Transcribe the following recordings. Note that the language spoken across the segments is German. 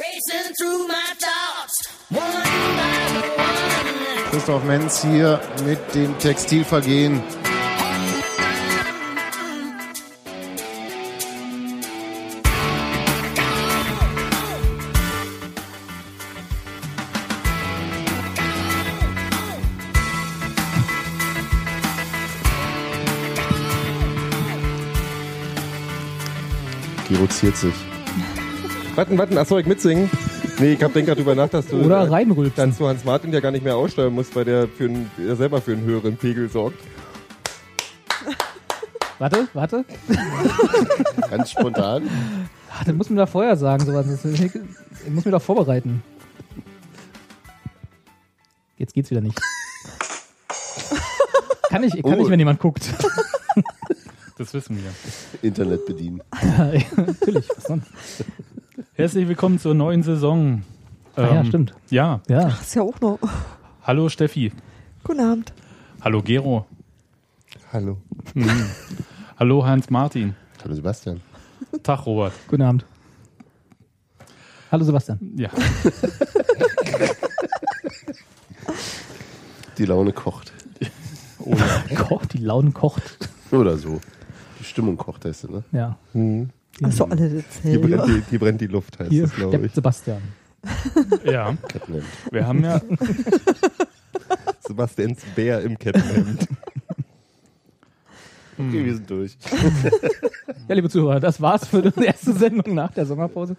racing through my thoughts, one by one. Christoph Menz hier mit dem Textilvergehen. Giroziert sich. Warten, warten, achso, ich mitsingen. Nee, ich hab denk grad drüber nach, dass du Oder äh, dann reinrülpsen. zu Hans Martin ja gar nicht mehr aussteuern musst, weil der, für einen, der selber für einen höheren Pegel sorgt. Warte, warte. Ganz spontan. Ach, das muss man da vorher sagen, sowas. Das ich muss mir da vorbereiten. Jetzt geht's wieder nicht. Kann ich, kann Oh. ich, wenn jemand guckt. Das wissen wir. Internet bedienen. Natürlich. Was sonst? Herzlich willkommen zur neuen Saison. Ah, ja, Ähm, stimmt. Ja, Ja. Ist ja auch noch. hallo Steffi. Guten Abend. Hallo Gero. Hallo. Hallo Hans Martin. Hallo Sebastian. Tag Robert. Guten Abend. Hallo Sebastian. Ja. Die Laune kocht. Oh, ja. Koch, die Laune kocht. Oder so. Die Stimmung kocht, heißt es, ne? Ja. Achso, alle Hier, dasselbe. brennt die, hier brennt die Luft, heißt Hier es, glaube ich. steppt Sebastian. ja. Kettenhemd. Wir haben ja Sebastians Bär im Kettenhemd. Okay, wir sind durch. Ja, liebe Zuhörer, das war's für die erste Sendung nach der Sommerpause.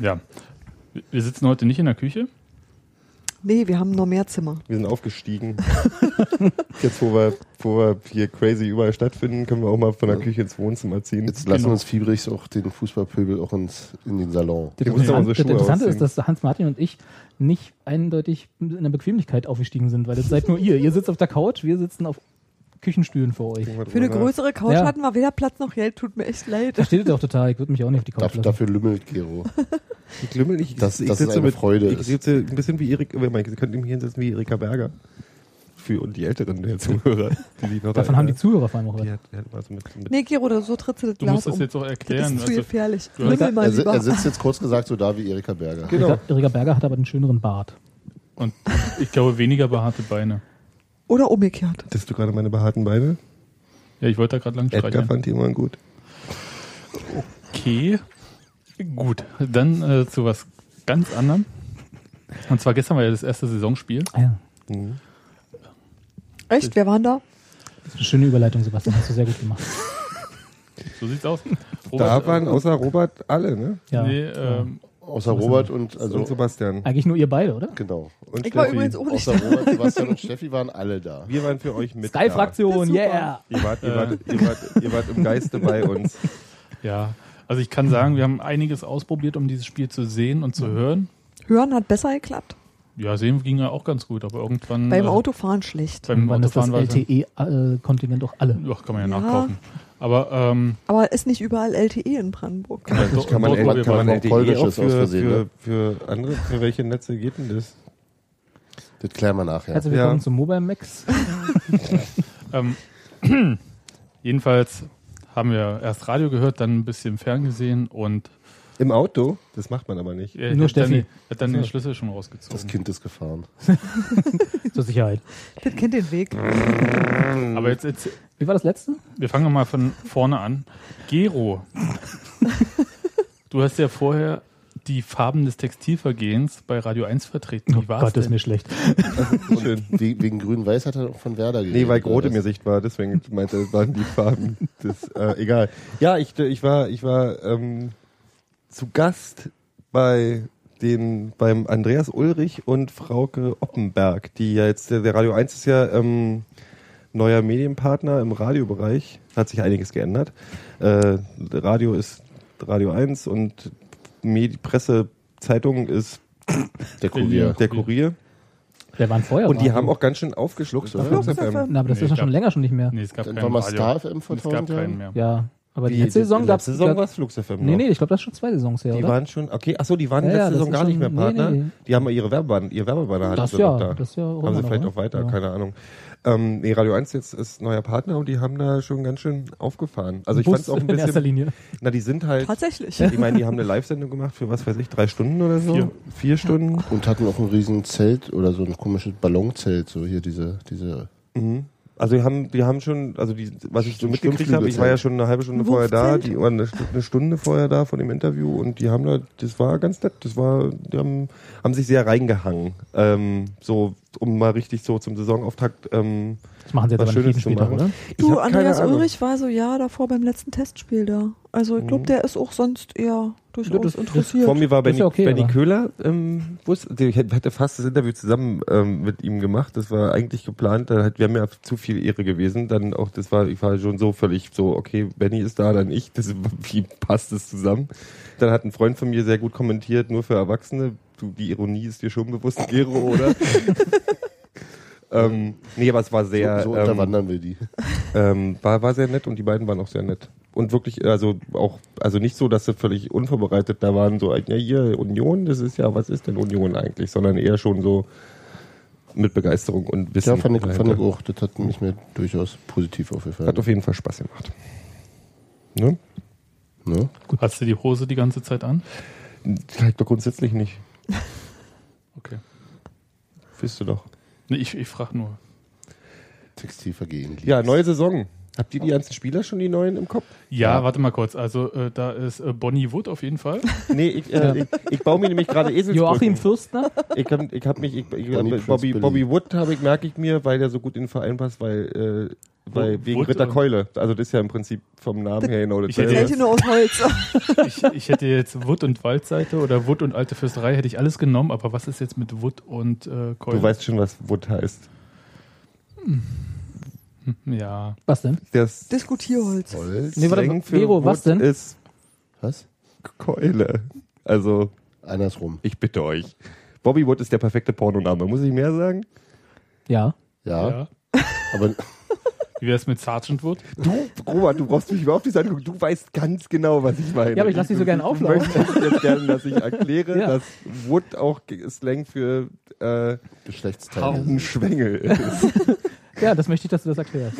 Ja. Wir sitzen heute nicht in der Küche. Nee, wir haben noch mehr Zimmer. Wir sind aufgestiegen. Jetzt, wo wir, wo wir hier crazy überall stattfinden, können wir auch mal von der Küche ins Wohnzimmer ziehen. Jetzt lassen uns Fiebrichs auch den Fußballpöbel auch ins, in den Salon. Ihr müsst aber unsere das Schuhe Interessante ausziehen. ist, dass Hans Martin und ich nicht eindeutig in der Bequemlichkeit aufgestiegen sind, weil das seid nur ihr. Ihr sitzt auf der Couch, wir sitzen auf Küchenstühlen vor euch. Für eine größere Couch Ja. hatten wir weder Platz noch Geld. Tut mir echt leid. Versteht ihr doch total, ich würde mich auch nicht auf die Couch Darf, lassen. dafür lümmelt Gero. Ich glümmel nicht. Ich, Das- ich das ist sitze eine mit, Freude. Ich sitze ein bisschen wie Erik, oh mein, Sie könnten mich hinsetzen wie Erika Berger. Für und die Älteren der Zuhörer. Die sich noch Davon haben die Zuhörer vor allem auch die was. hat, die hat mal so mit, mit Nee, Gero, oder so trittst du das Du Glas musst das um. jetzt auch das erklären. ist zu Also, gefährlich. du hast- Lümmel mal Er, si- lieber. er sitzt jetzt kurz gesagt so da wie Erika Berger. Genau. Erika- Erika Berger hat aber einen schöneren Bart. und ich glaube, weniger behaarte Beine. Oder umgekehrt. Hattest du gerade meine behaarten Beine? Ja, ich wollte da gerade lang Edgar streiten. fand die immer gut. Okay. Gut. Dann äh, zu was ganz anderem. Und zwar gestern war ja das erste Saisonspiel. Ah, ja. Echt? Wer waren da? Das ist eine schöne Überleitung, Sebastian, hast du sehr gut gemacht. So sieht's aus. Da waren äh, außer Robert alle, ne? Ja. Nee, ähm, Außer Robert und und also Sebastian. Eigentlich nur ihr beide, oder? genau. Und Ich war Steffi. übrigens auch nicht Außer da. Robert, Sebastian und Steffi waren alle da. Wir waren für euch mit. Sky-Fraktion, Das ist super. yeah! da. Ihr wart, ihr, wart, ihr, wart, ihr wart im Geiste bei uns. ja. Also ich kann sagen, wir haben einiges ausprobiert, um dieses Spiel zu sehen und zu Mhm. hören. Hören hat besser geklappt. Ja, sehen ging ja auch ganz gut, aber irgendwann. Beim äh, Autofahren schlecht. Beim Wann ist das Ähm, Autofahren war es- LTE-Kontingent äh, auch alle? Ja, kann man ja, Ja. nachkaufen. Aber ähm, Aber ist nicht überall LTE in Brandenburg. also, Kann man, dort, wo wir kann man waren, auch LTE auch polnisches aus für, Versehen, für, ne? für andere, für welche Netze geht denn das? Das klären wir nachher. Herzlich willkommen Ja. zum Mobile Max. ähm, jedenfalls haben wir erst Radio gehört, dann ein bisschen ferngesehen und Im Auto? Das macht man aber nicht. er Nur hat dann, Steffi. hat dann den Achso. Schlüssel schon Das rausgezogen. Kind ist gefahren. Zur Sicherheit. Das kennt den Weg. Aber jetzt, jetzt Wie war das letzte? wir fangen noch mal von vorne an. Gero, du hast ja vorher die Farben des Textilvergehens bei Radio 1 vertreten. Wie war's Oh Gott, ist denn? mir schlecht. Schön. We wegen Grün-Weiß hat er auch von Werder geredet. Nee, weil oder Grote was? mir sichtbar war, deswegen meinte er, waren die Farben. Das, äh, egal. Ja, ich, ich war, ich war ähm, zu Gast bei den, beim Andreas Ulrich und Frauke Oppenberg, die ja jetzt, der Radio 1 ist ja ähm, neuer Medienpartner im Radiobereich. Hat sich einiges geändert. Äh, Radio ist Radio 1 und Medi Presse, Zeitung ist Der Kurier. der Kurier. Wer waren vorher? Und die Radio? haben auch ganz schön aufgeschluckt. oder? Flux FM. Na, aber das Nee, ist ja schon ich glaub- länger schon nicht mehr. Nee, es gab Dann keinen war mal Radio. Star FM vor Es gab 1000 keinen mehr. Jahren. Ja. Aber die, letzte Saison gab es. letzte Saison war es Flux FM Nee, noch. nee, ich glaube, das ist schon zwei Saisons her, Die oder? waren schon, okay, achso, die waren Ja, ja, letzte das Saison ist gar nicht schon- mehr nee, Partner. nee. Die haben ja ihre Werbebanner, ihr Werbebanner hatten Das sie ja, noch da. das ja auch haben immer sie noch, vielleicht ne? auch weiter, Ja. keine Ahnung. Ähm, nee, Radio 1 jetzt ist neuer Partner und die haben da schon ganz schön aufgefahren. Also ich Bus fand es auch ein in erster bisschen, Linie. na die sind halt, Tatsächlich. ich meine, die haben eine Live-Sendung gemacht für was weiß ich, drei Stunden oder so? Vier. Vier Stunden? Und hatten auch ein riesen Zelt oder so ein komisches Ballonzelt, so hier diese, diese Mhm. Also die haben, die haben schon, also die, was ich so Stimmt, mitgekriegt habe, ich war ja halt Flügelzelt. schon eine halbe Stunde vorher da, Wurfzelt. die waren eine, Stu- eine Stunde vorher da von dem Interview und die haben da, das war ganz nett, das war, die haben, haben sich sehr reingehangen, ähm, so um mal richtig so zum Saisonauftakt. Ähm, Das machen sie jetzt Was aber nicht Schönes viel zu später, machen. oder? ich Du, hab keine Andreas Ahnung. Ulrich war so ja davor beim letzten Testspiel da. Also ich glaube, Mhm. der ist auch sonst eher durchaus das- das- interessiert. Vor mir war Das Benny, ist ja okay, Benny aber- Köhler, ähm, wusste, ich hätte fast das Interview zusammen ähm, mit ihm gemacht. Das war eigentlich geplant, da hat, wäre mir zu viel Ehre gewesen. Dann auch, das war, ich war schon so völlig so, okay, Benny ist da, dann ich. Das, wie passt das zusammen? Dann hat ein Freund von mir sehr gut kommentiert, nur für Erwachsene. Du, die Ironie ist dir schon bewusst, Gero, oder? ähm, nee, aber es war sehr. so, so ähm, unterwandern wir die. ähm, war, war sehr nett und die beiden waren auch sehr nett. Und wirklich, also auch, also nicht so, dass sie völlig unvorbereitet da waren, so, ja, hier, Union, das ist ja, was ist denn Union eigentlich? Sondern eher schon so mit Begeisterung und Wissen. Ja, fand ich, fand ich dahinter. auch. Das hat mich mir durchaus positiv aufgefallen. Hat auf jeden Fall Spaß gemacht. Ne? Ne? Hast du die Hose die ganze Zeit an? Vielleicht doch grundsätzlich nicht. Okay. Wisst ihr doch. Nee, ich ich frage nur. Textilvergehen. Ja, neue Saison. Habt ihr die ganzen Spieler schon, die neuen im Kopf? Ja, warte mal kurz. Also äh, da ist äh, Bonnie Wood auf jeden Fall. Nee, ich, äh, ich, ich baue mir nämlich gerade Eselsbrücken. Joachim Fürstner? Ich hab, ich hab mich, ich, ich, Bonnie Prince Bobby, Billy. Bobby Wood habe ich, merke ich mir, weil der so gut in den Verein passt, weil, äh, weil Wo- wegen Wood, Ritter ähm, Keule. Also das ist ja im Prinzip vom Namen her genau Ich dasselbe. hätte Gleiche nur aus Holz. Ich, ich hätte jetzt Wood und Waldseite oder Wood und Alte Fürsterei hätte ich alles genommen, aber was ist jetzt mit Wood und äh, Keul? Du weißt schon, was Wood heißt. Ja. Was denn? Das Diskutierholz. Holz. Nee, warte, Slang Vero, was denn? ist Was? Keule. Also, Andersrum. ich bitte euch. Bobby Wood ist der perfekte Pornoname. Muss ich mehr sagen? Ja. Ja, ja. aber Wie wäre es mit Sergeant Wood? Du, Robert, du brauchst mich überhaupt nicht angucken. Du weißt ganz genau, was ich meine. Ja, aber ich lass dich so gerne auflaufen. Ich möchte jetzt gerne, dass ich erkläre, Ja. dass Wood auch Slang für äh, Geschlechtsteile. harten Schwengel ist. Ja, das möchte ich, dass du das erklärst.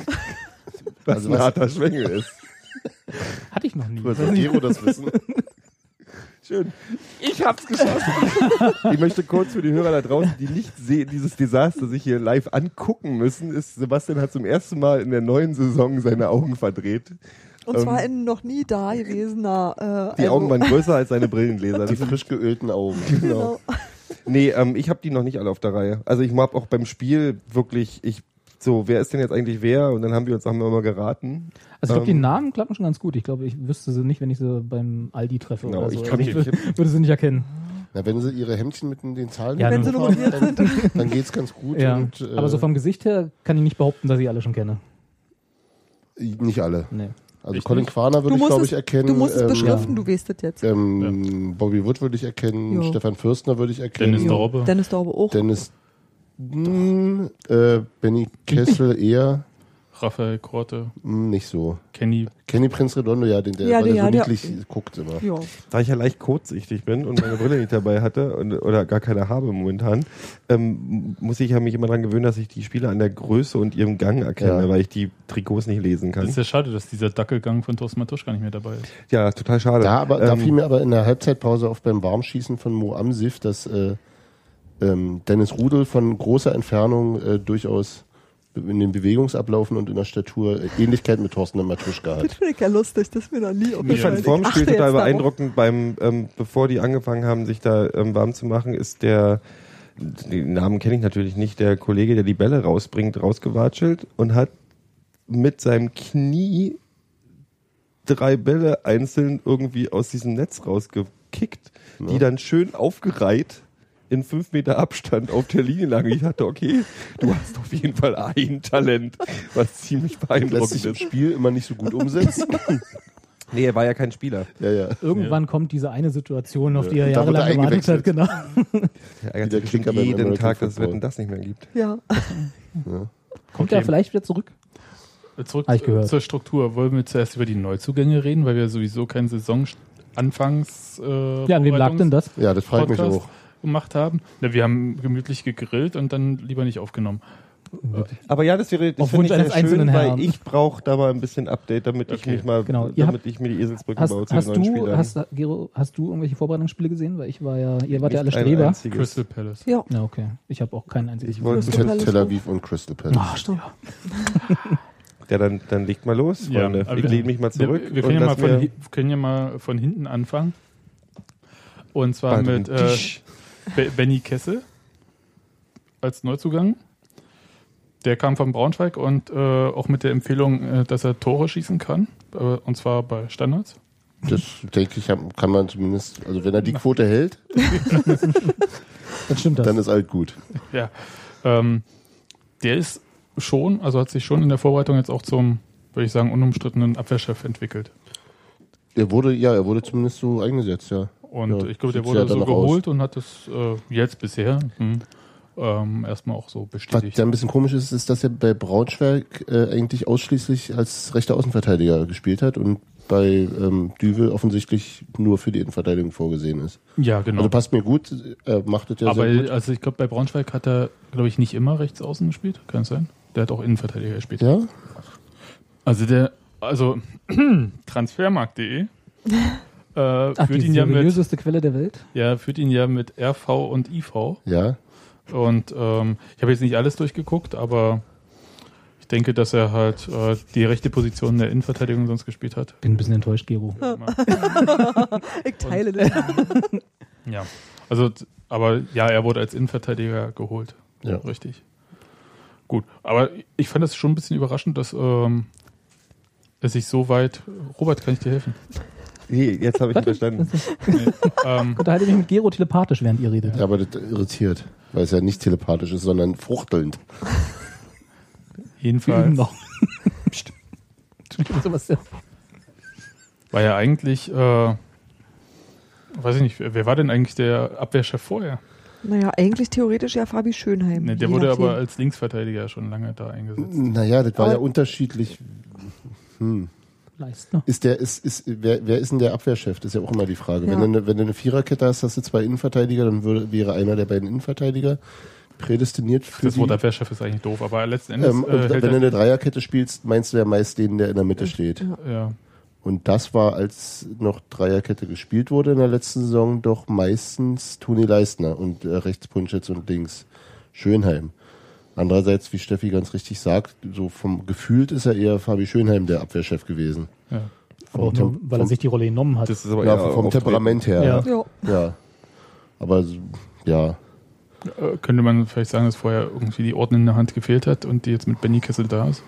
Was Also ein was- harter Schwengel ist. Hatte ich noch nie. Soll Gero das wissen? Schön. Ich hab's geschafft. ich möchte kurz für die Hörer da draußen, die nicht sehen, dieses Desaster sich hier live angucken müssen, ist Sebastian hat zum ersten Mal in der neuen Saison seine Augen verdreht. Und Ähm, zwar in noch nie da gewesener. Äh, Die also- Augen waren größer als seine Brillengläser. Die frisch geölten Augen. Genau. Nee, ähm, ich habe die noch nicht alle auf der Reihe. Also ich hab auch beim Spiel wirklich, ich so, wer ist denn jetzt eigentlich wer? Und dann haben wir uns haben wir immer geraten. Also ich glaube, die Ähm. Namen klappen schon ganz gut. Ich glaube, ich wüsste sie nicht, wenn ich sie beim Aldi treffe Genau, oder ich so. kann Also mich- wür- würde sie nicht erkennen. Na, wenn sie ihre Hemdchen mit in den Zahlen Ja, Wenn sie nur- nominiert dann, sind, dann geht's ganz gut. Ja. Und, äh, Aber so vom Gesicht her kann ich nicht behaupten, dass ich alle schon kenne. nicht alle. Nee. Also Ich Colin nicht. Quaner würde du ich, musst, glaube es, ich, erkennen. du musst es ähm, beschriften, du weißt es jetzt. Ähm, Bobby Wood würde ich erkennen. Ja. Stefan Fürstner würde ich erkennen. Dennis Daube. Dennis Daube auch. Dennis mh, äh, Benny Kessel eher Raphael Korte, mh, nicht so. Kenny. Kenny Prinz Redondo, ja, den, der, Ja, weil der, der- so ja, der- niedlich guckt immer. ja. Da ich ja leicht kurzsichtig bin und meine Brille nicht dabei hatte und, oder gar keine habe momentan, ähm, muss ich ja mich immer daran gewöhnen, dass ich die Spieler an der Größe und ihrem Gang erkenne, Ja. weil ich die Trikots nicht lesen Das kann. ist ja schade, dass dieser Dackelgang von Thorsten Matusch gar nicht mehr dabei ist. Ja, total schade. Da, aber, da Ähm, fiel mir aber in der Halbzeitpause auf beim Warmschießen von Mo Amsif, dass äh, ähm, Dennis Rudel von großer Entfernung äh, durchaus in den Bewegungsablaufen und in der Statur äh, Ähnlichkeit mit Thorsten Matuschka Das hat. finde ich ja lustig, das ist mir noch nie Ich Ich fand aufgefallen. fand's vorm achte Spiel jetzt total darauf. beeindruckend, beim, ähm, bevor die angefangen haben, sich da ähm, warm zu machen, ist der, den Namen kenne ich natürlich nicht, der Kollege, der die Bälle rausbringt, rausgewatschelt und hat mit seinem Knie drei Bälle einzeln irgendwie aus diesem Netz rausgekickt, die dann schön aufgereiht in fünf Meter Abstand auf der Linie lagen. Ich dachte, okay, du hast auf jeden Fall ein Talent, was ziemlich Lässt beeindruckend sich im ist. Spiel immer nicht so gut umsetzen. Nee, er war ja kein Spieler. ja, ja. Irgendwann kommt diese eine Situation, auf die er Ja. Da wird er jahrelang gewartet hat. eingewechselt. Genau. Der ärgert Wie der sich bestimmt Kicker beim jeden American Tag, dass es Football. Wetten das nicht mehr gibt. Ja, Kommt er vielleicht wieder zurück? zurück Hab ich gehört. zur Struktur. Wollen wir zuerst über die Neuzugänge reden, weil wir sowieso keinen Saisonanfangs äh, Ja, an wem lag denn das? Ja, das frage ich mich Podcast auch. gemacht haben. Na, wir haben gemütlich gegrillt und dann lieber nicht aufgenommen. Aber ja, das wäre das Auf finde ich Wunsch sehr eines schön, einzelnen weil Herrn. ich brauche da mal ein bisschen Update, damit ich Okay, mich mal, genau. Ihr damit ich mir die Eselsbrücke Hast, baue zu hast, den neuen du, Spielern. hast, Gero, hast du irgendwelche Vorbereitungsspiele gesehen? Weil ich war ja, ihr wart Nicht ja alle ein Streber. einziges. Crystal Palace. Ja. Ja, okay. Ich habe auch keinen einzigen. Ah, Ich wollte, Crystal Tel, Palace. Tel Aviv und Crystal Palace. Ach, stimmt. ja, dann, dann legt mal los, Ja, Freunde. aber ich wir- lege mich mal zurück. Wir, wir, können ja mal lass von, mir- hi- können ja mal von hinten anfangen. Und zwar mit äh, Be- Benny Kessel als Neuzugang. Der kam von Braunschweig und äh, auch mit der Empfehlung, äh, dass er Tore schießen kann. Äh, und zwar bei Standards. Das denke ich, hab- kann man zumindest, also wenn er die Quote hält, Dann stimmt das. dann ist alles gut. Ja. Ähm, der ist schon, also hat sich schon in der Vorbereitung jetzt auch zum, würde ich sagen, unumstrittenen Abwehrchef entwickelt. Er wurde, ja, er wurde zumindest so eingesetzt, ja. Und Ja, ich glaube, der sieht's wurde ja so danach geholt und hat es äh, jetzt bisher hm, ähm, erstmal auch so Was bestätigt. da ein bisschen komisch ist, ist, dass er bei Braunschweig äh, eigentlich ausschließlich als rechter Außenverteidiger gespielt hat und bei ähm, Düvel offensichtlich nur für die Innenverteidigung vorgesehen ist. Ja, genau. Also passt mir gut, er macht das ja Aber sehr gut. also ich glaube, bei Braunschweig hat er, glaube ich, nicht immer rechts außen gespielt. Kann es sein? Der hat auch Innenverteidiger gespielt. Ja? Also der, also transfermarkt.de äh, Ach, führt, die ihn ja mit, seriöseste Quelle der Welt. ja, führt ihn ja mit RV und IV. Ja. Und ähm, ich habe jetzt nicht alles durchgeguckt, aber ich denke, dass er halt äh, die rechte Position in der Innenverteidigung sonst gespielt hat. Bin ein bisschen enttäuscht, Gero. Wie auch immer. Ich teile das. Ja. Also, t- aber ja, er wurde als Innenverteidiger geholt. Ja. Richtig. Gut. Aber ich fand das schon ein bisschen überraschend, dass ähm, es sich so weit. Robert, kann ich dir helfen? Nee, jetzt habe ich ihn verstanden. ähm, Unterhalte mich mit Gero telepathisch, während ihr redet. ja, aber das irritiert, weil es ja nicht telepathisch ist, sondern fruchtelnd. Wir üben jedenfalls noch. Psst. Entschuldigung, Sebastian. war ja eigentlich, äh, weiß ich nicht, wer war denn eigentlich der Abwehrchef vorher? Naja, eigentlich theoretisch ja Fabi Schönheim. Ne, der je wurde nachdem. aber als Linksverteidiger schon lange da eingesetzt. Naja, das war Aber- ja unterschiedlich. Leistner. Ist der, ist, ist, wer, wer ist denn der Abwehrchef? Das ist ja auch immer die Frage. Ja. Wenn, du eine, wenn du eine Viererkette hast, hast du zwei Innenverteidiger, dann würde, wäre einer der beiden Innenverteidiger prädestiniert für Das die, Wort Abwehrchef ist eigentlich doof, aber letzten Endes ähm, äh, und hält wenn du er, eine Dreierkette spielst, meinst du ja meist den, der in der Mitte steht. ja, Und das war, als noch Dreierkette gespielt wurde in der letzten Saison, doch meistens Toni Leistner und äh, rechts Punschitz und links Schönheim. Andererseits, wie Steffi ganz richtig sagt, so vom gefühlt ist er eher Fabi Schönheim der Abwehrchef gewesen. ja. Aber auch nur, Tem- weil er sich die Rolle genommen hat. Das ist aber ja, eher vom auftreten. Temperament her. Ja. Ja. Aber so- ja, Äh, Könnte man vielleicht sagen, dass vorher irgendwie die ordnende Hand gefehlt hat und die jetzt mit Benny Kessel da ist?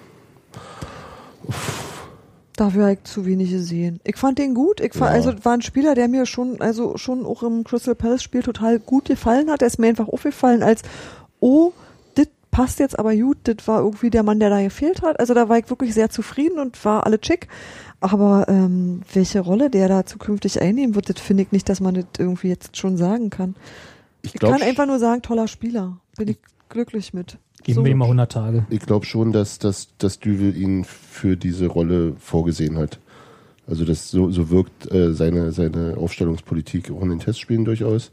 Dafür habe ich halt zu wenig gesehen. Ich fand den gut. Ich fand, Ja. Also das war ein Spieler, der mir schon, also schon auch im Crystal Palace Spiel total gut gefallen hat. Der ist mir einfach aufgefallen als, oh, das passt jetzt aber gut. Das war irgendwie der Mann, der da gefehlt hat. Also da war ich wirklich sehr zufrieden und war alle schick. Aber ähm, welche Rolle der da zukünftig einnehmen wird, das finde ich nicht, dass man das irgendwie jetzt schon sagen kann. Ich, glaub kann sch- einfach nur sagen, toller Spieler. Bin ich glücklich mit. Geben So. wir ihm mal 100 Tage. ich glaube schon, dass, dass, dass Düvel ihn für diese Rolle vorgesehen hat. Also das so, so wirkt äh, seine, seine Aufstellungspolitik auch in den Testspielen durchaus.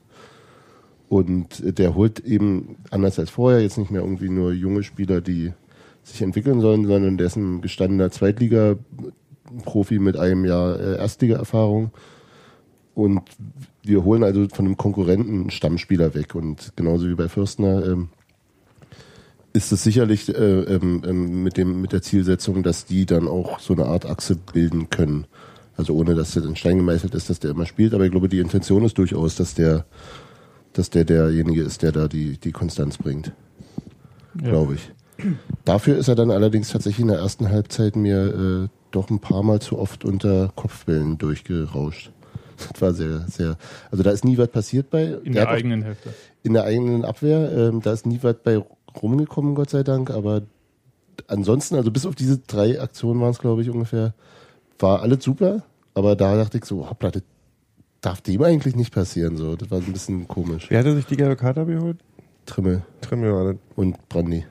Und äh, der holt eben, anders als vorher, jetzt nicht mehr irgendwie nur junge Spieler, die sich entwickeln sollen, sondern der ist ein gestandener Zweitliga-Profi mit einem Jahr äh, Erstliga-Erfahrung. Und wir holen also von einem Konkurrenten einen Stammspieler weg. Und genauso wie bei Fürstner ähm, ist es sicherlich äh, ähm, ähm, mit, dem, mit der Zielsetzung, dass die dann auch so eine Art Achse bilden können. Also ohne, dass das in Stein gemeißelt ist, dass der immer spielt. Aber ich glaube, die Intention ist durchaus, dass der, dass der derjenige ist, der da die, die Konstanz bringt, Ja. glaube ich. Dafür ist er dann allerdings tatsächlich in der ersten Halbzeit mir äh, doch ein paar Mal zu oft unter Kopfwellen durchgerauscht. Das war sehr, sehr. Also da ist nie was passiert bei. In Er der hat auch eigenen Hälfte. in der eigenen Abwehr. Ähm, da ist nie weit bei rumgekommen, Gott sei Dank. Aber ansonsten, also bis auf diese drei Aktionen waren es, glaube ich, ungefähr, war alles super. Aber da dachte ich so, hoppla, das darf dem eigentlich nicht passieren. So, das war so ein bisschen komisch. Wer hatte sich die gelbe Karte abgeholt? Trimmel Trimmel war das. und Brandy.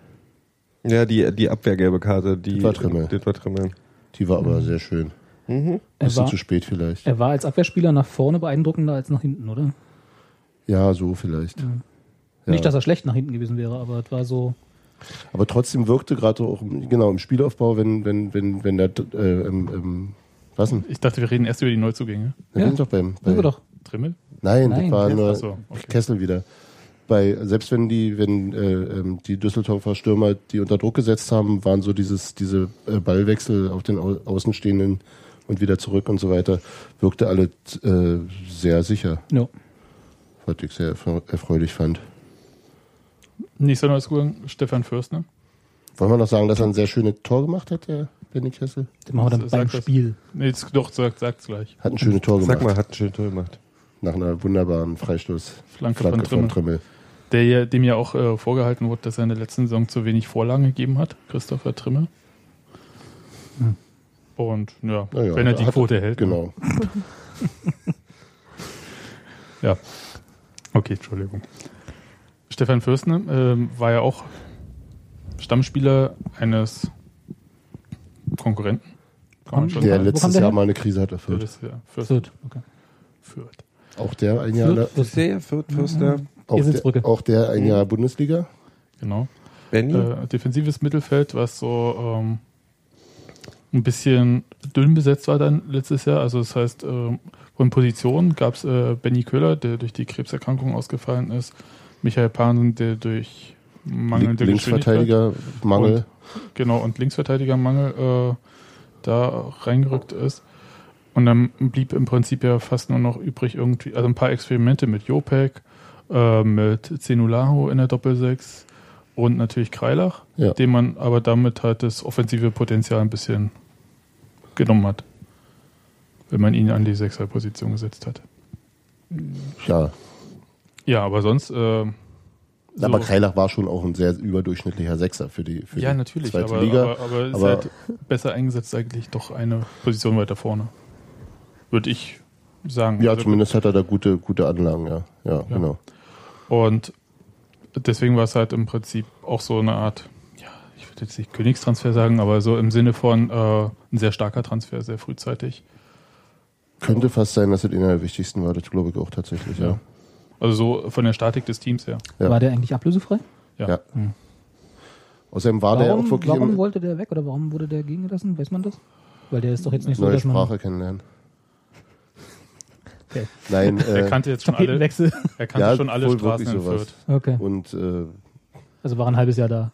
Ja, die, die abwehrgelbe Karte, die. Das war Trimmel. Das war Trimmel. Die war aber sehr schön. Mhm. Er bisschen war, zu spät vielleicht. er war als Abwehrspieler nach vorne beeindruckender als nach hinten, oder? Ja, so vielleicht. Ja. Nicht, dass er schlecht nach hinten gewesen wäre, aber es war so. Aber trotzdem wirkte gerade auch im- genau im Spielaufbau, wenn, wenn, wenn, wenn der äh, ähm, ähm, was denn? Ich dachte, wir reden erst über die Neuzugänge. Wir Ja. sind doch beim, bei, Sind wir doch. Trimmel? Nein, Nein. das war nur Ach so, okay. Kessel wieder. Bei, selbst wenn die, wenn äh, ähm, die Düsseldorfer Stürmer die unter Druck gesetzt haben, waren so dieses, diese äh, Ballwechsel auf den Au Außenstehenden und wieder zurück und so weiter, wirkte alle äh, sehr sicher, Ja. was ich sehr erfre- erfreulich fand. Nächster Neuzugang, Stefan Fürstner. Wollen wir noch sagen, dass er ein sehr schönes Tor gemacht hat, der Benny Kessel? Den machen wir dann Sag beim das. Spiel. Nee, jetzt, doch, sag, sag's gleich. Hat ein schönes Tor gemacht. Sag mal, hat ein schönes Tor gemacht. Nach einer wunderbaren Freistoß. Flanke, Flanke von Trimmel. von Trimmel. Der, ja- dem ja auch äh, vorgehalten wurde, dass er in der letzten Saison zu wenig Vorlagen gegeben hat, Christopher Trimmel. Und ja, Na ja, wenn er die hat- Quote hält. Genau. Ja. Okay, Entschuldigung. Stefan Fürstner ähm, war ja auch Stammspieler eines Konkurrenten. Kann man schon Der sagen. Wo kam letztes der Jahr her? mal eine Krise hatte. Der Fürth. ist ja Fürth. Fürth. Okay. Fürth. Auch der ein Jahr, ne, Fürth. Fürth. Sehr, Fürth, Fürster, auch Eselsbrücke. der, auch der ein Jahr Bundesliga. Genau. Benny. Äh, defensives Mittelfeld, was so ähm, ein bisschen dünn besetzt war dann letztes Jahr. Also das heißt, ähm, von Positionen gab es äh, Benny Köhler, der durch die Krebserkrankung ausgefallen ist, Michael Pahnsen, der durch mangelnde Link- Geschwindigkeit, Linksverteidiger, Mangel. genau, und Linksverteidigermangel äh, da reingerückt ist. Und dann blieb im Prinzip ja fast nur noch übrig irgendwie, also ein paar Experimente mit Jopek, äh, mit Zenulaho in der Doppelsechs und natürlich Kreilach, Ja. dem man aber damit halt das offensive Potenzial ein bisschen genommen hat. Wenn man ihn an die Sechserposition gesetzt hat. Ja. Ja, aber sonst. Äh, Aber Kreilach war schon auch ein sehr überdurchschnittlicher Sechser für die, für ja, die natürlich, zweite aber, Liga. aber, aber ist aber- halt besser eingesetzt eigentlich doch eine Position weiter vorne. Würde ich sagen. ja, Also, zumindest hat er da gute, gute Anlagen, ja. Ja, genau. Und deswegen war es halt im Prinzip auch so eine Art, ja, ich würde jetzt nicht Königstransfer sagen, aber so im Sinne von äh, ein sehr starker Transfer, sehr frühzeitig. Könnte fast sein, dass es einer der wichtigsten war, das glaube ich auch tatsächlich, ja. Also so von der Statik des Teams her. Ja. War der eigentlich ablösefrei? Ja. Ja. Außerdem war der auch Warum, wirklich warum im wollte der weg oder warum wurde der gehen gelassen? Weiß man das? Weil der ist doch jetzt nicht so, neue dass man. Sprache kennenlernen. Okay. Nein, Er äh, kannte jetzt schon alle, Tapetenwechsel. er kannte Ja, schon alle wohl Straßen wirklich in sowas. Fürth. Okay. und äh, Also war ein halbes Jahr da.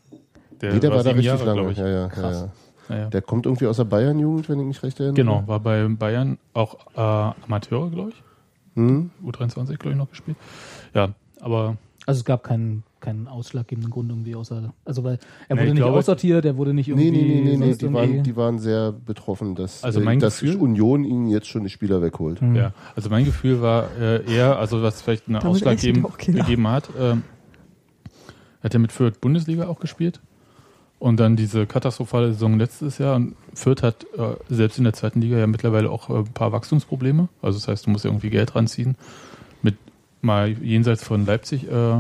Der jeder war da sieben richtig Jahre, lange. glaube ich. Ja, ja, ja, Krass. ja. Naja. Der kommt irgendwie aus der Bayern-Jugend, wenn ich mich recht erinnere. Genau, war bei Bayern auch äh, Amateure, glaube ich. Hm? U23, glaube ich, noch gespielt. Ja, aber Also es gab keinen, keinen ausschlaggebenden Grund irgendwie außer. Also weil er Nee, wurde ich nicht glaube- aussortiert, er wurde nicht irgendwie. Nee, nee, nee, nee, nee. sonst Die, waren, irgendwie- die waren sehr betroffen, dass, Also äh, mein dass Gefühl- Union ihnen jetzt schon die Spieler wegholt. Hm. Ja, also mein Gefühl war äh, eher, also was vielleicht einen Damit Ausschlag geben, rechnet auch genau. keiner. gegeben hat, ähm, hat er mit Fürth Bundesliga auch gespielt und dann diese katastrophale Saison letztes Jahr und Fürth hat äh, selbst in der zweiten Liga ja mittlerweile auch äh, ein paar Wachstumsprobleme, also das heißt, du musst ja irgendwie Geld ranziehen. Mit mal jenseits von Leipzig äh,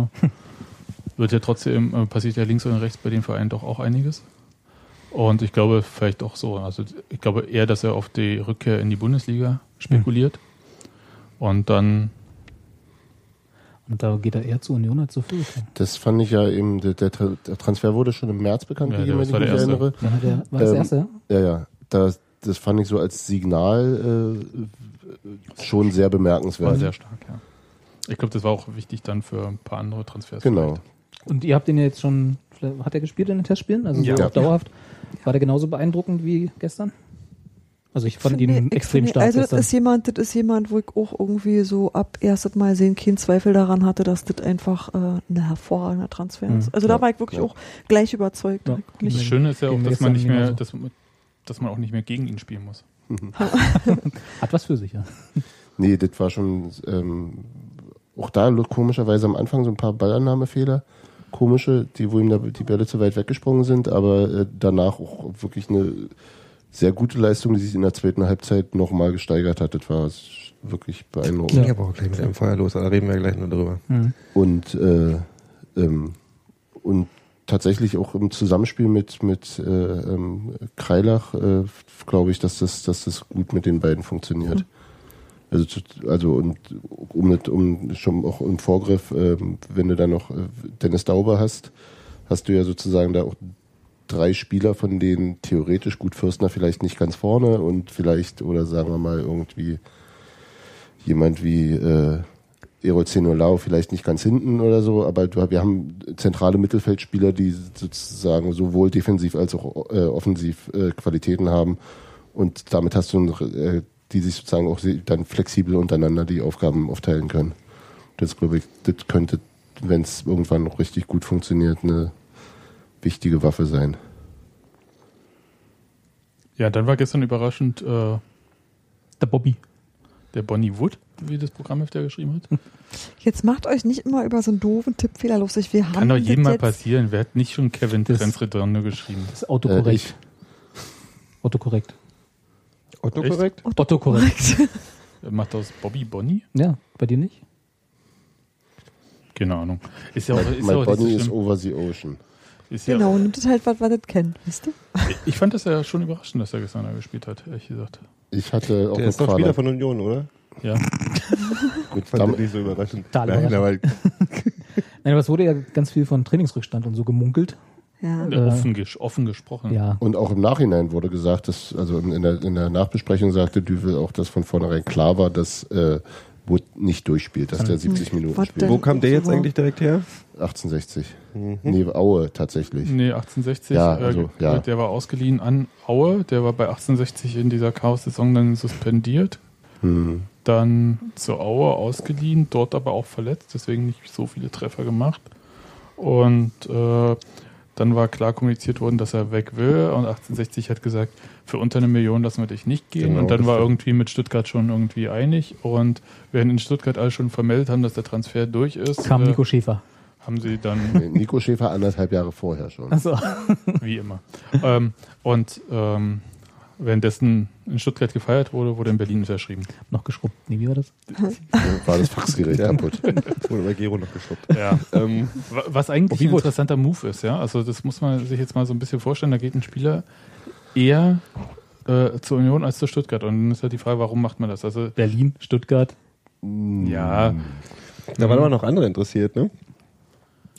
wird ja trotzdem, äh, passiert ja links und rechts bei den Vereinen doch auch einiges. Und ich glaube, vielleicht auch so. Also, ich glaube eher, dass er auf die Rückkehr in die Bundesliga spekuliert. Mhm. Und dann, Und da geht er eher zu Union als zu Fürth. Das fand ich ja eben, der, der, Tra- der Transfer wurde schon im März bekannt Ja, gegeben, der- das wenn ich war mich der erste. erinnere. Dann hat er, war das Ähm, erste? Ja, ja. Das, das fand ich so als Signal äh, schon sehr war bemerkenswert. sehr stark, ja. Ich glaube, das war auch wichtig dann für ein paar andere Transfers. Genau. Und ihr habt den ja jetzt schon. Hat er gespielt in den Testspielen? Also so Ja. auch dauerhaft. War der genauso beeindruckend wie gestern? Also ich fand ihn ich extrem finde- stark Also das gestern. ist jemand, das ist jemand, wo ich auch irgendwie so ab erstes Mal sehen keinen Zweifel daran hatte, dass das einfach äh, ein hervorragender Transfer Mhm. ist. Also da war ich wirklich ja. auch gleich überzeugt. Ja. Das Nee, Schöne ist ja auch, ging mir dass man nicht gestern mehr, dass, dass man auch nicht mehr gegen ihn spielen muss. Hat was für sich, ja. Nee, das war schon ähm, auch da lo- komischerweise am Anfang so ein paar Ballannahmefehler. Komische, die, wo ihm da die Bälle zu weit weggesprungen sind, aber äh, danach auch wirklich eine sehr gute Leistung, die sich in der zweiten Halbzeit nochmal gesteigert hat. Das war s- wirklich beeindruckend. Ging aber auch gleich mit einem Feuer los, aber da reden wir gleich nur drüber. Und, äh, ähm, und tatsächlich auch im Zusammenspiel mit, mit äh, ähm, Kreilach, äh, glaube ich, dass das, dass das gut mit den beiden funktioniert. Also, zu, also und um, mit- um schon auch im Vorgriff, ähm, wenn du dann noch äh, Dennis Dauber hast, hast du ja sozusagen da auch drei Spieler, von denen theoretisch gut Fürstner vielleicht nicht ganz vorne und vielleicht, oder sagen wir mal, irgendwie jemand wie äh, Erol Zenolau vielleicht nicht ganz hinten oder so, aber du, wir haben zentrale Mittelfeldspieler, die sozusagen sowohl defensiv als auch äh, offensiv äh, Qualitäten haben und damit hast du, einen, äh, die sich sozusagen auch se- dann flexibel untereinander die Aufgaben aufteilen können. Das glaube ich, das könnte, wenn es irgendwann noch richtig gut funktioniert, eine wichtige Waffe sein. Ja, dann war gestern überraschend äh, Der Bobby. der Bonnie Wood, wie das Programmhefter geschrieben hat. Jetzt macht euch nicht immer über so einen doofen Tippfehler lustig. Wir haben Kann doch jedem das mal jetzt- passieren. Wer hat nicht schon Kevin Das- Trans Redondo geschrieben? Das ist Äh, autokorrekt. ich, autokorrekt. Otto Echt? korrekt? Autokorrekt. Macht aus Bobby Bonnie? Ja, bei dir nicht? Keine Ahnung. Ist ja auch, my ist ja my auch nicht so body is schlimm. over the ocean. Ist ja, Genau, nimmt es halt was, was ihr kennt, wisst ihr? Ich fand das ja schon überraschend, dass er gestern da gespielt hat, ehrlich gesagt. Ich hatte auch Der ist mit doch Fahrer- Spieler von Union, oder? Ja. Gut, fand Dam- ich nicht so überraschend. Total Nein, aber Nein, aber es wurde ja ganz viel von Trainingsrückstand und so gemunkelt. Ja. Äh. Offen, ges offen gesprochen. Ja. Und auch im Nachhinein wurde gesagt, dass, also in in der, in der Nachbesprechung sagte Düvel auch, dass von vornherein klar war, dass äh, Wood nicht durchspielt, dass Hm. der 70 Minuten Was spielt. wo kam der jetzt Wow. eigentlich direkt her? 1860. Mhm. Nee, Aue tatsächlich. Nee, 1860. Ja, also, äh, ja. Der war ausgeliehen an Aue. Der war bei 1860 in dieser Chaos-Saison dann suspendiert. Hm. Dann zu Aue ausgeliehen, dort aber auch verletzt, deswegen nicht so viele Treffer gemacht. Und äh, dann war klar kommuniziert worden, dass er weg will. Und 1860 hat gesagt, für unter eine Million lassen wir dich nicht gehen. Genau, und dann das war stimmt. irgendwie mit Stuttgart schon irgendwie einig. Und während in Stuttgart alle schon vermeldet haben, dass der Transfer durch ist, Kam äh, Nico Schäfer. haben sie dann Hm. Nico Schäfer anderthalb Jahre vorher schon. Achso. Wie immer. ähm, und ähm, währenddessen in Stuttgart gefeiert wurde, wurde in Berlin unterschrieben. Noch geschrubbt. Nee, wie war das? War das Faxgerät kaputt. Wurde bei Gero noch geschluckt. Ja. ähm, Was eigentlich ein interessanter Move ist, ja. Also das muss man sich jetzt mal so ein bisschen vorstellen. Da geht ein Spieler eher äh, zur Union als zu Stuttgart. Und dann ist halt die Frage, warum macht man das? Also Berlin, Stuttgart. Hm. ja, da waren aber noch andere interessiert, ne?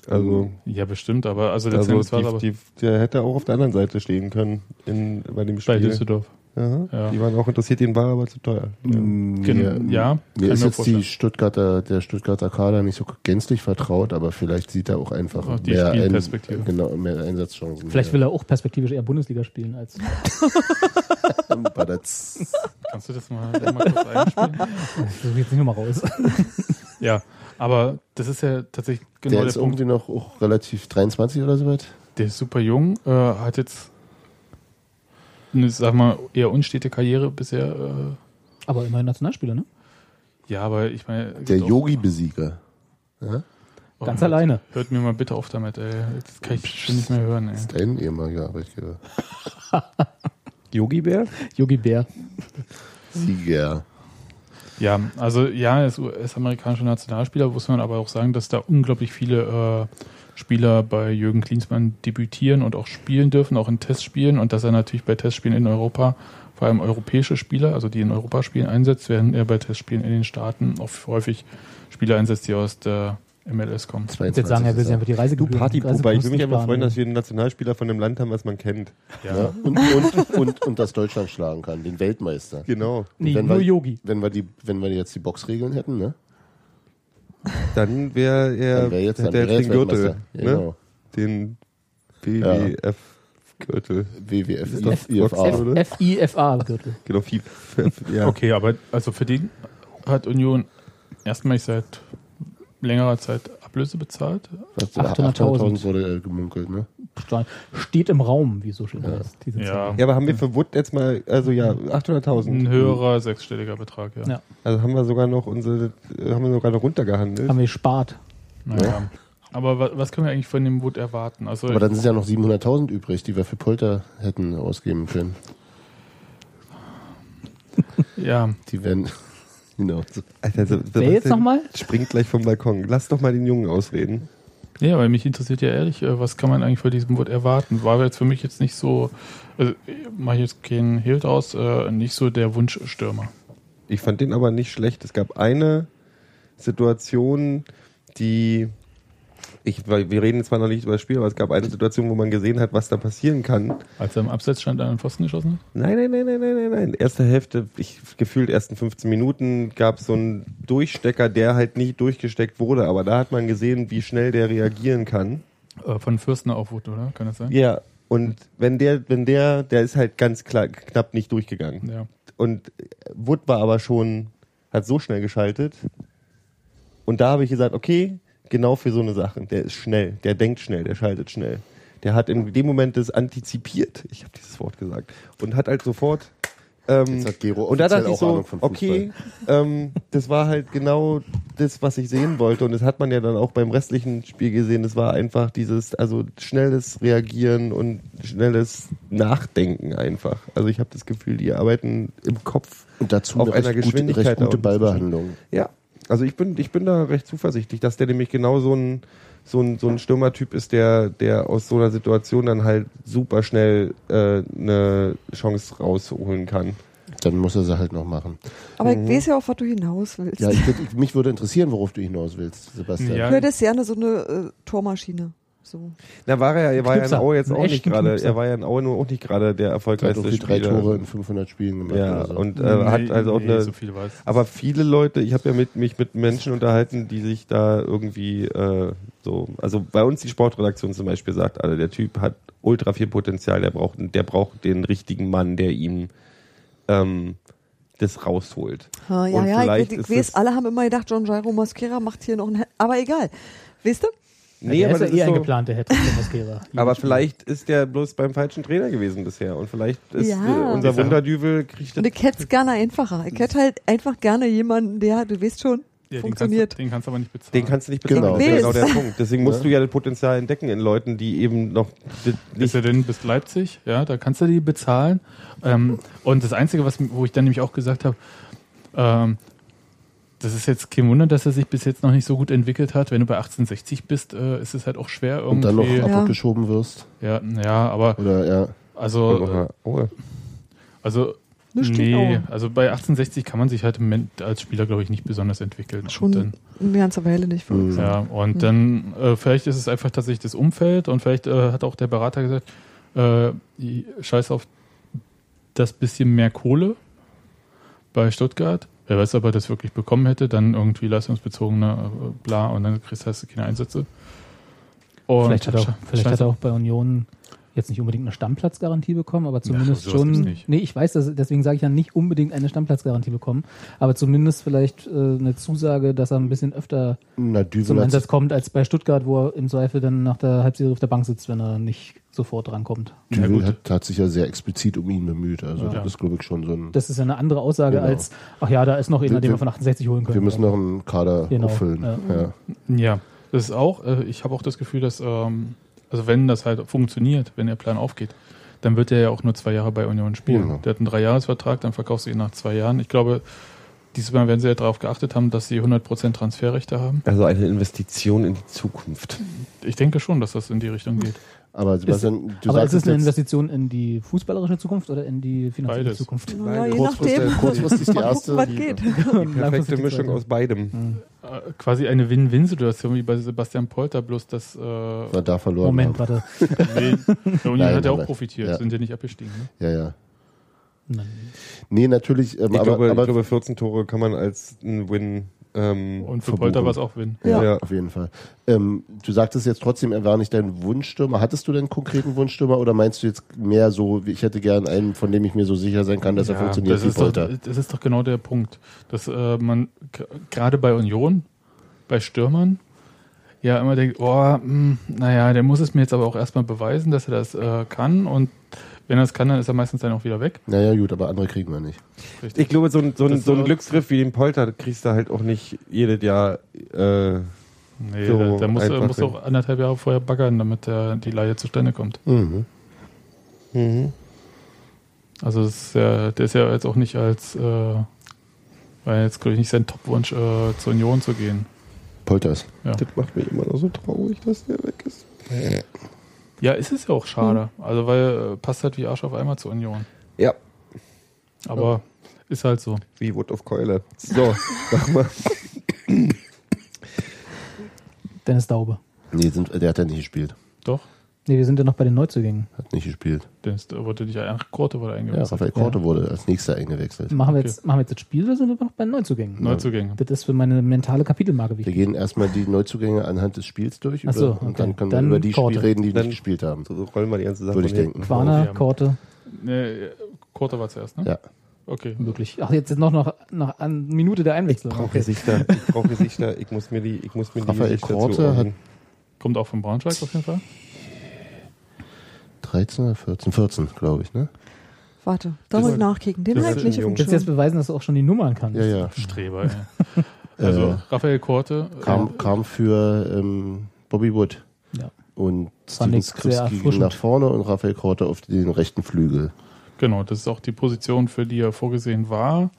Also, ja bestimmt, aber also also letztendlich war es aber die, die, der hätte auch auf der anderen Seite stehen können in, bei dem bei Spiel. Düsseldorf. Ja, Mm. Ja. Die waren auch interessiert, den war aber zu teuer. Genau. Ja, Mir ist mir jetzt vorstellen. die Stuttgarter, der Stuttgarter Kader nicht so gänzlich vertraut, aber vielleicht sieht er auch einfach Auch die mehr, Spielperspektive. genau, mehr Einsatzchancen. Vielleicht will er auch perspektivisch eher Bundesliga spielen als. er. Kannst du das mal, mal kurz einspielen? Ich suche also jetzt nicht nochmal raus. Ja, aber das ist ja tatsächlich genau Der der, ist Punkt. irgendwie noch auch relativ 23 oder so weit. Der ist super jung, äh, hat jetzt eine, sag mal, eher unstete Karriere bisher. Äh, Aber immerhin Nationalspieler, ne? ja, aber ich meine. Der doch- Yogi-Besieger. Ja? oh, Ganz hört- alleine. Hört mir mal bitte auf damit, ey. Das kann ich schon nicht mehr hören, ey. Dein ehemaliger Arbeitgeber. Yogi Bär? Yogi Bär. Sieger. Ja, also ja, er ist US-amerikanischer Nationalspieler, muss man aber auch sagen, dass da unglaublich viele äh, Spieler bei Jürgen Klinsmann debütieren und auch spielen dürfen, auch in Testspielen und dass er natürlich bei Testspielen in Europa vor allem europäische Spieler, also die in Europa spielen, einsetzt, während er bei Testspielen in den Staaten oft häufig Spieler einsetzt, die aus der MLS kommen. Ich würde jetzt sagen, er will sich einfach die Reise Du also Partypuppe. Ich würde mich mal einfach freuen, dass wir einen Nationalspieler von einem Land haben, was man kennt. Ja. Und, und, und, und das Deutschland schlagen kann, den Weltmeister. Genau. Nee, wenn nur wir- Yogi. Wenn wir, die, wenn wir jetzt die Boxregeln hätten, ne? Dann wäre er, Dann wäre jetzt, dann hätte er wäre jetzt den jetzt Gürtel. Weltmeister. Ne? Genau. Den WWF-Gürtel. WWF, Ist das IFA. Ah, Boxen? oder? FIFA-Gürtel. Genau, FIFA. Ja. Okay, aber also für den hat Union erstmalig seit längerer Zeit Ablöse bezahlt. 800.000 wurde äh, gemunkelt, ne? Steht im Raum, wie es so schön heißt. Diese Ja, Zahl. Ja, aber haben wir für Wood jetzt mal, also ja, 800.000. ein höherer sechsstelliger Betrag, ja. Ja. Also haben wir sogar noch unsere, äh, haben wir sogar noch runtergehandelt. Haben wir gespart. Naja. Aber wa was können wir eigentlich von dem Wood erwarten? Also Aber dann sind ja noch 700.000 übrig, die wir für Polter hätten ausgeben können. ja, Die werden. Genau. Alter, so- Wer jetzt Sebastian nochmal? Springt gleich vom Balkon. Lass doch mal den Jungen ausreden. Nee, aber mich interessiert ja ehrlich, äh, was kann man eigentlich von diesem Wort erwarten? War jetzt für mich jetzt nicht so, also mache ich jetzt keinen Hehl draus, äh, nicht so der Wunschstürmer. Ich fand den aber nicht schlecht. Es gab eine Situation, die. Ich, weil wir reden zwar noch nicht über das Spiel, aber es gab eine Situation, wo man gesehen hat, was da passieren kann. Als er im Abseits stand, an den Pfosten geschossen hat? Nein, nein, nein, nein, nein, nein, nein. Erste Hälfte, ich gefühlt ersten 15 Minuten gab es so einen Durchstecker, der halt nicht durchgesteckt wurde, aber da hat man gesehen, wie schnell der reagieren kann. Äh, von Fürstner Aufwut, oder? Kann das sein? Ja. Und wenn der, wenn der, der ist halt ganz klar, knapp nicht durchgegangen. Ja. Und Wood war aber schon, hat so schnell geschaltet. Und da habe ich gesagt, okay, genau für so eine Sachen. Der ist schnell, der denkt schnell, der schaltet schnell. Der hat in dem Moment das antizipiert. Ich habe dieses Wort gesagt. Und hat halt sofort. Ähm, Jetzt hat Gero und da dachte offiziell ich auch so, Ahnung von Fußball. okay, ähm, das war halt genau das, was ich sehen wollte. Und das hat man ja dann auch beim restlichen Spiel gesehen. Das war einfach dieses, also schnelles Reagieren und schnelles Nachdenken einfach. Also ich habe das Gefühl, die arbeiten im Kopf Und dazu Auf eine recht, einer gute, recht Geschwindigkeit da gute unten Ballbehandlung. ja, also ich bin, ich bin da recht zuversichtlich, dass der nämlich genau so ein, so ein, so ein Stürmertyp ist, der, der aus so einer Situation dann halt super schnell äh, eine Chance rausholen kann. Dann muss er sie halt noch machen. Aber Mhm. ich weiß ja auch, was du hinaus willst. Ja, ich ich, würd- ich, mich würde interessieren, worauf du hinaus willst, Sebastian. Ja. höre das gerne so eine äh, Tormaschine. So. Na, war er, ja- er war ja in Knipser. Aue jetzt Einen auch nicht echten gerade, Knipser. er war ja in Aue nur auch nicht gerade der Er hat erfolgreichste irgendwie drei Spieler. Tore in 500 Spielen gemacht. ja, oder so. und äh, hat also auch eine so viel weiß. Aber viele Leute, ich habe ja mit, mich mit Menschen unterhalten, die sich da irgendwie äh, so, also bei uns die Sportredaktion zum Beispiel sagt, also der Typ hat ultra viel Potenzial, der braucht, der braucht den richtigen Mann, der ihm ähm, das rausholt. Ha, ja, Und ja, ich, vielleicht ich ist weiß, es- alle haben immer gedacht, John Jairo Masquera macht hier noch ein. Aber egal. Weißt du? Nee, der aber, ist ja das eh ist ein so, geplanter Hattrick von Mascara. aber vielleicht ist der bloß beim falschen Trainer gewesen bisher und vielleicht ist Ja. äh, unser Ja. Wunderdüvel kriegt Und ich hätte es gerne einfacher. Ich hätte halt einfach gerne jemanden, der, du weißt schon, Ja, funktioniert. Den kannst, du- den kannst du aber nicht bezahlen. den kannst du nicht bezahlen. Genau. Das ist genau Weiß. der Punkt. Deswegen musst du ja das Potenzial entdecken in Leuten, die eben noch Ist nicht er denn bis Leipzig? Ja, da kannst du die bezahlen. Ähm, und das Einzige, was, wo ich dann nämlich auch gesagt habe, ähm, das ist jetzt kein Wunder, dass er sich bis jetzt noch nicht so gut entwickelt hat. Wenn du bei 1860 bist, äh, ist es halt auch schwer und irgendwie. dann noch Ja. abgeschoben wirst. ja, ja, aber Oder ja. also, Aue. also Das steht nee, auch. also bei 1860 kann man sich halt im Moment als Spieler, glaube ich, nicht besonders entwickeln. Schon Und dann, eine ganze Weile nicht. würde ich Mhm. sagen. Ja, und dann äh, vielleicht ist es einfach tatsächlich das Umfeld und vielleicht äh, hat auch der Berater gesagt, äh, i- scheiß auf das bisschen mehr Kohle bei Stuttgart. Wer weiß, ob er das wirklich bekommen hätte, dann irgendwie leistungsbezogene äh, bla und dann kriegst hast du halt keine Einsätze. Und Vielleicht, hat er, auch, sche- vielleicht hat scheiß- er auch bei Union jetzt nicht unbedingt eine Stammplatzgarantie bekommen, aber zumindest Ja, sowas schon. gibt's nicht. Nee, ich weiß, dass, deswegen sage ich ja nicht unbedingt eine Stammplatzgarantie bekommen, aber zumindest vielleicht äh, eine Zusage, dass er ein bisschen öfter Na, zum Düvel hat Einsatz kommt als bei Stuttgart, wo er im Zweifel dann nach der Halbserie auf der Bank sitzt, wenn er nicht sofort rankommt. Ja, Düvel gut. hat, hat sich ja sehr explizit um ihn bemüht. Also Ja. das ist, glaube ich, schon so ein. Das ist ja eine andere Aussage Genau. als, ach ja, da ist noch einer, Wir- den wir wir- von 68 holen können. wir müssen noch einen Kader Genau, auffüllen. ja. Ja. Ja, das ist auch, äh, ich habe auch das Gefühl, dass, ähm, also wenn das halt funktioniert, wenn der Plan aufgeht, dann wird er ja auch nur zwei Jahre bei Union spielen. Genau. Der hat einen Dreijahresvertrag, dann verkaufst du ihn nach zwei Jahren. Ich glaube, dieses Mal werden sie ja darauf geachtet haben, dass sie 100% Transferrechte haben. Also eine Investition in die Zukunft. Ich denke schon, dass das in die Richtung geht. Aber Sebastian, du aber sagst ist es eine jetzt, Investition in die fußballerische Zukunft oder in die finanzielle Beides. Zukunft? Naja, je kurzfristig, nachdem. kurzfristig die Mal gucken, erste. was die- geht. Die perfekte Mischung aus beidem. Äh, quasi eine Win-Win-Situation wie bei Sebastian Polter, bloß dass äh, wir da verloren Moment, haben. warte. nee, der Union Nein, hat ja auch nein. profitiert, Ja. sind ja nicht abgestiegen. Ne? Ja, ja. Nein. Nee, natürlich, ähm, Ich, aber, glaube, aber ich glaube, 14 Tore kann man als ein Win. Ähm, Und für Verbuchen. Polter war es auch Win. Ja. ja. auf jeden Fall. Ähm, du sagtest jetzt trotzdem, er war nicht dein Wunschstürmer. Hattest du denn einen konkreten Wunschstürmer oder meinst du jetzt mehr so, wie ich hätte gern einen, von dem ich mir so sicher sein kann, dass er Ja, funktioniert das wie ist doch, Polter? Das ist doch genau der Punkt, dass äh, man g- gerade bei Union, bei Stürmern, ja immer denkt, oh, hm, naja, der muss es mir jetzt aber auch erstmal beweisen, dass er das äh, kann und wenn er es kann, dann ist er meistens dann auch wieder weg. Naja, gut, aber andere kriegen wir nicht. Ich glaube, so ein, so ein, Das so ein war- Glücksgriff wie den Polter kriegst du halt auch nicht jedes Jahr. Äh, Nee, So da, da muss einfach muss auch anderthalb Jahre vorher baggern, damit äh, die Laie zustande kommt. Mhm. Mhm. Also es ist, ja- der ist ja jetzt auch nicht als, äh, weil jetzt glaube ich nicht sein Topwunsch äh, zur Union zu gehen. Polters. Das macht mich immer noch so traurig, dass der weg ist. Ja, ist es ja auch schade. Also, weil äh, passt halt wie Arsch auf einmal zur Union. Ja. Aber ist halt so. Wie Wood of Keule. So, mach mal. Dennis Daube. Nee, sind, der hat ja nicht gespielt. Doch. Nee, wir sind ja noch bei den Neuzugängen. Hat nicht gespielt. Dennis äh, wurde nicht ein Korte wurde Ja, eingewechselt. Raphael Korte wurde als nächster eingewechselt. Machen wir, Okay. jetzt, machen wir jetzt das Spiel oder sind wir noch bei den Neuzugängen? Neuzugänge. Das ist für meine mentale Kapitelmarke Wir wichtig. gehen erstmal die Neuzugänge anhand des Spiels durch Ach so, und okay. dann können Dann wir über die Korte. Spiele reden, die Dann- nicht gespielt haben. So rollen wir die ganze Sache. Würde ich von hier. denken. Oh, Quaner, wir haben- Korte, Nee, Korte war zuerst, ne? Ja. Okay. möglich. Ach, jetzt ist noch, noch, noch eine Minute der Einwechslung. Ich brauche Okay. Gesichter. Ich brauche Gesichter. Ich muss mir die, ich muss mir die Raphael Gesichter Korte zuordnen. Kommt auch von Braunschweig auf jeden Fall. 13 oder 14? 14, glaube ich, ne? Warte, da muss ich nachkicken. Den das halt ist nicht ein auf dem Willst du jetzt Schirm. beweisen, dass du auch schon die Nummern kannst? Ja, ja. Streber, ey. Also, äh, Raphael Korte. äh, kam, kam für ähm, Bobby Wood. Ja. Und Fand Steven ich sehr Skripski ging erfrischend. nach vorne und Raphael Korte auf den rechten Flügel. Genau, das ist auch die Position, für die er vorgesehen war.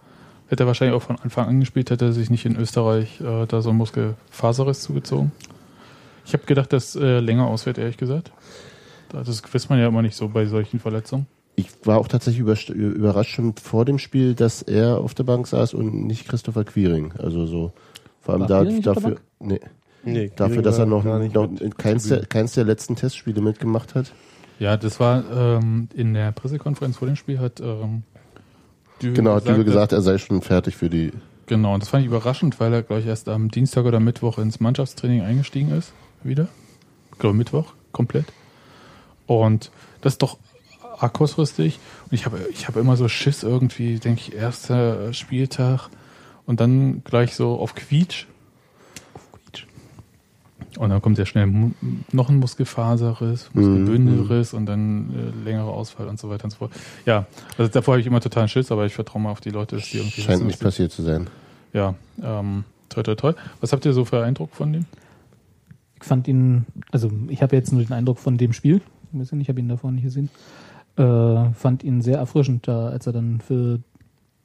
Hätte er wahrscheinlich auch von Anfang an gespielt, hätte er sich nicht in Österreich äh, da so ein Muskelfaserriss zugezogen. Ich habe gedacht, dass äh, länger ausfällt, ehrlich gesagt. Das wisst man ja immer nicht so bei solchen Verletzungen. Ich war auch tatsächlich überrascht, überrascht schon vor dem Spiel, dass er auf der Bank saß und nicht Christopher Quiring. Also so vor allem War da, Quiring nicht auf der dafür, Bank? nee, Nee, dafür, Quiring dass er war noch, gar nicht noch mit. in keins, der, keins der letzten Testspiele mitgemacht hat. Ja, das war ähm, in der Pressekonferenz vor dem Spiel hat ähm, Dübel Genau, hat Dübel dass- gesagt, er sei schon fertig für die. Genau, und das fand ich überraschend, weil er, glaube ich, erst am Dienstag oder Mittwoch ins Mannschaftstraining eingestiegen ist. Wieder. Ich glaube, Mittwoch komplett. Und das ist doch arg kurzfristig. Und ich habe ich habe immer so Schiss irgendwie, denke ich, erster Spieltag und dann gleich so auf Quietsch. Auf Quietsch. Und dann kommt sehr schnell Mu- noch ein Muskelfaserriss, Muskelbündelriss Mhm. und dann äh, längere Ausfall und so weiter und so fort. Ja, also davor habe ich immer totalen Schiss, aber ich vertraue mal auf die Leute, dass die irgendwie Scheint wissen, nicht was sie- passiert zu sein. ja, ähm, toll, toll, toll. Was habt ihr so für einen Eindruck von dem? Ich fand ihn, also ich habe jetzt nur den Eindruck von dem Spiel, ich weiß ja nicht, ich habe ihn davor nicht gesehen, äh, fand ihn sehr erfrischend da, als er dann für,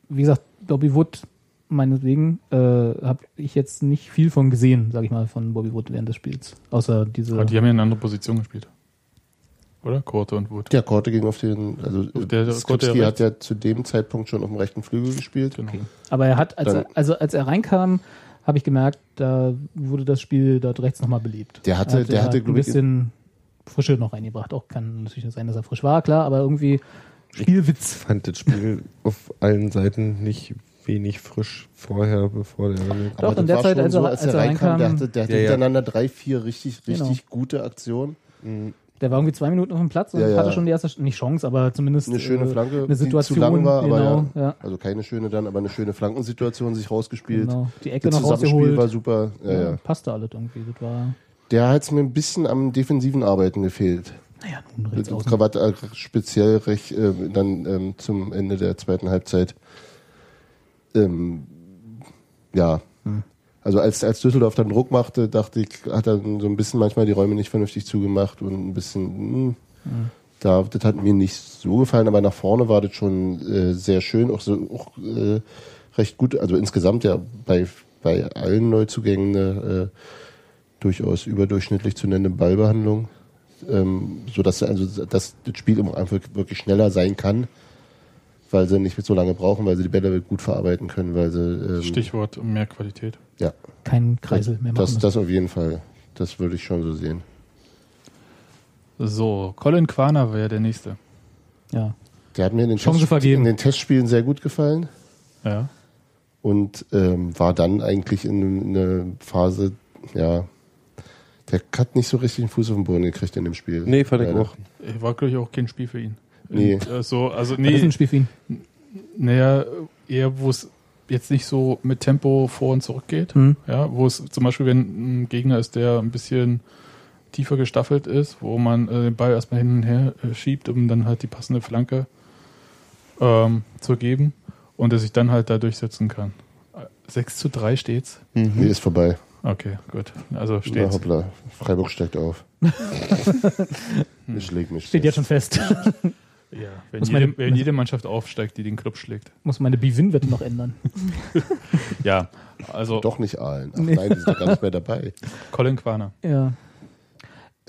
wie gesagt, Bobby Wood, meinetwegen, äh, habe ich jetzt nicht viel von gesehen, sage ich mal, von Bobby Wood während des Spiels. Außer diese. Aber die haben ja in eine andere Position gespielt. Oder? Korte und Wood. Der Korte ging auf den, also Auf der- der Skripski Korte ja hat ja zu dem Zeitpunkt schon auf dem rechten Flügel gespielt. Genau. Aber er hat, als Dann- er, also als er reinkam, habe ich gemerkt, da wurde das Spiel dort rechts nochmal belebt. Der hatte- hat, der er hatte, ein glaub ich, bisschen Frische noch reingebracht. Auch kann natürlich sein, dass er frisch war, klar, aber irgendwie Spielwitz. fand das Spiel auf allen Seiten nicht wenig frisch vorher, bevor der. Doch, in das der war Zeit, schon als er- als er reinkam- der hatte, der hatte Ja, ja. hintereinander drei, vier richtig, Genau. richtig gute Aktionen. Der war irgendwie zwei Minuten auf dem Platz und Ja, ja. hatte schon die erste, nicht Chance, aber zumindest Eine schöne äh, Flanke, eine Situation, die zu lang war, aber genau, ja. ja. Also keine schöne dann, aber eine schöne Flankensituation sich rausgespielt. Genau. Die Ecke Das noch Zusammenspiel rausgeholt. war super. Ja, ja. Passte alles irgendwie. Das war, Der hat es mir ein bisschen am defensiven Arbeiten gefehlt. naja, nun Mit rechts außen. Krawatte äh, speziell recht, äh, dann ähm, zum Ende der zweiten Halbzeit. Ähm, ja. Hm. Also als, als Düsseldorf dann Druck machte, dachte ich, hat er so ein bisschen manchmal die Räume nicht vernünftig zugemacht und ein bisschen, hm, mh, da, das hat mir nicht so gefallen, aber nach vorne war das schon äh, sehr schön, auch so auch, äh, recht gut, also insgesamt ja bei, bei allen Neuzugängen eine äh, durchaus überdurchschnittlich zu nennende Ballbehandlung ähm, so dass also dass das Spiel im einfach wirklich schneller sein kann, weil sie nicht so lange brauchen, weil sie die Bälle gut verarbeiten können, weil sie ähm, Stichwort mehr Qualität. ja Kein Kreisel mehr machen. das, müssen. das auf jeden Fall, das würde ich schon so sehen. So, Colin Quaner wäre der nächste. ja. Der hat mir in den, Chance vergeben. in den Testspielen sehr gut gefallen Ja. und ähm, war dann eigentlich in einer Phase, ja, der hat nicht so richtig den Fuß auf den Boden gekriegt in dem Spiel. Nee, fand ich Leider. auch. War, glaube ich, auch kein Spiel für ihn. Nee. Und, äh, so, also, War Das ist nee, ein Spiel für ihn. naja, eher, wo es jetzt nicht so mit Tempo vor und zurück geht. Hm. Ja, wo es zum Beispiel, wenn ein Gegner ist, der ein bisschen tiefer gestaffelt ist, wo man äh, den Ball erstmal hin und her äh, schiebt, um dann halt die passende Flanke ähm, zu geben und er sich dann halt da durchsetzen kann. Äh, 6 zu 3 steht's. Mhm. Nee, ist vorbei. Okay, gut. Also Na, steht's. hoppla, Hm. Freiburg steigt auf. ich leg mich. Steht jetzt fest. schon fest. Ja, wenn, Muss jede, meine- wenn jede Mannschaft aufsteigt, die den Club schlägt. Muss meine Bewin-Wette noch ändern. Ja, also Doch nicht Aalen. Ach Nee. nein, die sind doch gar nicht mehr dabei. Colin Quaner. Ja.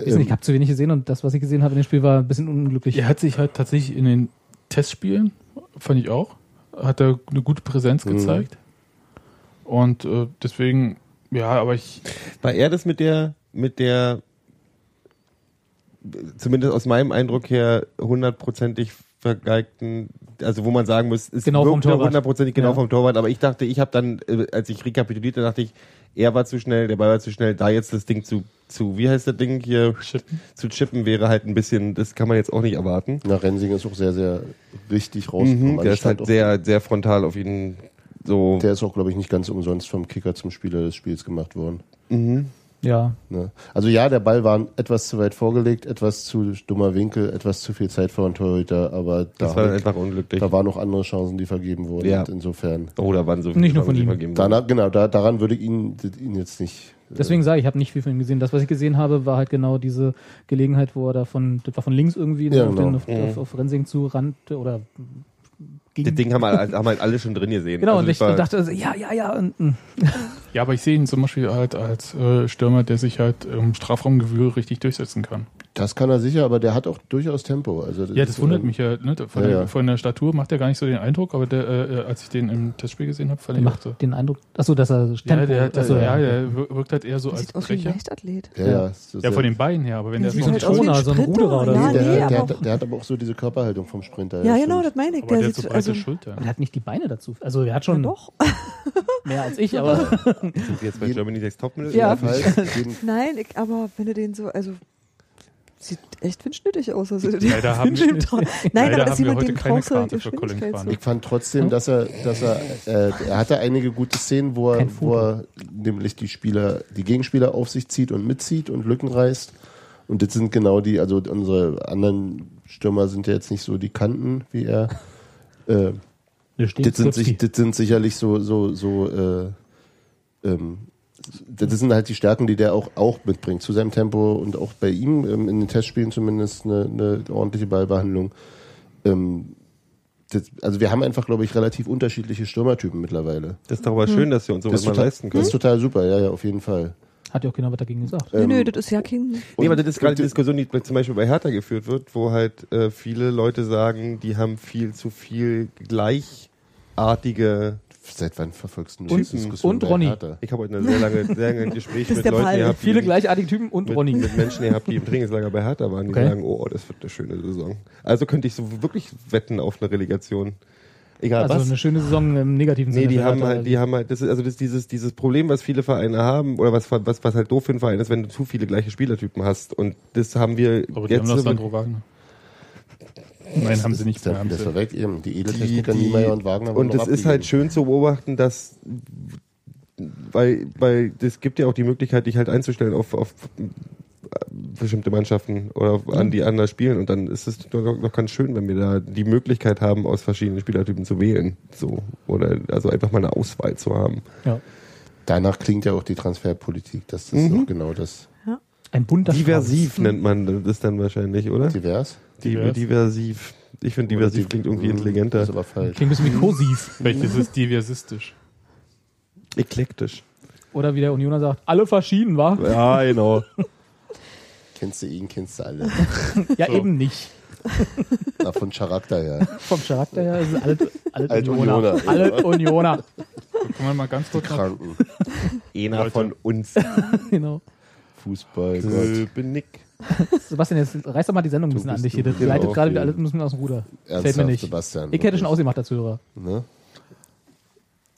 Ich, Ähm. ich habe zu wenig gesehen und das, was ich gesehen habe in dem Spiel, war ein bisschen unglücklich. Er hat sich halt tatsächlich in den Testspielen, fand ich auch, hat er eine gute Präsenz Mhm. gezeigt. Und äh, deswegen, ja, aber ich, War er das mit der, mit der, zumindest aus meinem Eindruck her, hundertprozentig vergeigten, also wo man sagen muss, es Genau vom wirkte Torwart. hundertprozentig genau Ja. vom Torwart, aber ich dachte, ich habe dann, äh, als ich rekapitulierte, dachte ich, er war zu schnell, der Ball war zu schnell, da jetzt das Ding zu, zu wie heißt das Ding hier, Chippen. zu chippen wäre halt ein bisschen, das kann man jetzt auch nicht erwarten. Na, Rensing ist auch sehr, sehr richtig rausgekommen. Mhm, Also der ich ist halt fand auch- sehr, sehr frontal auf ihn so. der ist auch, glaube ich, nicht ganz umsonst vom Kicker zum Spieler des Spiels gemacht worden. Mhm. Ja, Ne? Also ja, der Ball war etwas zu weit vorgelegt, etwas zu dummer Winkel, etwas zu viel Zeit vor dem Torhüter, aber Das war dann da, einfach unglücklich. da waren noch andere Chancen, die vergeben wurden. Ja. Und insofern. oh, da waren so viele Nicht nur Chancen, von die ihm. vergeben wurden. Danach, genau, da, daran würde ich ihn, ihn jetzt nicht. äh, deswegen sage ich, ich habe nicht viel von ihm gesehen. Das, was ich gesehen habe, war halt genau diese Gelegenheit, wo er da von, das war von links irgendwie Ja, auf, den, genau. auf, auf, auf Rensing zu rannte oder ging. Das Ding haben, halt- haben halt alle schon drin gesehen. Genau, Also und das ich war- dachte, also, ja, ja, ja. Und, mm. ja, aber ich sehe ihn zum Beispiel halt als äh, Stürmer, der sich halt im Strafraumgewühl richtig durchsetzen kann. Das kann er sicher, aber der hat auch durchaus Tempo. Also Ja, das ist, wundert ähm, mich ja. Ne? Von, Ja, der, ja. von der Statur macht er gar nicht so den Eindruck, aber der, äh, äh, als ich den im Testspiel gesehen habe, fand Der ich auch macht so. den Eindruck, achso, dass er Tempo, ja, der, hat, achso, ja, ja. der wir- wirkt halt eher so Also, Der als sieht aus wie ein Brecher. Leichtathlet. Ja, Ja. ja, ist Ja, sehr- von den Beinen her, aber wenn der Der sieht wie so ein halt aus wie Schulter, Turner, so ein Sprinter. Ruderer oder ja, so. der, Ah, nee, der, aber der, auch, hat, der hat aber auch so diese Körperhaltung vom Sprinter. ja, das genau, stimmt. das meine ich. aber der hat sieht so breite also, Schultern. Und er hat nicht die Beine dazu. Also er hat ja, schon doch. mehr als ich, aber Sind wir jetzt bei Jeden- Germany Next Topmodel? Ja. Jedenfalls, jeden, Nein, ich, aber wenn du den so, also sieht echt windschnittig aus. Also, Leider haben wir- Windschnitt- Nein, aber Leider das haben wir ist jemand, heute den keine brauchst du Karte für Colin Geschwindigkeit Kwan. zu. Ich fand trotzdem, dass er, dass er, äh, er hatte einige gute Szenen, wo er, Kein Foto. wo er nämlich die Spieler, die Gegenspieler auf sich zieht und mitzieht und Lücken reißt. Und das sind genau die, also unsere anderen Stürmer sind ja jetzt nicht so die Kanten wie er. Äh, das, sind sich, das sind sicherlich so, so, so, äh, ähm, das sind halt die Stärken, die der auch, auch mitbringt. Zu seinem Tempo und auch bei ihm ähm, in den Testspielen zumindest eine, eine ordentliche Ballbehandlung. Ähm, das, also wir haben einfach, glaube ich, relativ unterschiedliche Stürmertypen mittlerweile. Das ist doch Mhm. aber schön, dass wir uns sowas mal total, leisten das können. ist total super, ja, ja, auf jeden Fall. hat ja auch genau was dagegen gesagt. Nö, nö, Ähm, das ist ja kein. Nee, aber das ist gerade und- die Diskussion, die zum Beispiel bei Hertha geführt wird, wo halt äh, viele Leute sagen, die haben viel zu viel gleichartige. Seit wann verfolgst du Und- diese Diskussion? und bei Ronny. Hertha? Ich habe heute eine sehr lange, sehr lange Gespräch Das ist mit der Leuten Ball. gehabt, die, Viele gleichartige Typen und mit, Ronny. mit Menschen gehabt, die im Trainingslager bei Hertha waren, die Okay. sagen, oh, das wird eine schöne Saison. Also könnte ich so wirklich wetten auf eine Relegation. Egal Also was. eine schöne Saison im negativen Nee, Sinne. die für haben Hertha. halt, die haben halt, das ist also das, dieses, dieses Problem, was viele Vereine haben, oder was, was, was halt doof für einen Verein ist, wenn du zu viele gleiche Spielertypen hast. Und das haben wir aber die haben jetzt. noch so- Sandro Wagner. Nein, haben sie nicht. Das, Haben das sie. war weg eben. Die die, Edeltechniker die, Niemeyer und Wagner und wurden es noch ist abgegeben. halt schön zu beobachten, dass weil, weil das gibt ja auch die Möglichkeit, dich halt einzustellen auf, auf bestimmte Mannschaften oder auf, Mhm. an die anders spielen. Und dann ist es doch noch ganz schön, wenn wir da die Möglichkeit haben, aus verschiedenen Spielertypen zu wählen. So. Oder also einfach mal eine Auswahl zu haben. ja. Danach klingt ja auch die Transferpolitik. Das ist Mhm. auch genau das. ein bunter Diversiv nennt man das dann wahrscheinlich, oder? Divers? Divers. Diversiv. Ich finde diversiv klingt irgendwie Mhm, intelligenter. Ist aber Strauß. falsch. Klingt ein bisschen wie Kosiv. Vielleicht ist es diversistisch. Eklektisch. Oder wie der Unioner sagt, alle verschieden, war? Ja, genau. Kennst du ihn, kennst du alle. Ja, So. eben nicht. Na, von Charakter her. Vom Charakter her ist es alle, alle Alt Unioner. Unioner. Alle Unioner. Können wir mal ganz kurz nach Kranken. Einer Leute. von uns. Genau. Fußball, Äh, Gott. Benick. Sebastian, jetzt reiß doch mal die Sendung ein bisschen an bist dich hier. Das du- leitet auch gerade hier. wieder alles ein bisschen aus dem Ruder. Fällt mir Ernsthaft, nicht. Sebastian. Ich hätte schon wirklich, ausgemacht als Hörer. Ne?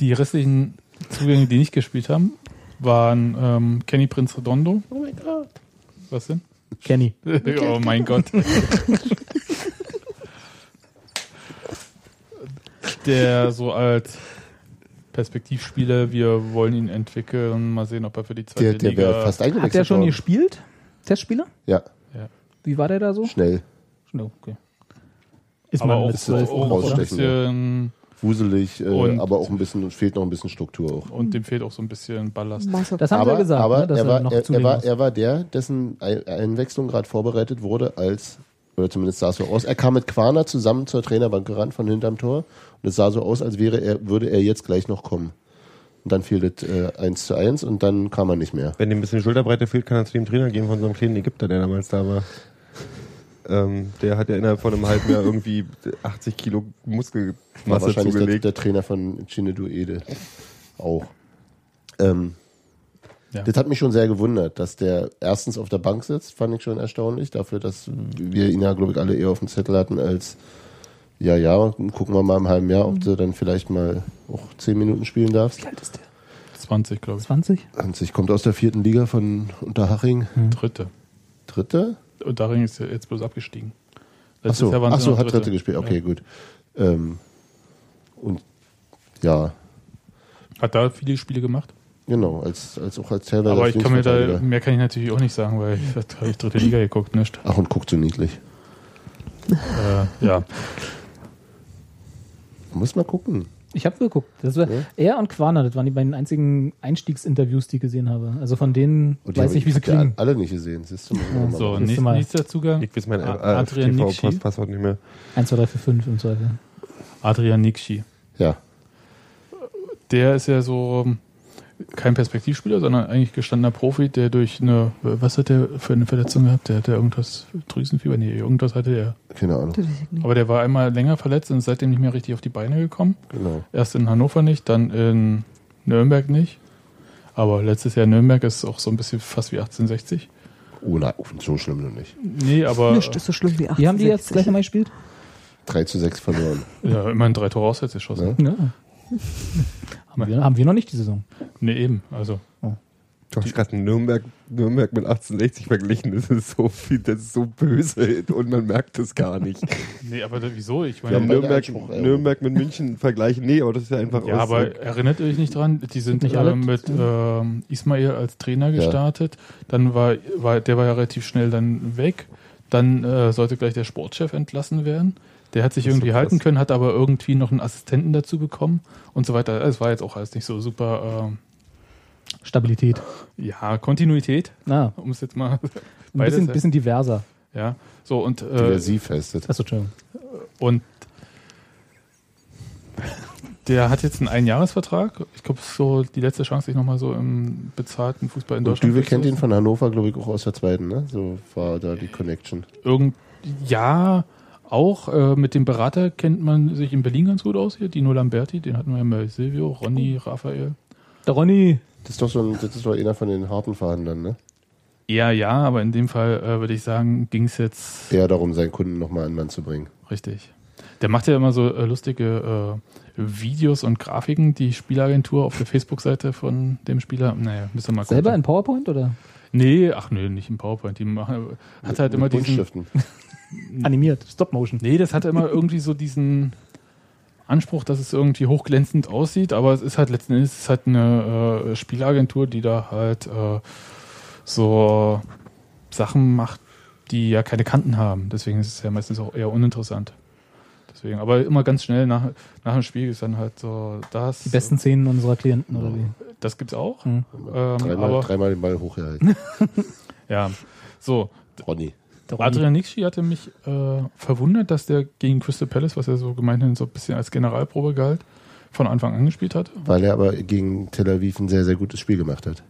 Die restlichen Zugänge, die nicht gespielt haben, waren ähm, Kenny Prince Redondo. Oh mein Gott. Was denn? Kenny. oh mein Gott. Der so als Perspektivspieler, wir wollen ihn entwickeln, mal sehen, ob er für die zweite Der, der Liga. wäre fast Hat der eingewechselt schon worden. gespielt? Testspieler? Ja, Wie war der da so? schnell. No, okay. Ist aber man auch, mit so, zwölf raus, auch so ein oder? rausstechen, ja. bisschen, Wuselig, äh, Und- aber auch ein bisschen, fehlt noch ein bisschen Struktur auch. und dem fehlt auch so ein bisschen Ballast. Masse. Das haben aber sie ja gesagt, aber ne, dass er, war, er, noch er, zulegen war, muss. er war der, dessen Ei- Einwechslung gerade vorbereitet wurde, als Oder zumindest sah es so aus. Er kam mit Quaner zusammen zur Trainerbank gerannt von hinterm Tor. Und es sah so aus, als wäre er, würde er jetzt gleich noch kommen. Und dann fiel das äh, 1 zu 1 und dann kam er nicht mehr. Wenn dem ein bisschen Schulterbreite fehlt, kann er zu dem Trainer gehen von so einem kleinen Ägypter, der damals da war. Ähm, der hat ja innerhalb von einem halben Jahr irgendwie 80 Kilo War Muskelmasse wahrscheinlich der, zugelegt. der Trainer von Chinedu Ede auch. Ähm, Ja. Das hat mich schon sehr gewundert, dass der erstens auf der Bank sitzt, fand ich schon erstaunlich, dafür, dass wir ihn ja, glaube ich, alle eher auf dem Zettel hatten als ja, ja, gucken wir mal im halben Jahr, ob du dann vielleicht mal auch zehn Minuten spielen darfst. Wie alt ist der? 20, glaube ich. 20? Hanzig kommt aus der vierten Liga von Unterhaching. Dritte. Dritte? Und darin ist er jetzt bloß abgestiegen. Ach so, Jahr waren ach sie so noch hat Dritte gespielt. Okay, gut. Ähm, und ja, Ja. Hat da viele Spiele gemacht. genau, als, als auch als teilweise Aber als ich kann mir da, Linksverteidiger. mehr kann ich natürlich auch nicht sagen, weil ich da habe ich dritte Liga geguckt, nicht? Ach, und guckt so niedlich. Äh, ja. Muss mal gucken. Ich habe geguckt. Das war, Ja. Er und Quaner, das waren die beiden einzigen Einstiegsinterviews, die ich gesehen habe. Also von denen Und Oh, die weiß haben- ich, wie sie habt ihr klingen. Alle nicht gesehen, siehst du. Ja. mal. So, Siehst du nächst, mal. nächster Zugang. Ich weiß mein A- äh, Ah, Adrian Nixi. TV-Postpasswort nicht mehr. 1, 2, 3, 4, 5 und so weiter. Adrian Nixi. Ja, Der ist ja so ähm, kein Perspektivspieler, sondern eigentlich gestandener Profi, der durch eine, was hat der für eine Verletzung gehabt? Der hatte irgendwas, Drüsenfieber? Nee, irgendwas hatte er. keine Ahnung. Das weiß ich nicht. Aber der war einmal länger verletzt und ist seitdem nicht mehr richtig auf die Beine gekommen. Genau. Erst in Hannover nicht, dann in Nürnberg nicht. Aber letztes Jahr in Nürnberg ist auch so ein bisschen fast wie 1860. Oh nein, so schlimm noch nicht. Nee, aber Nicht ist so schlimm wie 18. Äh, Die haben die jetzt gleich einmal gespielt? 3 zu 6 verloren. ja, immerhin drei Tore auswärts geschossen. Ja. Ja. haben, wir, haben wir noch nicht die Saison. Nee, eben. Also Du hast gerade Nürnberg, Nürnberg mit 1860 verglichen. Das ist so viel, das ist so böse und man merkt es gar nicht. Nee, aber da- wieso? Ich Ja, meine, beide Nürnberg, Anspruch, äh, Nürnberg mit München vergleichen. Nee, aber das ist ja einfach ja, aus- aber erinnert euch nicht dran, die sind Nicht nicht alle- Mhm. alle mit ähm, Ismail als Trainer Ja. gestartet. Dann war, war der war ja relativ schnell dann weg. Dann äh, sollte gleich der Sportchef entlassen werden. Der hat sich Das ist irgendwie so krass. halten können, hat aber irgendwie noch einen Assistenten dazu bekommen und so weiter. Es war jetzt auch alles nicht so super. ähm, Stabilität. ja, Kontinuität, Na, um es jetzt mal. ein Beides, bisschen, ja. bisschen diverser. Ja, so und äh, Diversiv heißt das. Achso, Entschuldigung. Und der hat jetzt einen Einjahresvertrag. Ich glaube, es ist so die letzte Chance, sich nochmal so im bezahlten Fußball in Und Deutschland Düwe kennt ihn von Hannover, glaube ich, auch aus der zweiten, ne? So war da die Connection. Irgend, Ja, auch äh, mit dem Berater kennt man sich in Berlin ganz gut aus hier. Dino Lamberti, den hatten wir ja mal Silvio, Ronny, Oh. Raphael. Der Ronny. Das ist doch so ein, das ist doch einer von den harten Verhandlern, ne? Ja, ja, aber in dem Fall äh, würde ich sagen, ging es jetzt Eher darum, seinen Kunden nochmal an Mann zu bringen. richtig. Der macht ja immer so äh, lustige äh, Videos und Grafiken, die Spielagentur auf der Facebook-Seite von dem Spieler. Naja, müssen wir mal gucken. Selber in PowerPoint oder? Nee, ach nee, nicht im PowerPoint. Die machen, hat halt Mit immer diesen. Buntstiften. Animiert. Stop Motion. Nee, das hat immer irgendwie so diesen Anspruch, dass es irgendwie hochglänzend aussieht, aber es ist halt letzten Endes es ist halt eine äh, Spielagentur, die da halt äh, so Sachen macht, die ja keine Kanten haben. Deswegen ist es ja meistens auch eher uninteressant. Deswegen, aber immer ganz schnell nach, nach dem Spiel ist dann halt so das. Die besten Szenen unserer Klienten oder wie? Das gibt's auch. Mhm. Ähm, Dreimal, aber, dreimal den Ball hochgehalten. ja. So, Ronny. Der Ronny. Adrian Nixi hatte mich äh, verwundert, dass der gegen Crystal Palace, was er so gemeint hat, so ein bisschen als Generalprobe galt, von Anfang an gespielt hat. Weil er aber gegen Tel Aviv ein sehr, sehr gutes Spiel gemacht hat.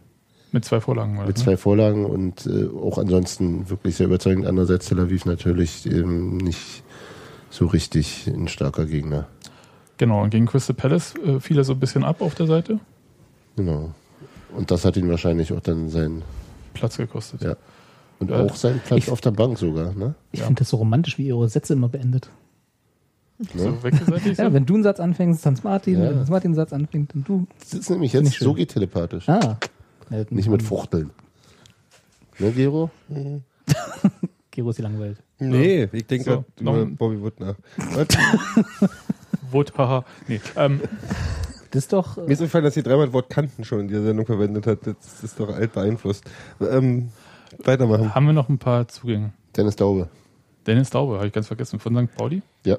Mit zwei Vorlagen. ne? War Mit das, zwei Vorlagen und äh, auch ansonsten wirklich sehr überzeugend. Andererseits Tel Aviv natürlich ähm, nicht so richtig ein starker Gegner. Ne? Genau, und gegen Crystal Palace äh, fiel er so ein bisschen ab auf der Seite. Genau. Und das hat ihn wahrscheinlich auch dann sein Platz gekostet. Ja. und Ja. auch sein Platz Ich- auf der Bank sogar, ne? Ich Ja. finde das so romantisch, wie ihr eure Sätze immer beendet. ne? So wechselseitig. Ja, so. wenn du einen Satz anfängst, dann Martin. Ja. Wenn Hans Martin einen Satz anfängt, dann du. Das ist nämlich Finde jetzt ich schön. so geht telepathisch. Ah. Ja, dann- Nicht mit Fuchteln. Ne, Gero? Gero ist die langweilt. Nee, ich denke ne, So, grad noch über ein- Bobby Wood nach. Wood, haha. Nee, ähm, Das ist doch. Mir Äh, ist gefallen, dass ihr dreimal das Wort Kanten schon in dieser Sendung verwendet habt. Das ist doch alt beeinflusst. Ähm, weitermachen. haben wir noch ein paar Zugänge. Dennis Daube. Dennis Daube, habe ich ganz vergessen, von St. Pauli. Ja.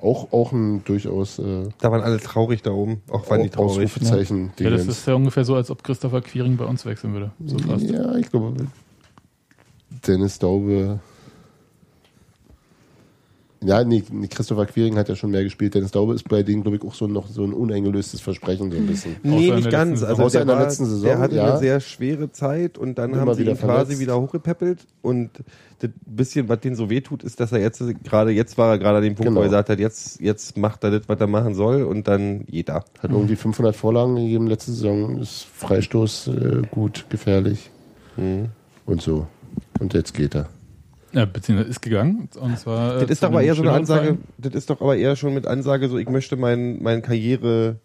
Auch, auch ein durchaus äh, Da waren alle traurig da oben. Auch waren die Au- traurig. ne? Ausrufezeichen. Ja, das Dingens. ist ja ungefähr so, als ob Christopher Quiring bei uns wechseln würde. So fast. ja, ich glaube, Dennis Daube Ja, nee, nee, Christopher Quiring hat ja schon mehr gespielt. Dennis Daube ist bei denen, glaube ich, auch so ein, noch so ein uneingelöstes Versprechen so ein bisschen. Außer in Nee, der nicht ganz. letzten Saison. Also Außer der, in der war, letzten Saison, der hatte ja. eine sehr schwere Zeit und dann Immer haben sie wieder ihn quasi verletzt. wieder hochgepäppelt und das bisschen, was den so wehtut, ist, dass er jetzt gerade jetzt war er gerade an dem Punkt, Genau. wo er gesagt hat, jetzt jetzt macht er das, was er machen soll und dann jeder. Hat irgendwie 500 Vorlagen gegeben letzte Saison. Ist Freistoß äh, gut, gefährlich Mhm. und so. Und jetzt geht er. Ja, beziehungsweise ist gegangen. Und zwar, äh, Das ist zu doch aber einem eher so eine schöneren Ansage. Verein. Das ist doch aber eher schon mit Ansage so, ich möchte mein mein Karriere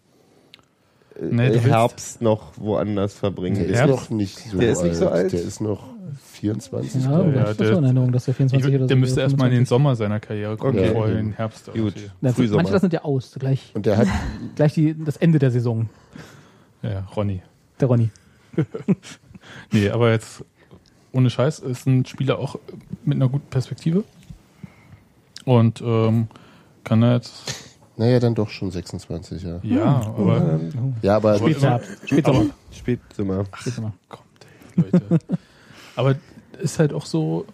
äh, Nee, du willst- Herbst noch woanders verbringen. Der Der ist Herbst- noch nicht so, Der alt. ist nicht so alt. Der ist noch 24. Ja, Ja, ja, das der- in Erinnerung, dass der Ich, 24 würd- oder so. der müsste erstmal in den 25. Sommer seiner Karriere kommen, Okay. bevor er in Mhm. den Herbst Gut. aufgeht. Na, Frühsommer. Manche lassen ja aus, gleich, Und der hat, gleich die, das Ende der Saison, Ja, Ronny. der Ronny. Nee, aber jetzt ohne Scheiß ist ein Spieler auch mit einer guten Perspektive. Und ähm, kann er jetzt. naja, dann doch schon 26, ja. Ja, aber. Ja, aber Spielt Spätsommer, Spätsommer, Aber, Spätzimmer. Spätsommer. kommt, ey, Leute. aber ist halt auch so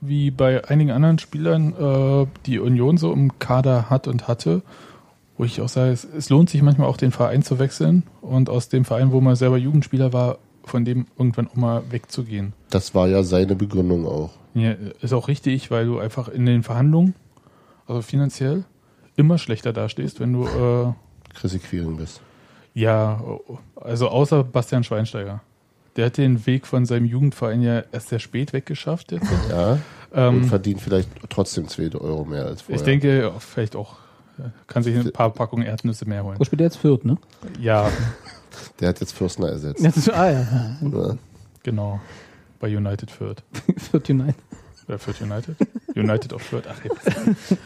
wie bei einigen anderen Spielern, äh, die Union so im Kader hat und hatte, wo ich auch sage, es, es lohnt sich manchmal auch den Verein zu wechseln und aus dem Verein, wo man selber Jugendspieler war, von dem irgendwann auch mal wegzugehen. das war ja seine Begründung auch. Ja, ist auch richtig, weil du einfach in den Verhandlungen, also finanziell, immer schlechter dastehst, wenn du, äh, Chrissy Quiring bist. ja, also außer Bastian Schweinsteiger. Der hat den Weg von seinem Jugendverein ja erst sehr spät weggeschafft. Jetzt. Ja. und Ähm, verdient vielleicht trotzdem 2 Euro mehr als vorher. ich denke, vielleicht auch, äh, kann sich ein paar Packungen Erdnüsse mehr holen. Wo spielt er jetzt Fürth, ne? Ja, Der hat jetzt Fürstner ersetzt. Jetzt ist, ah ja, Ne? genau. Bei United Fürth. ja. Fürth United. Oder Äh, Fürth United? United auf Fürth, ach ey.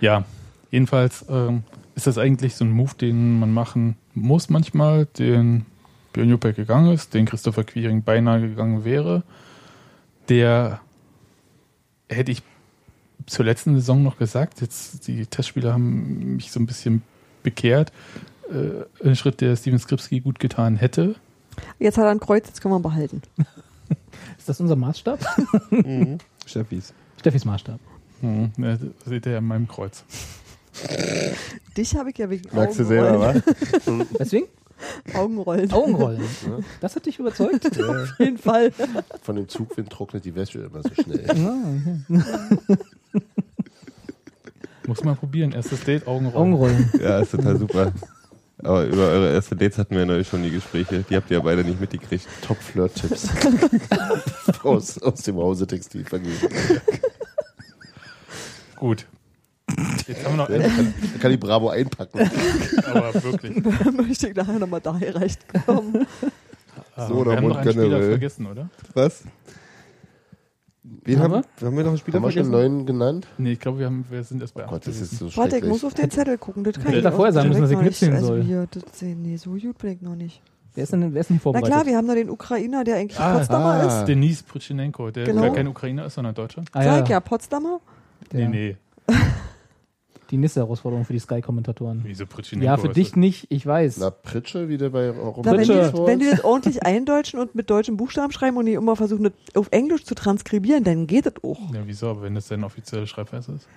Ja, jedenfalls ähm, ist das eigentlich so ein Move, den man machen muss manchmal, den Björn Juppek gegangen ist, den Christopher Quiring beinahe gegangen wäre. Der hätte ich zur letzten Saison noch gesagt, jetzt die Testspieler haben mich so ein bisschen bekehrt, äh, ein Schritt, der Steven Skripski gut getan hätte. Jetzt hat er ein Kreuz, jetzt können wir ihn behalten. Ist das unser Maßstab? Mhm. Steffis. Steffis Maßstab. Hm, ne, das seht ihr ja in meinem Kreuz. Dich habe ich ja wegen Merkst du selber, Augenrollen. wa? Deswegen Augenrollen. Augenrollen. Das hat dich überzeugt. Auf jeden Fall. Von dem Zugwind trocknet die Wäsche immer so schnell. Muss mal probieren. Erstes Date, Augenrollen. Augenrollen. Ja, ist total super. Aber über eure erste Dates hatten wir neulich schon die Gespräche. Die habt ihr ja beide nicht mitgekriegt. Top Flirt-Tipps. aus, aus dem Hause Textilvergnügen. Gut. Jetzt haben wir noch Da einen, kann, da kann die Bravo einpacken. aber wirklich. Möchte ich nachher nochmal da erreicht kommen. Ah, oder wir haben noch einen Mund Spieler generell. vergessen, oder? Was? Wir Haben haben, haben wir noch einen Spieler Haben wir schon vergessen? einen neuen genannt? Nee, ich glaube, wir, haben- wir sind erst bei Oh acht Gott, das ist so Warte, ich schrecklich. muss auf den Zettel gucken. Das kann Hätte ich er vorher auch sagen müssen, direkt dass ich noch nicht. knipseln also soll. Hier, das, nee, so gut bin ich noch nicht. Wer ist denn, wer ist denn Na vorbereitet? klar, wir haben da den Ukrainer, der eigentlich Ah, Potsdamer ah. ist. Ah. Denis Pritschenenko, der Genau. gar kein Ukrainer ist, sondern Deutscher. ah, Sag ja, ich ja, Potsdamer. Der, Nee, nee. Die nächste Herausforderung für die Sky-Kommentatoren. Wieso Also, Pritschenenko? Ja, für Was dich ist- nicht, ich weiß. Na, Pritsche wieder bei Robin Da, wenn, die, Bitte. das- wenn die das ordentlich eindeutschen und mit deutschen Buchstaben schreiben und nicht immer versuchen, das auf Englisch zu transkribieren, dann geht das auch. Ja, wieso? Aber wenn das dein offizieller Schreibweise ist?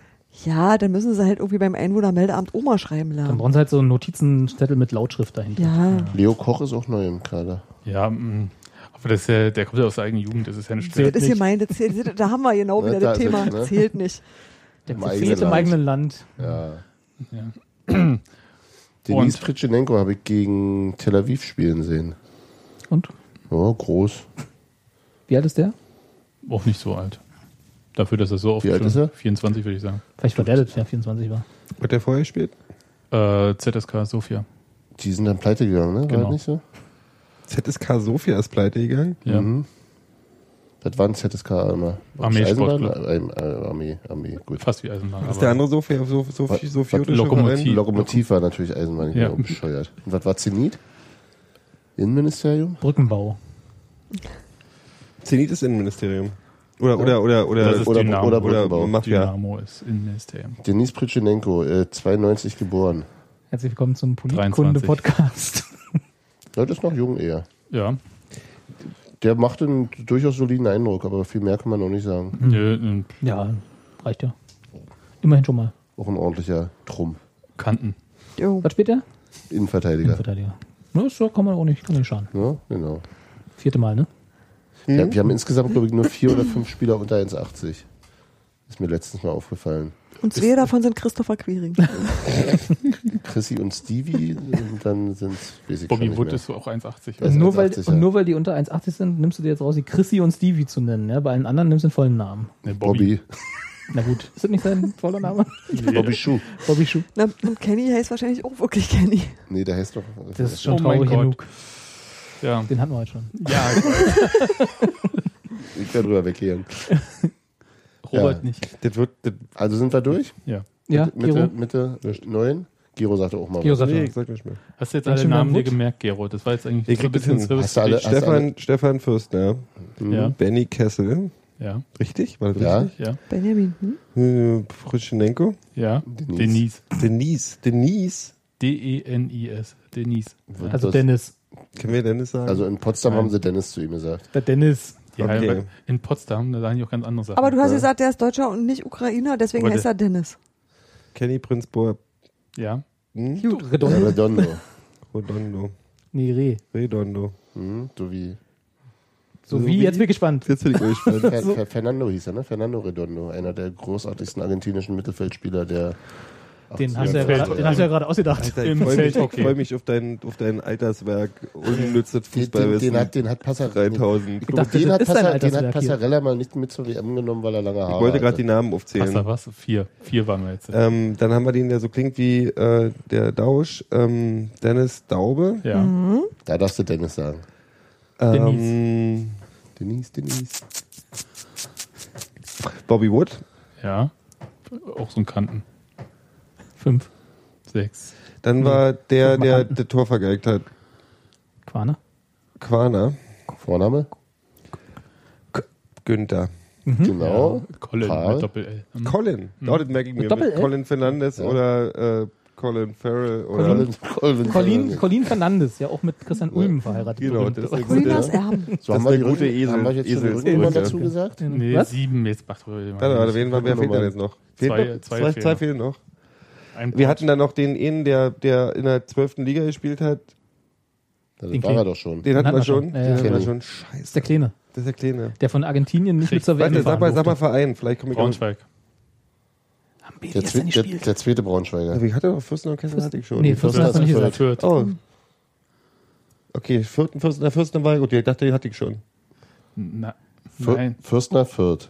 Ja, dann müssen sie halt irgendwie beim Einwohnermeldeamt Oma schreiben Dann lernen. brauchen sie halt so einen Notizenzettel mit Lautschrift dahinter. Ja, Leo Koch ist auch neu im Kader. Ja, mm. aber das ist ja, der kommt ja aus der eigenen Jugend, das ist ja eine Stelle. Zählt das ist hier nicht. meine, das zählt, da haben wir genau Na, wieder da das ist es, Thema. ne? Zählt nicht. Der Im zählt eigenen im Land. eigenen Land. Ja. Ja. Denise Und? Pritschenenko habe ich gegen Tel Aviv spielen sehen. Und? Ja, groß. Wie alt ist der? Auch nicht so alt. Dafür, dass er so oft Wie alt ist er? 24, würde ich sagen. Vielleicht war der, der 24 war. Hat der vorher gespielt? Äh, ZSK Sofia. Die sind dann pleite gegangen, ne? War Genau. das nicht so? ZSK Sofia ist pleite gegangen. Ja. Mhm. Das war ein ZSK immer. Armee Eisenbahn? Sportclub. Ähm, äh, Armee, Armee, gut. Fast wie Eisenbahn. Ist aber- der andere Sofia, Sof- Sof- Was- Sofiotische Lokomotiv. Die Verein? Lokomotiv war natürlich Eisenbahn, ich bin Ja. auch bescheuert. Und was war Zenit? Innenministerium? Brückenbau. Zenit ist Innenministerium. Oder, oder, oder, Das oder, ist Oder, Dynamo. oder oder, Brückenbau. Mafia. Dynamo ist Innenministerium. Denis Pritschenenko, äh, 92 geboren. Herzlich willkommen zum Politkunde-Podcast. Ja, das ist noch jung eher. Ja, Mhm. Der macht einen durchaus soliden Eindruck, aber viel mehr kann man noch nicht sagen. Nö, nö. ja, reicht ja. Immerhin schon mal. Auch ein ordentlicher Trumm. Kanten. Jo. Was spielt der? Innenverteidiger. Innenverteidiger. Na, so kann man auch nicht, kann nicht schaden. Ja, genau. Vierte Mal, ne? Ja, wir haben insgesamt, glaube ich, nur vier oder fünf Spieler unter 1,80. Ist mir letztens mal aufgefallen. Und zwei davon sind Christopher Quiring. Chrissy und Stevie, und dann sind es Bobby Wood ist so auch 1,80. Das ist nur, weil, 1,80, ja. Und nur weil die unter 1,80 sind, nimmst du dir jetzt raus, die Chrissy und Stevie zu nennen. Ja? Bei allen anderen nimmst du den vollen Namen. Nee, Bobby. Na gut, ist das nicht sein voller Name? Nee. Bobby Schuh. Bobby Schuh. Na, und Kenny heißt wahrscheinlich auch wirklich Kenny. Nee, der heißt doch. äh, Das ist schon Oh mein traurig Gott. genug. Ja. Den hatten wir heute schon. ja, ich werde drüber weggehen. Robert Ja. nicht. Das wird, das, Also sind wir durch? Ja. Ja, Mitte, Giro. Mitte äh, neun. Giro sagte auch mal Giro was. sagt nee, nee. ich sag nicht mehr. Hast du jetzt Dann alle schon mal Namen dir Wood? gemerkt, Gero? Das war jetzt eigentlich Ich so ein krieg das bisschen hin. Service. Hast du alle- für dich. Stefan, Stefan Fürstner. Ja. Benny Kessel. Ja, Richtig? War das Ja. richtig? ja, Benjamin. Hm? Äh, Frischenenko. ja. Denise. Denise. E Denise. Denise. D-E-N-I-S. Denise. Ja. Also Das- Dennis. Können wir Dennis sagen? Also in Potsdam haben sie Dennis zu ihm gesagt. Der Dennis. Die okay. Heimat- In Potsdam, da sagen die auch ganz andere Sachen. Aber du hast gesagt, der ist Deutscher und nicht Ukrainer, deswegen Warte. heißt er Dennis. Kenny Prinz Boer. ja. Hm? Du, Ja, Redondo. Äh, Redondo. Redondo. Nee, Reh. Redondo. Hm, so wie So wie, jetzt bin ich gespannt. Jetzt bin ich gespannt. Fer Fer Fernando hieß er, ne? Fernando Redondo, einer der großartigsten argentinischen Mittelfeldspieler, der. Den hast, du ja 80er gerade, Jahre. den hast du ja gerade ausgedacht. Alter, ich Im freue mich, ich Feldhockey. freu mich auf, dein, auf dein Alterswerk. Unnützes Den, den, den Fußballwissen. hat, den hat Passarella. 3000. Ich dachte, Den das hat, ist sein Passarella, den hat Alterswerk hier. Passarella mal nicht mit zur WM genommen, weil er lange Haare Ich wollte gerade hatte. die Namen Was, da aufzählen. was? Vier. Vier waren wir jetzt. Ähm, dann haben wir den, der so klingt wie äh, der Dausch. Ähm, Dennis Daube. ja. Da darfst du Dennis sagen. Ähm, Denise, Denise. Bobby Wood. Ja. Auch so ein Kanten. Fünf. Sechs. Dann war der, der das Tor vergeigt hat. Quaner. Quaner. Vorname? Günther. Mhm. Genau. Ja. Colin Karl. mit Doppel-L. Hm. Colin. Mhm. das merke ich mir. Doppel Mit L? Colin Fernandes oder äh, Colin Farrell oder. Colin, Colin, Colin, Fernandes. Colin Fernandes, ja auch mit Christian Ulm verheiratet. Genau, Berühmt. das ist eine Cool, gute. das Erben. So Das ist haben wir die eine gute Rücken- Esel- Haben wir jetzt schon die Eselsbrücke. Rückennummer dazu gesagt? Nee, Was? sieben jetzt. Macht mal Warte, warte, wen, wer fehlt denn jetzt noch? Fehlt Zwei- noch? zwei fehlen zwei noch. fehlen noch. Ein Wir hatten dann noch den einen, der, der in der 12. Liga gespielt hat. Das Den war er Kling. doch schon. Den hatten wir schon. Ja, Den ja. hatten wir Kenny. schon. Das Scheiße. ist der Kleine, Das ist der Kleine. der von Argentinien nicht mit zur WM Warte, sag mal, fahren sag mal durfte. Verein. Vielleicht komme ich auch. Braunschweig. Haben wir Der, die erst zwe nicht der, gespielt? der zweite Braunschweiger. Also Ich hatte doch Fürsten und Kessel hatte ich schon. Nee, Fürsten hast du noch nicht gesagt. Fürth. Oh. Okay, Fürsten, Fürsten, der Fürsten war gut. Ich dachte, den hatte ich schon. Na, Für- nein. Fürstner Fürth.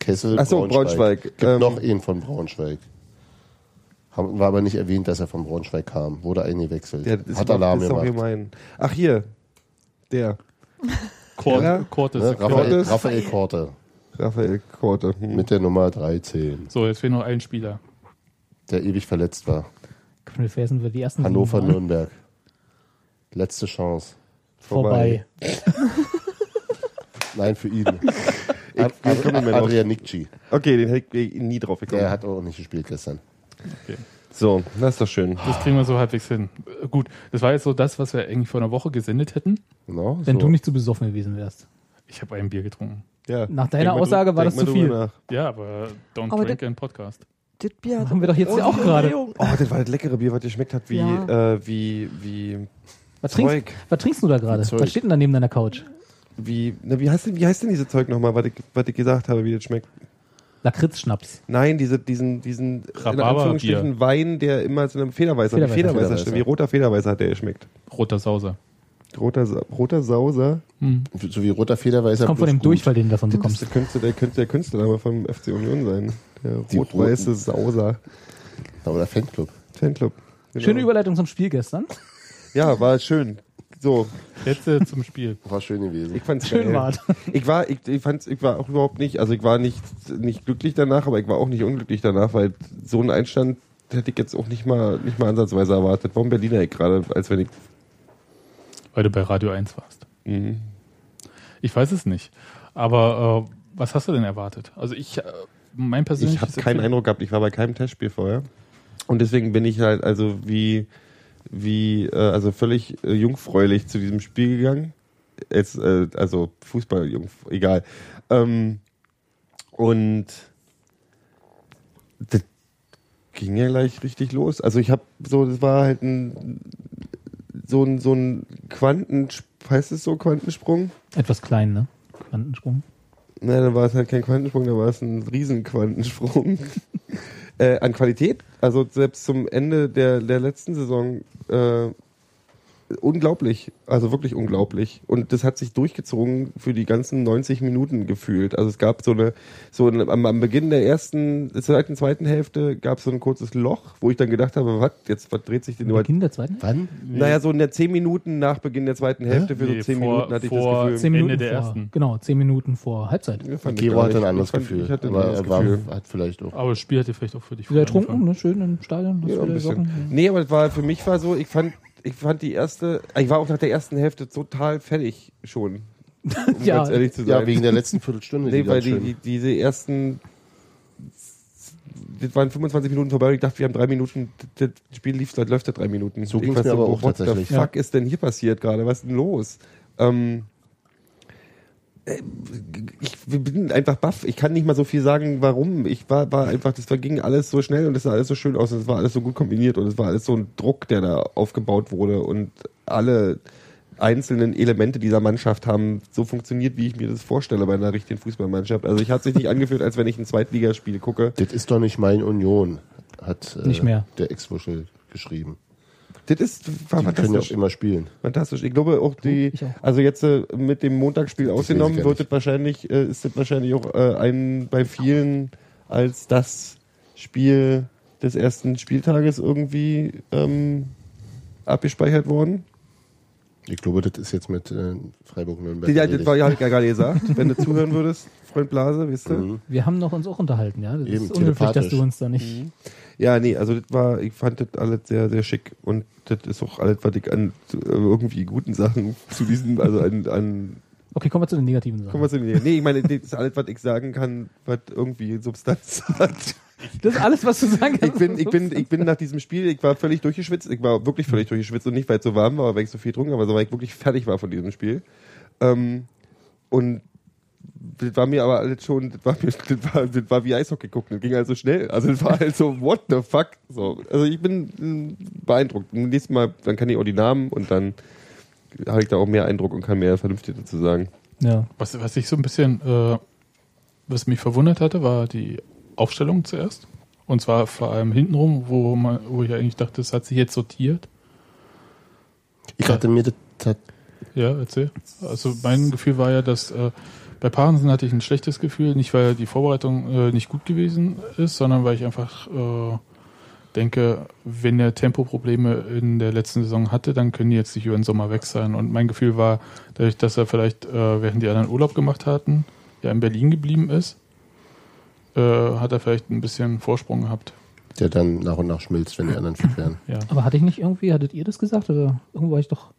Kessel, Ach so, Braunschweig. Gibt Ähm, noch einen von Braunschweig. Haben- War aber nicht erwähnt, dass er von Braunschweig kam. Wurde eingewechselt. Ja, das ist Hat doch- Alarm das ist doch gemacht. gemein. Ach, hier. Der. Kort, Ja. Kort ist Ne? der Raphael, Cortes. Raphael Korte Raphael Korte. Hm. mit der Nummer 13, So, jetzt fehlt noch ein Spieler. der ewig verletzt war. Knüllfelsen wird die Mhm. ersten Hannover, sieben Mal Nürnberg. Letzte Chance. vorbei. Nein, für ihn. Ad Ich- ich komme mir noch. Adrian Nikci. Okay, den hätte ich nie drauf gekommen. Der hat auch nicht gespielt gestern. so, das ist doch schön. Das kriegen wir so halbwegs hin. Äh, Gut, das war jetzt so das, was wir eigentlich vor einer Woche gesendet hätten. No, Wenn ne? so. du nicht zu besoffen gewesen wärst. Ich habe ein Bier getrunken. Ja. Nach deiner mal Aussage drü- war denk das mal zu drüber viel. nach. Ja, aber don't Aber drink in Podcast. Das Bier hat Machen wir doch jetzt ja auch gerade. Jung. Oh, das war das leckere Bier, was geschmeckt hat wie, Ja. äh, wie, wie, Was Zeug. trinkst, was trinkst du da gerade? Zeug. Was steht denn da neben deiner Couch? wie, na, wie heißt denn, wie heißt denn dieses Zeug nochmal, was ich, was ich gesagt habe, wie das schmeckt? Lakritz-Schnaps. Nein, diese, diesen, diesen, in Rhabarberbier. Anführungsstrichen Wein, der immer zu einem Federweißer, wie Federweißer. Federweißer, Federweißer. wie roter Federweißer hat der geschmeckt. Roter Sauser. Hm. Roter, Sa- roter Sauser. So wie roter Federweißer. Kommt von bloß dem gut. Durchfall, den du davon bekommst. Das könnte der, könnte der Künstlername vom FC Union sein. Der Die rot-weiße Sauser. Oder Fanclub. Fanclub. Genau. Schöne Überleitung zum Spiel gestern. Ja, war schön. So, Jetzt äh, zum Spiel. War schön gewesen. ich fand's Schön geil. war's. Ich war, ich, ich fand's, ich war auch überhaupt nicht, also ich war nicht, nicht glücklich danach, aber ich war auch nicht unglücklich danach, weil so einen Einstand hätte ich jetzt auch nicht mal, nicht mal ansatzweise erwartet. Warum Berliner ich gerade, als wenn ich, Weil du bei Radio 1 warst. Mhm. Ich weiß es nicht. Aber äh, was hast du denn erwartet? Also ich, äh, mein ich persönliches... habe keinen Empfinden- Eindruck gehabt, ich war bei keinem Testspiel vorher. Und deswegen bin ich halt, also wie, wie, äh, also völlig äh, jungfräulich zu diesem Spiel gegangen. Es, äh, also Fußball, jungf- egal. Ähm, und das ging ja gleich richtig los. Also ich habe so, das war halt ein so ein so ein Quanten, heißt es so Quantensprung? Etwas klein, ne? Quantensprung. Nein, dann war es halt kein Quantensprung, da war es ein Riesenquantensprung. äh, an Qualität, also selbst zum Ende der, der letzten Saison äh, unglaublich, also wirklich unglaublich. Und das hat sich durchgezogen für die ganzen 90 Minuten gefühlt. Also es gab so eine, so eine, am, am Beginn der ersten, der zweiten, zweiten Hälfte gab es so ein kurzes Loch, wo ich dann gedacht habe, was, jetzt was dreht sich denn überhaupt? Beginn der zweiten? Wann? Naja, so in der 10 Minuten nach Beginn der zweiten Hälfte, für Nee, so 10 vor- Minuten hatte ich vor- das Gefühl. Zehn Minuten Ende der vor, ersten. Genau, zehn Minuten vor Halbzeit. Ja, fand ich Gero gar hatte halt ein nicht. anderes Ich fand- Gefühl. Ich hatte ein aber anderes er war, Gefühl. hat vielleicht auch. Aber das Spiel hätte vielleicht auch für dich Wieder vorher getrunken, angefangen. ne? schön im Stadion. Hast Ja, ein wieder bisschen. Socken. Nee, aber es war für mich war so, ich fand, ich fand die erste, ich war auch nach der ersten Hälfte total fertig schon. Um Ja. ganz ehrlich zu sein. Ja, wegen der letzten Viertelstunde. Nee, die weil ganz die, schön- die, diese ersten. Das waren 25 Minuten vorbei und ich dachte, wir haben drei Minuten. Das Spiel lief, das läuft ja drei Minuten. So Ich ging's war mir aber auch what tatsächlich. the fuck ist denn hier passiert gerade? Was ist denn los? Ähm, äh, ich bin einfach baff. Ich kann nicht mal so viel sagen, warum. Ich war, war einfach, das ging alles so schnell und es sah alles so schön aus und es war alles so gut kombiniert und es war alles so ein Druck, der da aufgebaut wurde und alle einzelnen Elemente dieser Mannschaft haben so funktioniert, wie ich mir das vorstelle bei einer richtigen Fußballmannschaft. Also ich hat sich nicht angefühlt, als wenn ich ein Zweitligaspiel gucke. Das ist doch nicht mein Union, hat äh, Nicht mehr. der Ex-Wuschel geschrieben. Das ist war Die können ja auch fantastisch. immer spielen. Fantastisch. Ich glaube auch die, ich auch. also jetzt äh, mit dem Montagsspiel weiß ich ausgenommen, ja wird nicht. es wahrscheinlich, äh, ist das wahrscheinlich auch äh, ein bei vielen als das Spiel des ersten Spieltages irgendwie ähm, abgespeichert worden. Ich glaube, das ist jetzt mit äh, Freiburg-Nürnberg. Ja, das erledigt. war ja gar nicht gesagt, wenn du zuhören würdest, Freund Blase, weißt du? Mhm. Wir haben noch uns auch unterhalten, ja. Das Eben, ist unhöflich, dass telepathisch. du uns da nicht. Mhm. Ja, nee, also das war, ich fand das alles sehr, sehr schick und das ist auch alles, was ich an äh, irgendwie guten Sachen zu diesem, also an, an Okay, kommen wir zu den negativen Sachen. Kommen wir zu mir. Nee, ich meine, das ist alles, was ich sagen kann, was irgendwie Substanz hat. Das ist alles, was du sagen Ich kannst. bin, ich bin, ich bin nach diesem Spiel, ich war völlig durchgeschwitzt. Ich war wirklich völlig durchgeschwitzt und nicht, weil es so warm war, weil ich so viel getrunken habe, sondern weil ich wirklich fertig war von diesem Spiel. Ähm, und das war mir aber alles schon, das war, mir, das war, das war wie Eishockey gucken. Das ging halt so schnell. Also das war halt so, what the fuck? So, also ich bin mm, beeindruckt. Nächstes Mal, dann kann ich auch die Namen und dann habe ich da auch mehr Eindruck und kann mehr vernünftig dazu sagen. Ja. Was, was ich so ein bisschen, äh, was mich verwundert hatte, war die Aufstellung zuerst. Und zwar vor allem hintenrum, wo, man, wo ich eigentlich dachte, das hat sich jetzt sortiert. Ich dachte mir, das hat Ja, erzähl. Also mein Gefühl war ja, dass äh, bei Parensen hatte ich ein schlechtes Gefühl, nicht weil die Vorbereitung äh, nicht gut gewesen ist, sondern weil ich einfach äh, denke, wenn er Tempoprobleme in der letzten Saison hatte, dann können die jetzt nicht über den Sommer weg sein. Und mein Gefühl war, dadurch, dass er vielleicht, äh, während die anderen Urlaub gemacht hatten, ja in Berlin geblieben ist, äh, hat er vielleicht ein bisschen Vorsprung gehabt. der dann nach und nach schmilzt, wenn die anderen fit werden. Ja. Aber hatte ich nicht irgendwie, hattet ihr das gesagt? Oder irgendwo habe ich doch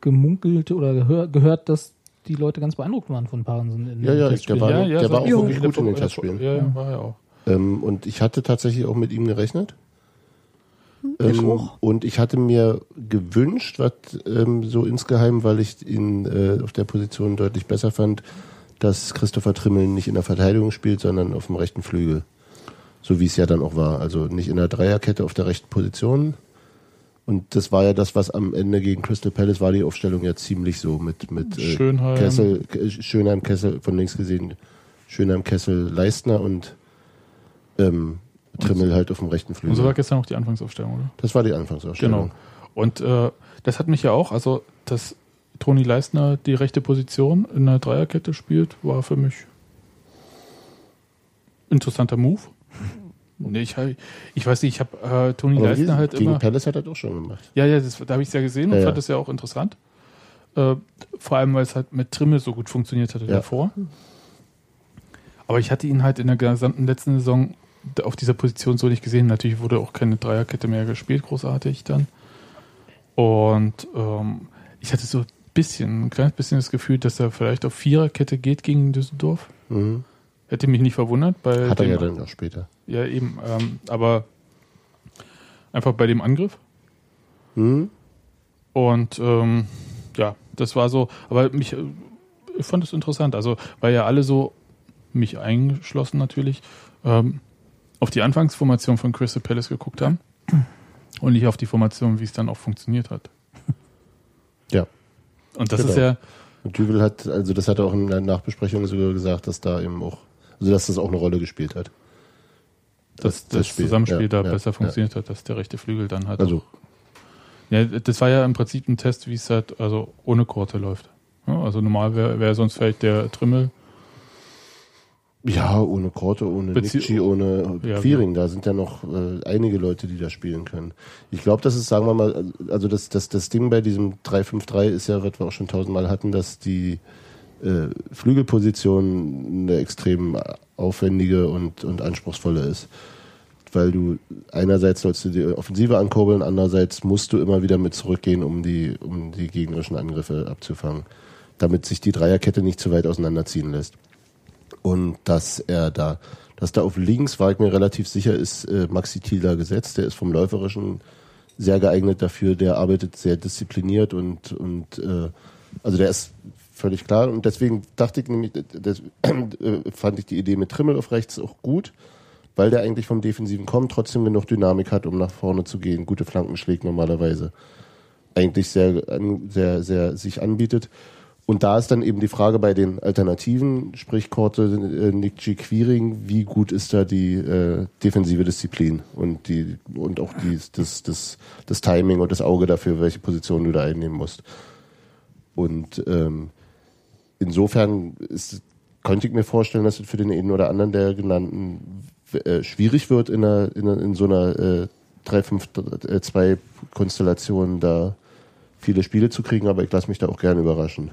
gemunkelt oder gehör, gehört, dass die Leute ganz beeindruckt waren von Parensen in Ja, ja, dem ich- Testspiel. der war- Ja, der so- war auch ja, wirklich gut in den der- Testspielen. Ja, ja, war er auch. Ähm, und ich hatte tatsächlich auch mit ihm gerechnet. ich Ähm, auch. und ich hatte mir gewünscht, was ähm, so insgeheim, weil ich ihn äh, auf der Position deutlich besser fand, dass Christopher Trimmel nicht in der Verteidigung spielt, sondern auf dem rechten Flügel. So wie es ja dann auch war. Also nicht in der Dreierkette auf der rechten Position. Und das war ja das, was am Ende gegen Crystal Palace war, die Aufstellung ja ziemlich so mit, mit äh, Schönheim. Kessel, K- Schönheim, Kessel, von links gesehen, Schönheim, Kessel, Leistner und ähm, Trimmel halt auf dem rechten Flügel. Und so war gestern auch die Anfangsaufstellung, oder? Das war die Anfangsausstellung. Genau. Und äh, das hat mich ja auch, also dass Toni Leistner die rechte Position in der Dreierkette spielt, war für mich interessanter Move. Nee, ich, hab- ich weiß nicht, ich habe äh, Toni Aber Leistner wie- halt gegen immer. Palace hat er doch schon gemacht. Ja, ja, das, da habe ich es ja gesehen und Ja, ja. fand es ja auch interessant. Äh, vor allem, weil es halt mit Trimmel so gut funktioniert hatte Ja. davor. Aber ich hatte ihn halt in der gesamten letzten Saison d- auf dieser Position so nicht gesehen. Natürlich wurde auch keine Dreierkette mehr gespielt, großartig dann. Und ähm, ich hatte so ein bisschen, ein kleines bisschen das Gefühl, dass er vielleicht auf Viererkette geht gegen Düsseldorf. Mhm. Hätte mich nicht verwundert. Bei Hat er dem- ja dann auch später. Ja, eben. Ähm, aber einfach bei dem Angriff. Mhm. Und ähm, ja, das war so, aber mich, äh, ich fand es interessant, also weil ja alle so, mich eingeschlossen natürlich, ähm, auf die Anfangsformation von Crystal Palace geguckt haben und nicht auf die Formation, wie es dann auch funktioniert hat. Ja. Und das Genau. ist ja, Und Düvel hat, also das hat er auch in der Nachbesprechung sogar gesagt, dass da eben auch, also dass das auch eine Rolle gespielt hat. dass das, Spiel. Zusammenspiel Ja, da ja, besser ja. funktioniert hat, dass der rechte Flügel dann hat. Also, Ja, das war ja im Prinzip ein Test, wie es halt also ohne Korte läuft. Ja, also normal wäre wär sonst vielleicht der Trimmel. ja, ohne Korte, ohne Bezie- Nikci, ohne Ja, Quiring, da sind ja noch äh, einige Leute, die da spielen können. Ich glaube, das ist, sagen wir mal, also das, das, das Ding bei diesem 3-5-3 ist ja, was wir auch schon tausendmal hatten, dass die äh, Flügelposition eine extrem aufwendige und, und anspruchsvolle ist. Weil du einerseits sollst du die Offensive ankurbeln, andererseits musst du immer wieder mit zurückgehen, um die, um die gegnerischen Angriffe abzufangen, damit sich die Dreierkette nicht zu weit auseinanderziehen lässt. Und dass er da, dass da auf links, war ich mir relativ sicher, ist äh, Maxi Thiel da gesetzt. Der ist vom Läuferischen sehr geeignet dafür. Der arbeitet sehr diszipliniert und, und äh, also der ist völlig klar. Und deswegen dachte ich nämlich, das, äh, fand ich die Idee mit Trimmel auf rechts auch gut, weil der eigentlich vom Defensiven kommt, trotzdem genug Dynamik hat, um nach vorne zu gehen. Gute Flanken schlägt normalerweise. Eigentlich sehr, an- sehr, sehr sich anbietet. Und da ist dann eben die Frage bei den Alternativen, sprich Korte, äh, Nick G. Quiring, wie gut ist da die äh, defensive Disziplin und die und auch die, das, das, das Timing und das Auge dafür, welche Position du da einnehmen musst. Und ähm, insofern ist, könnte ich mir vorstellen, dass es für den einen oder anderen der genannten äh, schwierig wird, in, einer, in, einer, in so einer äh, 3-5-2-Konstellation da viele Spiele zu kriegen, aber ich lasse mich da auch gerne überraschen.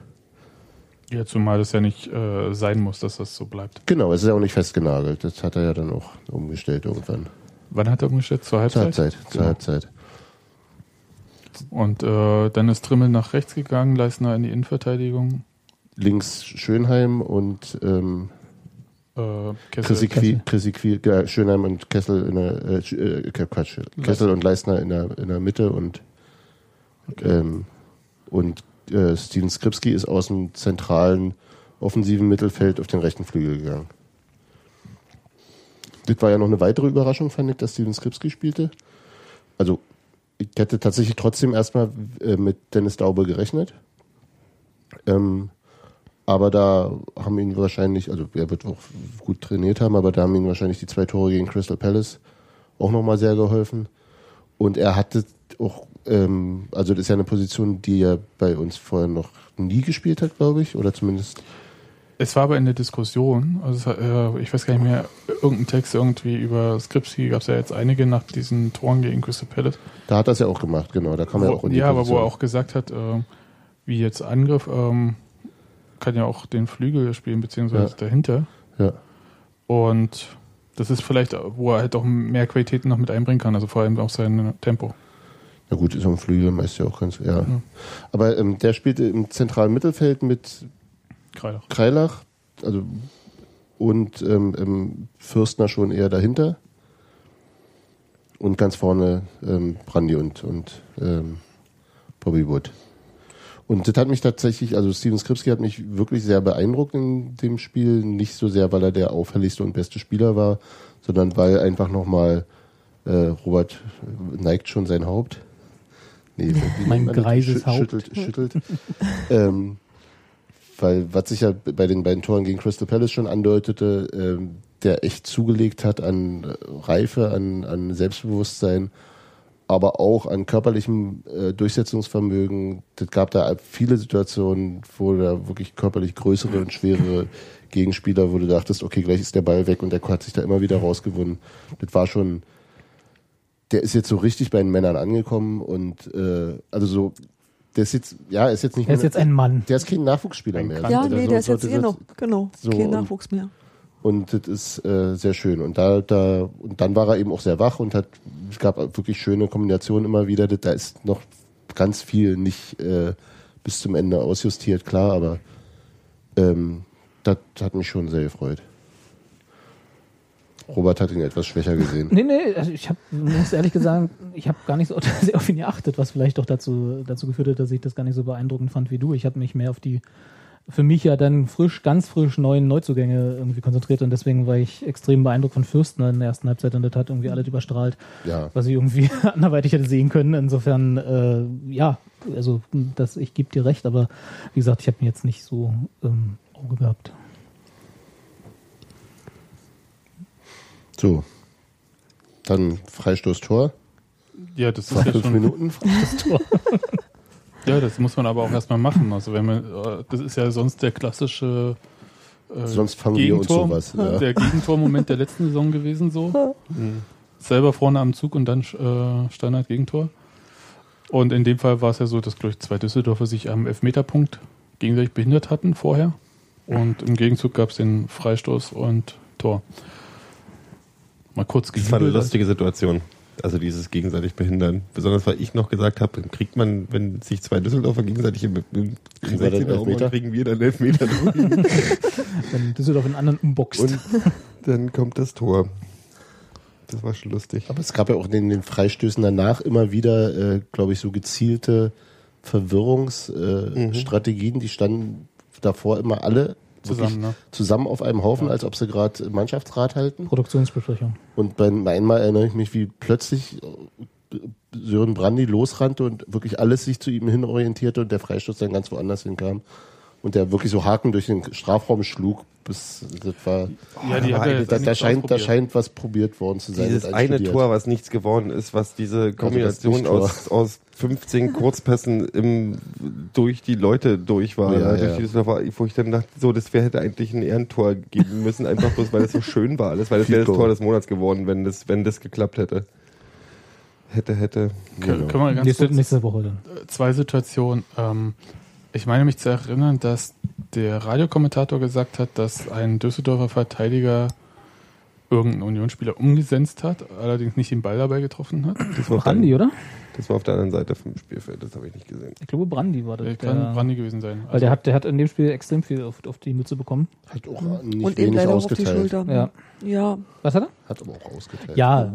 Ja, zumal das ja nicht äh, sein muss, dass das so bleibt. Genau, es ist ja auch nicht festgenagelt. Das hat er ja dann auch umgestellt irgendwann. Wann hat er umgestellt? Zur Halbzeit? Zur Halbzeit, zur Genau. Halbzeit. Und äh, dann ist Trimmel nach rechts gegangen, Leisner in die Innenverteidigung. Links Schönheim und ähm, Äh, Kessel, Chrissy Qui, Chrissy Qui, ja, Schönheim und Kessel in der äh, Sch- äh, Quatsch, Kessel und Leistner in der, in der Mitte und ähm, und äh, Steven Skripski ist aus dem zentralen offensiven Mittelfeld auf den rechten Flügel gegangen. Das war ja noch eine weitere Überraschung, fand ich, dass Steven Skripski spielte. Also ich hätte tatsächlich trotzdem erstmal äh, mit Dennis Daube gerechnet. Ähm, aber da haben ihn wahrscheinlich, also er wird auch gut trainiert haben, aber da haben ihn wahrscheinlich die zwei Tore gegen Crystal Palace auch nochmal sehr geholfen. Und er hatte auch, ähm, also das ist ja eine Position, die er bei uns vorher noch nie gespielt hat, glaube ich, oder zumindest. Es war aber in der Diskussion, also es, hat, äh, ich weiß gar nicht mehr, irgendein Text irgendwie über Skripsi, gab es ja jetzt einige nach diesen Toren gegen Crystal Palace. Da hat er es ja auch gemacht, genau. Da kam er Wo, auch in die ja, aber wo Position. er auch gesagt hat, äh, wie jetzt Angriff, ähm, kann ja auch den Flügel spielen, beziehungsweise Ja. dahinter. Ja. Und das ist vielleicht, wo er halt auch mehr Qualitäten noch mit einbringen kann, also vor allem auch sein Tempo. Na gut, ist am Flügel meist ja auch ganz, ja. Mhm. Aber ähm, der spielte im zentralen Mittelfeld mit Kreilach. Kreilach, also und ähm, ähm, Fürstner schon eher dahinter. Und ganz vorne ähm, Brandy und, und ähm, Bobby Wood. Und das hat mich tatsächlich, also Steven Skripski hat mich wirklich sehr beeindruckt in dem Spiel. Nicht so sehr, weil er der auffälligste und beste Spieler war, sondern weil einfach nochmal äh, Robert äh, neigt schon sein Haupt. Nee, wie Mein nennt man das? greises Schü- Haupt. Schüttelt, schüttelt. ähm, weil, was sich ja bei den beiden Toren gegen Crystal Palace schon andeutete, ähm, der echt zugelegt hat an äh, Reife, an, an Selbstbewusstsein, aber auch an körperlichem äh, Durchsetzungsvermögen. Das gab da viele Situationen, wo da wirklich körperlich größere und schwerere Gegenspieler, wo du dachtest, okay, gleich ist der Ball weg und der hat sich da immer wieder rausgewonnen. Das war schon, der ist jetzt so richtig bei den Männern angekommen und äh, also so, der ist jetzt, ja, ist jetzt nicht Er ist mehr- jetzt ein Mann. der ist kein Nachwuchsspieler Ein mehr. Krank- Ja, Also nee, so- der ist jetzt sollte eh das- noch, genau, so kein und- Nachwuchs mehr. Und das ist äh, sehr schön. Und da, da, und dann war er eben auch sehr wach und hat, es gab wirklich schöne Kombinationen immer wieder. Das- Da ist noch ganz viel nicht äh, bis zum Ende ausjustiert, klar, aber ähm, das hat mich schon sehr gefreut. Robert hat ihn etwas schwächer gesehen. Nee, nee, also ich habe, muss ehrlich gesagt, ich habe gar nicht so sehr auf ihn geachtet, was vielleicht doch dazu, dazu geführt hat, dass ich das gar nicht so beeindruckend fand wie du. Ich habe mich mehr auf die für mich ja dann frisch, ganz frisch neuen Neuzugänge irgendwie konzentriert und deswegen war ich extrem beeindruckt von Fürsten in der ersten Halbzeit und das hat irgendwie alles überstrahlt, Ja. was ich irgendwie anderweitig hätte sehen können. Insofern, äh, ja, also das, ich gebe dir recht, aber wie gesagt, ich habe mir jetzt nicht so ähm, Auge gehabt. So. Dann Freistoß-Tor. Ja, das ist Nach ja fünf schon. Minuten. Ja, das muss man aber auch erstmal machen. Also wenn man, äh, das ist ja sonst der klassische äh, Sonst fangen wir uns Gegentor- sowas, ja. Der Gegentormoment der letzten Saison gewesen so. Selber vorne am Zug und dann äh, Standard-Gegentor. Und in dem Fall war es ja so, dass glaube ich zwei Düsseldorfer sich am Elfmeterpunkt gegenseitig behindert hatten vorher. Und im Gegenzug gab es den Freistoß und Tor. Mal kurz Das war eine gejubelt. lustige Situation. Also dieses gegenseitig behindern. Besonders weil ich noch gesagt habe, kriegt man, wenn sich zwei Düsseldorfer gegenseitig im, im Kriegen wir dann 16er rumhauen, Elfmeter? kriegen wir dann Elfmeter. Wenn Düsseldorf einen anderen umboxt. Und dann kommt das Tor. Das war schon lustig. Aber es gab ja auch in den Freistößen danach immer wieder, äh, glaube ich, so gezielte Verwirrungsstrategien. Äh, Strategien. Die standen davor immer Mhm. alle Zusammen, wirklich ne? zusammen auf einem Haufen, als ob sie gerade Mannschaftsrat halten. Produktionsbesprechung. Und beim einmal erinnere ich mich, wie plötzlich äh, Sören Brandy losrannte und wirklich alles sich zu ihm hin orientierte und der Freistoß dann ganz woanders hinkam. Und der wirklich so Haken durch den Strafraum schlug, bis das war. ja, die hat ja jetzt Da, da, nichts scheint, da ausprobiert. scheint was probiert worden zu sein. Dieses und eine einstudiert. Tor, was nichts geworden ist, was Also diese Kombination Nicht-Tor. aus, aus 15 Kurzpässen im, durch die Leute durch war, Ja, ne? ja. durch die Düsseldorfer, wo ich dann dachte, so, das wäre hätte eigentlich ein Ehrentor geben müssen, einfach bloß, weil es so schön war alles, weil das wäre das Fico. Tor des Monats geworden, wenn das, wenn das geklappt hätte. Hätte, hätte. Genau. Können, können wir ganz Nächste, kurz nächste Woche dann. zwei Situationen. Ähm, ich meine mich zu erinnern, dass der Radiokommentator gesagt hat, dass ein Düsseldorfer Verteidiger irgendeinen Unionsspieler umgesetzt hat, allerdings nicht den Ball dabei getroffen hat. Das war, auf der, Brandi, oder? das war auf der anderen Seite vom Spielfeld, das habe ich nicht gesehen. Ich glaube, Brandi war das. Der kann Brandi gewesen sein. Also Weil der hat, der hat in dem Spiel extrem viel auf, auf die Mütze bekommen. Hat auch nicht Mhm. und eben wenig leider auch auf die ausgeteilt. Mhm. Schulter. Ja. ja Was hat er? Hat aber auch ausgeteilt. Ja.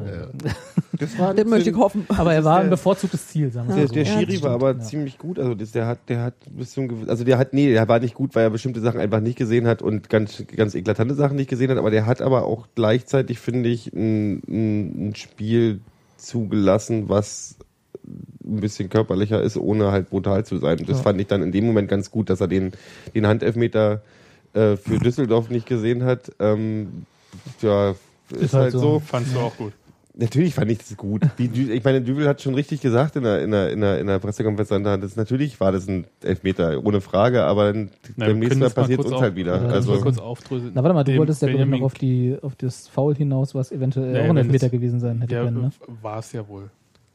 Das war das möchte ich hoffen. Aber er ist war ein der- bevorzugtes Ziel, sagen wir Der, mal so. der Schiri Ja, war aber stimmt, ja. ziemlich gut. Also das, der hat, der hat bis zum gew- also der hat, nee, der war nicht gut, weil er bestimmte Sachen einfach nicht gesehen hat und ganz, ganz eklatante Sachen nicht gesehen hat. Aber der hat aber auch gleichzeitig, finde ich, ein, ein, ein Spiel zugelassen, was ein bisschen körperlicher ist, ohne halt brutal zu sein. Und das Ja. fand ich dann in dem Moment ganz gut, dass er den, den Handelfmeter äh, für Düsseldorf nicht gesehen hat. Ähm, ja, ist, halt halt so. so. Fandst du auch gut. Natürlich fand ich das gut. Die, Dü- ich meine, Dübel hat schon richtig gesagt in der, in der, in der, in der Pressekonferenz. an der Hand. Das, natürlich war das ein Elfmeter, ohne Frage, aber dann, beim Na, wir können nächsten Mal das mal passiert kurz uns auf- halt wieder. können das mal Also, kurz aufdröseln. Na warte mal, du Dem wolltest ja glaube ich, noch Benjamin- auf, die, auf das Foul hinaus, was eventuell Naja, auch ein wenn Elfmeter das- gewesen sein hätte Ja, können. Ne? war es ja wohl.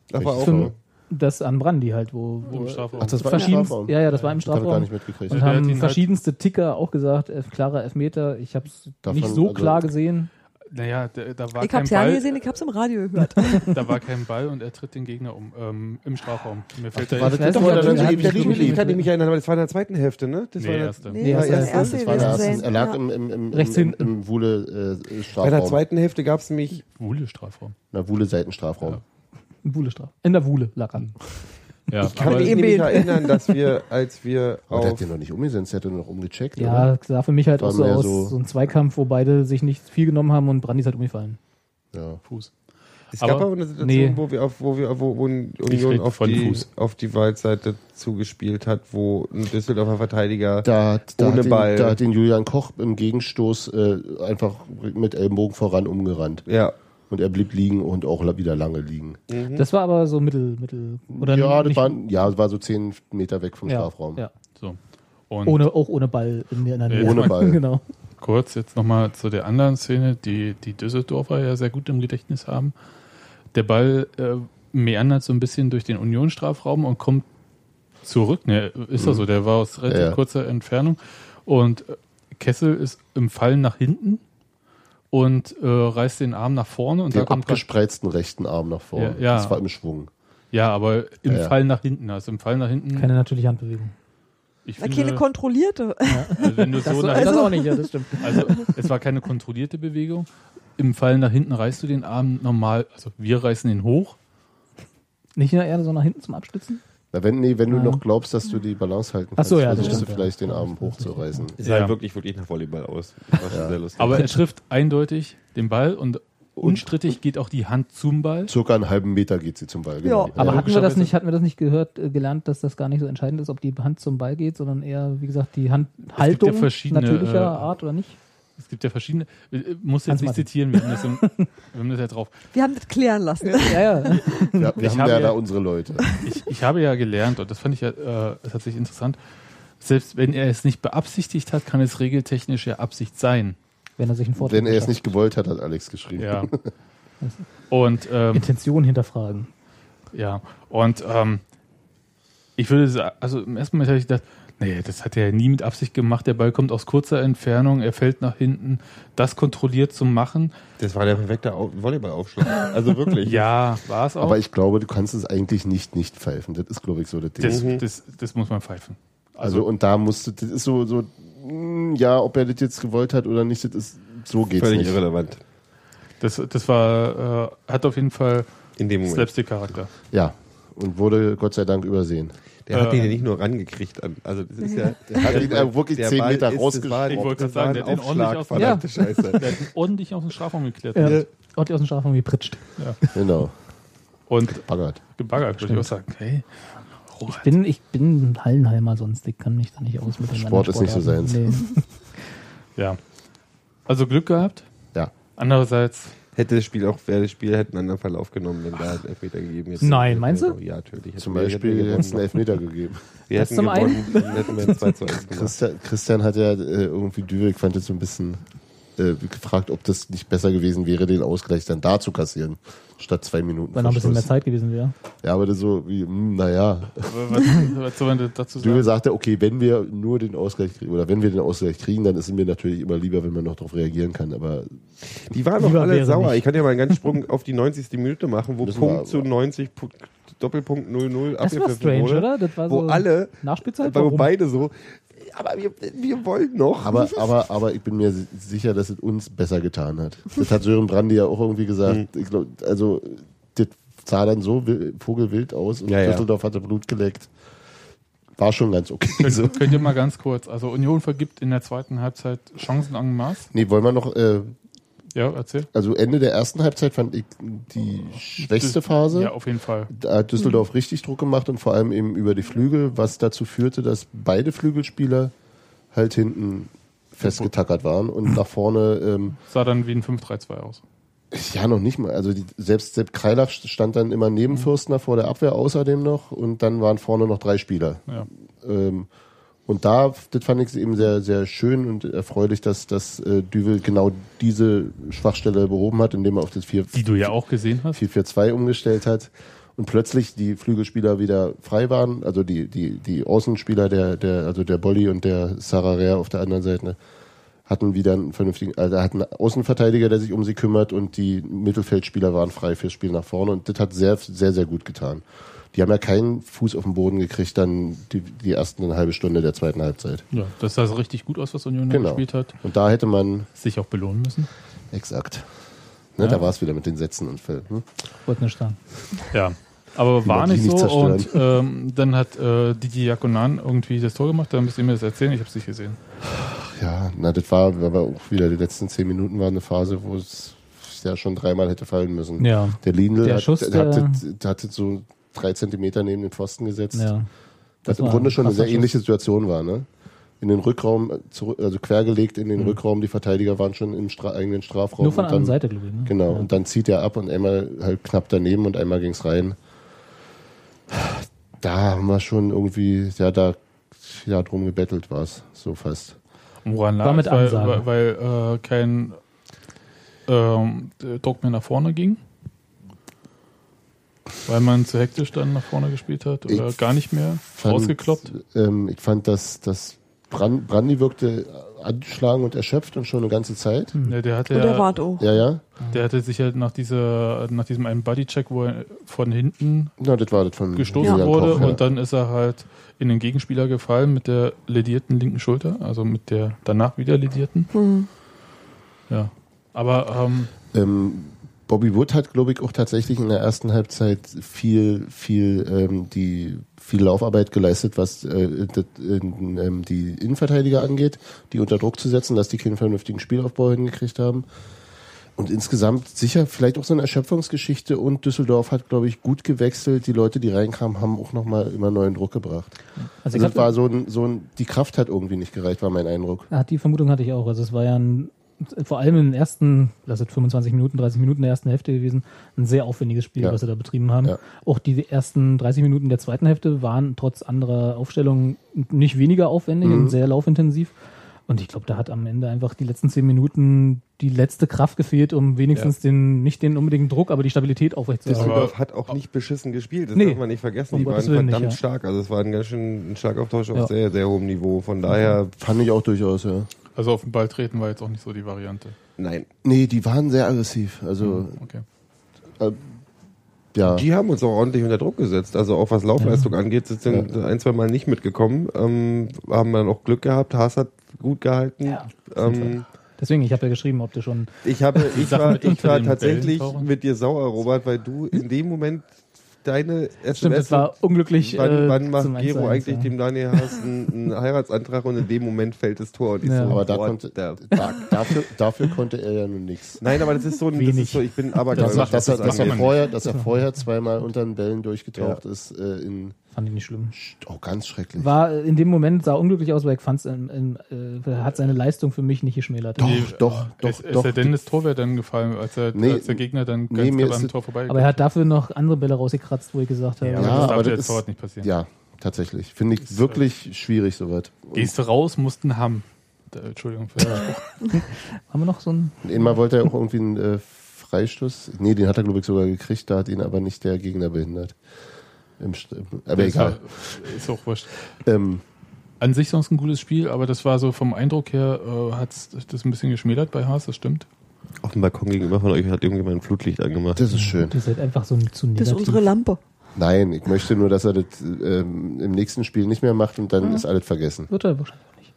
das war auch Fünf- so. Das an Brandi halt, wo... wo Im Strafraum. Ach, das war im verschiedenst- Strafraum. Ja, ja, das war im Ich habe gar Strafraum. nicht mitgekriegt. Und Der hat ihn haben halt- verschiedenste Ticker auch gesagt, elf, klarer Elfmeter. Ich habe es Davon- nicht so also- klar gesehen. Naja, da, da war Ich kein hab's ja nie Ball. gesehen, ich hab's im Radio gehört. Da war kein Ball und er tritt den Gegner um. Ähm, Im Strafraum. Mir fällt da war jetzt- das- Doch, war der dann Dübel- so hat ewig der liegen Dübel- geblieben. Ich hatte mich erinnert, aber das war in der zweiten Hälfte, ne? Das war Nee, in der- erste. Nee, Nee, das das war war das erste Das war der gewesen erste, sein. er lag Ja. im, im, im, Rechts im, hinten. im Wuhle äh, Bei der Strafraum. zweiten Hälfte gab es nämlich Wuhle Strafraum. Na, Wuhle Seitenstrafraum. In Wuhle Straf. In der Wuhle lag Mhm. an. Ja, Ich kann aber- mich Eben. nämlich erinnern, dass wir, als wir Aber der hat auf den noch nicht umgesetzt, der hat den noch umgecheckt. Ja, sah für mich halt War auch so mehr aus. so- So, ein Zweikampf, wo beide sich nicht viel genommen haben und Brandi ist halt umgefallen. Oder? ja. Fuß. Es gab Aber- aber eine Situation, Nee. wo wir auf, wo wir, wo, wo Union rede auf von die, Fuß. auf die Waldseite zugespielt hat, wo ein Düsseldorfer Verteidiger Da, hat, da, Ohne hat ihn, Ball. da hat ihn Julian Koch im Gegenstoß äh, einfach mit Ellenbogen voran umgerannt. ja, Und er blieb liegen und auch la- wieder lange liegen. Das war aber so mittel, mittel. Oder Mhm. ja, das nicht- war, ja, war so zehn Meter weg vom ja, Strafraum. Ja. So. Und Ohne, auch ohne Ball in der, in der Ja, Nähe. Ohne Ball. genau. kurz jetzt nochmal zu der anderen Szene, die die Düsseldorfer ja sehr gut im Gedächtnis haben. Der Ball äh, meandert so ein bisschen durch den Union-Strafraum und kommt zurück. Ne, ist er so, der war aus relativ Mhm. Ja, ja. kurzer Entfernung. Und äh, Kessel ist im Fallen nach hinten und äh, reißt den Arm nach vorne und da Den kommt abgespreizten rechten Arm nach vorne. Ja, ja. Das war im Schwung. Ja, aber im Ja, ja. Fall nach hinten. Also im Fall nach hinten. Keine natürliche Handbewegung. ich Na, finde, keine kontrollierte. also wenn du so nach das auch nicht, ja, das stimmt. Also es war keine kontrollierte Bewegung. Im Fall nach hinten reißt du den Arm normal, also wir reißen ihn hoch. Nicht in der Erde, sondern nach hinten zum Abstützen? Na, wenn, nee, wenn du Ja. noch glaubst, dass du die Balance halten Ach kannst, so, ja, das versuchst du stimmt, ja. vielleicht den Arm hochzureißen. Es Ja. sah halt wirklich, wirklich nach Volleyball aus. Das war schon sehr lustig. Aber er trifft eindeutig den Ball und unstrittig geht auch die Hand zum Ball. Circa einen halben Meter geht sie zum Ball. genau. Ja. Aber hatten wir das logischerweise. nicht, hatten wir das nicht gehört, äh, gelernt, dass das gar nicht so entscheidend ist, ob die Hand zum Ball geht, sondern eher, wie gesagt, die Handhaltung ja verschiedene, natürlicher äh, Art oder nicht? Es gibt ja verschiedene. äh, Muss jetzt Hans nicht Martin. zitieren, wir haben das, im, wir haben das ja drauf. Wir haben das klären lassen. Ja, ne? ja. Ja, wir Ich haben habe ja ja- da unsere Leute. Ich, ich habe ja gelernt, und das fand ich ja äh, tatsächlich interessant, selbst wenn er es nicht beabsichtigt hat, kann es regeltechnisch ja Absicht sein. Wenn er sich einen Vorteil Wenn er es nicht gewollt hat, hat Alex geschrieben. Ja. Und ähm, Intention hinterfragen. ja, und ähm, ich würde sagen, also im ersten Moment habe ich gedacht, nee, das hat er nie mit Absicht gemacht, der Ball kommt aus kurzer Entfernung, er fällt nach hinten, das kontrolliert zum Machen. das war der perfekte Au- Volleyballaufschlag. Also wirklich. Ja, war es auch. Aber ich glaube, du kannst es eigentlich nicht nicht pfeifen. Das ist, glaube ich, so das Ding. das, Mhm. das, das muss man pfeifen. also, und da musst du, das ist so, so, mm, ja, ob er das jetzt gewollt hat oder nicht, das ist, so geht's Völlig nicht. irrelevant. Das, das war, äh, hat auf jeden Fall In dem Moment. Slapstick-Charakter. Ja. Und wurde Gott sei Dank übersehen. Der hat Äh, den ja nicht nur rangekriegt. An, also das ist ja, der Hat ihn ja wirklich der zehn Ball Meter ist- das rausgeschickt. war ein- Ich wollte das gerade sagen, war der hat ein den ordentlich Aufschlag, aus- verdammte Scheiße. Der hat ihn ordentlich auf den Strafraum geklärt. Ja. Ordentlich aus dem Strafraum gepritscht. Genau. Und Baggert. gebaggert, würde ich auch sagen. Hey, Ich bin, ich bin ein Hallenheimer sonst, ich kann mich da nicht aus mit den Sport anderen ist nicht so Sportarten. seins. Nee. Ja. Also Glück gehabt. Ja. Andererseits, Hätte das Spiel auch, wäre das Spiel, hätte einen anderen Verlauf genommen, wenn da halt Elfmeter gegeben hätte. Nein, meinst du? Ja, natürlich. Zum Hätten wir- Beispiel hätten wir jetzt gewonnen. einen Elfmeter gegeben. Wir Das hätten zum gewonnen, dann hätten wir 2 zu 1 gemacht. Christian, Christian hat ja äh, irgendwie Düwig fand jetzt so ein bisschen äh, gefragt, ob das nicht besser gewesen wäre, den Ausgleich dann da zu kassieren, statt zwei Minuten. Wenn noch ein bisschen mehr Verstoß. Zeit gewesen wäre. Ja, aber das so wie, hm, naja. was, was soll man dazu Düwig sagen? sagte, okay, wenn wir nur den Ausgleich kriegen, oder wenn wir den Ausgleich kriegen, dann ist es mir natürlich immer lieber, wenn man noch darauf reagieren kann. Aber Die waren doch Lieber alle wäre sauer. nicht. Ich kann ja mal einen ganzen Sprung auf die 90. Minute machen, wo Müssen wir aber. Punkt zu 90, Punkt, Doppelpunkt 00 Das war strange, wurde. oder? Also, Das war Wo so alle, Nachspielzeit? wo Warum? beide so, aber wir, wir wollen noch. Aber, aber, aber ich bin mir si- sicher, dass es uns besser getan hat. Das hat Sören Brandi ja auch irgendwie Hm. gesagt. Ich glaub, also, das sah dann so wi- vogelwild aus und Ja, ja. Düsseldorf hatte Blut geleckt. War schon ganz okay. Könnt, So. könnt ihr mal ganz kurz. Also Union vergibt in der zweiten Halbzeit Chancen en masse. Nee, wollen wir noch, äh, Ja, erzähl. also Ende der ersten Halbzeit fand ich die schwächste Phase. Ja, auf jeden Fall. Da hat Düsseldorf richtig Druck gemacht und vor allem eben über die Flügel, was dazu führte, dass beide Flügelspieler halt hinten festgetackert waren und nach vorne ähm, Sah dann wie ein 5-3-2 aus. Ja, noch nicht mal. Also die, selbst Sepp Kreilach stand dann immer neben Fürstner vor der Abwehr außerdem noch und dann waren vorne noch drei Spieler. Ja. Ähm, und da, das fand ich eben sehr, sehr schön und erfreulich, dass, dass äh, Düvel genau diese Schwachstelle behoben hat, indem er auf das 4 Die du ja auch gesehen hast. 4-4-2 umgestellt hat und plötzlich die Flügelspieler wieder frei waren, also die, die, die Außenspieler, der, der, also der Bolli und der Sararea auf der anderen Seite, ne, hatten wieder einen vernünftigen, also hatten einen Außenverteidiger, der sich um sie kümmert und die Mittelfeldspieler waren frei fürs Spiel nach vorne und das hat sehr, sehr, sehr gut getan. Die haben ja keinen Fuß auf den Boden gekriegt, dann die, die ersten halbe Stunde der zweiten Halbzeit. Ja, das sah so richtig gut aus, was Union da Genau. gespielt hat. Und da hätte man, Sich auch belohnen müssen. exakt, ne, Ja. da war es wieder mit den Sätzen und Fällen. Hm? Wollte nicht sagen. Ja. Aber war Magie nicht nicht so. zerstören. Und ähm, dann hat äh, Didi Jakonan irgendwie das Tor gemacht. Dann müsst ihr mir das erzählen. Ich habe es nicht gesehen. Ja, na, das war aber auch wieder, die letzten zehn Minuten war eine Phase, wo es ja schon dreimal hätte fallen müssen. Ja. Der Lindl Der hat, Schuss, hat, der- hat, hat das so drei Zentimeter neben den Pfosten gesetzt. Ja. was das im war Grunde schon eine ein krasser sehr ähnliche Situation war, ne? In den Rückraum, äh, zurück, also quergelegt in den Rückraum, die Verteidiger waren schon im Stra eigenen Mhm. Strafraum. Nur von und einer dann- Seite, glaube ich. Ne? Genau, Ja. und dann zieht er ab und einmal halt knapp daneben und einmal ging's rein. Da haben wir schon irgendwie, ja, da, ja, drum gebettelt war's, so fast. Woran lag War mit es? weil, Ansage. weil, weil äh, kein ähm, der Druck mehr nach vorne ging? Weil man zu hektisch dann nach vorne gespielt hat oder Ich gar nicht mehr fand, rausgekloppt? Ähm, ich fand, dass, dass Brand, Brandi wirkte angeschlagen und erschöpft und schon eine ganze Zeit. Ja, der, hatte, Und er ja, wart auch. Ja, ja. der hatte sich halt nach, dieser, nach diesem einen Bodycheck, wo er von hinten Na, das war das von gestoßen Julian wurde Koch, Mhm. ja. und dann ist er halt in den Gegenspieler gefallen mit der ledierten linken Schulter, also mit der Mhm. danach wieder ledierten. Hm. Ja. Aber ähm, ähm, Bobby Wood hat, glaube ich, auch tatsächlich in der ersten Halbzeit viel, viel, ähm, die, viel Laufarbeit geleistet, was äh, das, ähm, ähm, die Innenverteidiger angeht, die unter Druck zu setzen, dass die keinen vernünftigen Spielaufbau hingekriegt haben. Und insgesamt sicher vielleicht auch so eine Erschöpfungsgeschichte und Düsseldorf hat, glaube ich, gut gewechselt. Die Leute, die reinkamen, haben auch nochmal immer neuen Druck gebracht. Also Also ich das hab, war so ein, so ein, die Kraft hat irgendwie nicht gereicht, war mein Eindruck. hat die Vermutung hatte ich auch. Also es war ja ein, vor allem in den ersten, das sind 25 Minuten, 30 Minuten der ersten Hälfte gewesen, ein sehr aufwendiges Spiel, Ja. was sie da betrieben haben. Ja. Auch die ersten 30 Minuten der zweiten Hälfte waren trotz anderer Aufstellungen nicht weniger aufwendig Mhm. und sehr laufintensiv. Und ich glaube, da hat am Ende einfach die letzten zehn Minuten die letzte Kraft gefehlt, um wenigstens den, nicht den unbedingten Druck, aber die Stabilität aufrechtzuerhalten. Düsseldorf hat auch nicht beschissen gespielt, das Nee. darf man nicht vergessen. Um Die waren Gottes Willen verdammt nicht, ja. stark. Also es war ein ganz schön ein Schlagauftausch auf Ja. sehr, sehr hohem Niveau. Von daher, Fand ich auch durchaus, ja. Also auf den Ball treten war jetzt auch nicht so die Variante. nein. Nee, die waren sehr aggressiv. Also, Okay. ja. Die haben uns auch ordentlich unter Druck gesetzt. Also auch was Laufleistung angeht, sind sie ein, zwei Mal nicht mitgekommen. Ähm, haben dann auch Glück gehabt. Haas hat gut gehalten. Ja, ähm, Deswegen, ich habe ja geschrieben, ob du schon ich habe, ich Sache war, mit unter ich war den tatsächlich Bällen, mit dir sauer, Robert, weil du in dem Moment deine SMS Stimmt, das war unglücklich. Wann, äh, wann zum macht Gero 1:1, eigentlich ja. dem Daniel Haas einen, einen Heiratsantrag und in dem Moment fällt das Tor? Und ich Ja. so, Aber da what konnte, the- da, dafür, dafür konnte er ja nun nichts. Nein, aber das ist so ein, das Wenig. ist so, ich bin aber Das Dass, macht- dass, er, dass, er angeht. vorher, dass er vorher zweimal unter den Bällen durchgetaucht ist, äh, in, Fand ich nicht schlimm. oh, ganz schrecklich. War äh, in dem Moment, sah unglücklich aus, weil ich fand's, in, in, äh, hat seine Leistung für mich nicht geschmälert. Doch, doch, doch, ist, ist doch. er denn das Tor wäre dann gefallen, als, er, Nee, als der Gegner dann nee, ganz mir knapp ist am es- Tor vorbei Aber er hat dafür noch andere Bälle rausgekratzt, wo ich gesagt habe, Ja, Ja, aber das darf aber ja das jetzt ist- dort nicht passieren. ja, tatsächlich. Finde ich wirklich schwierig soweit. Gehst du raus, musst einen haben. Da, Entschuldigung. Für haben wir noch so ein. Und einmal wollte er auch irgendwie einen äh, Freistoß. Nee, den hat er, glaube ich, sogar gekriegt. Da hat ihn aber nicht der Gegner behindert. Im, St- aber Ist egal. ja- Ist auch wurscht. Ähm, An sich sonst ein gutes Spiel, aber das war so vom Eindruck her, äh, hat das ein bisschen geschmälert bei Haas, das stimmt. Auf dem Balkon gegenüber von euch hat irgendjemand ein Flutlicht angemacht. das ist schön. Das ist halt einfach so ein zu Das ist negativ. unsere Lampe. Nein, ich möchte nur, dass er das ähm, im nächsten Spiel nicht mehr macht und dann ist alles vergessen. Wird er wahrscheinlich auch nicht.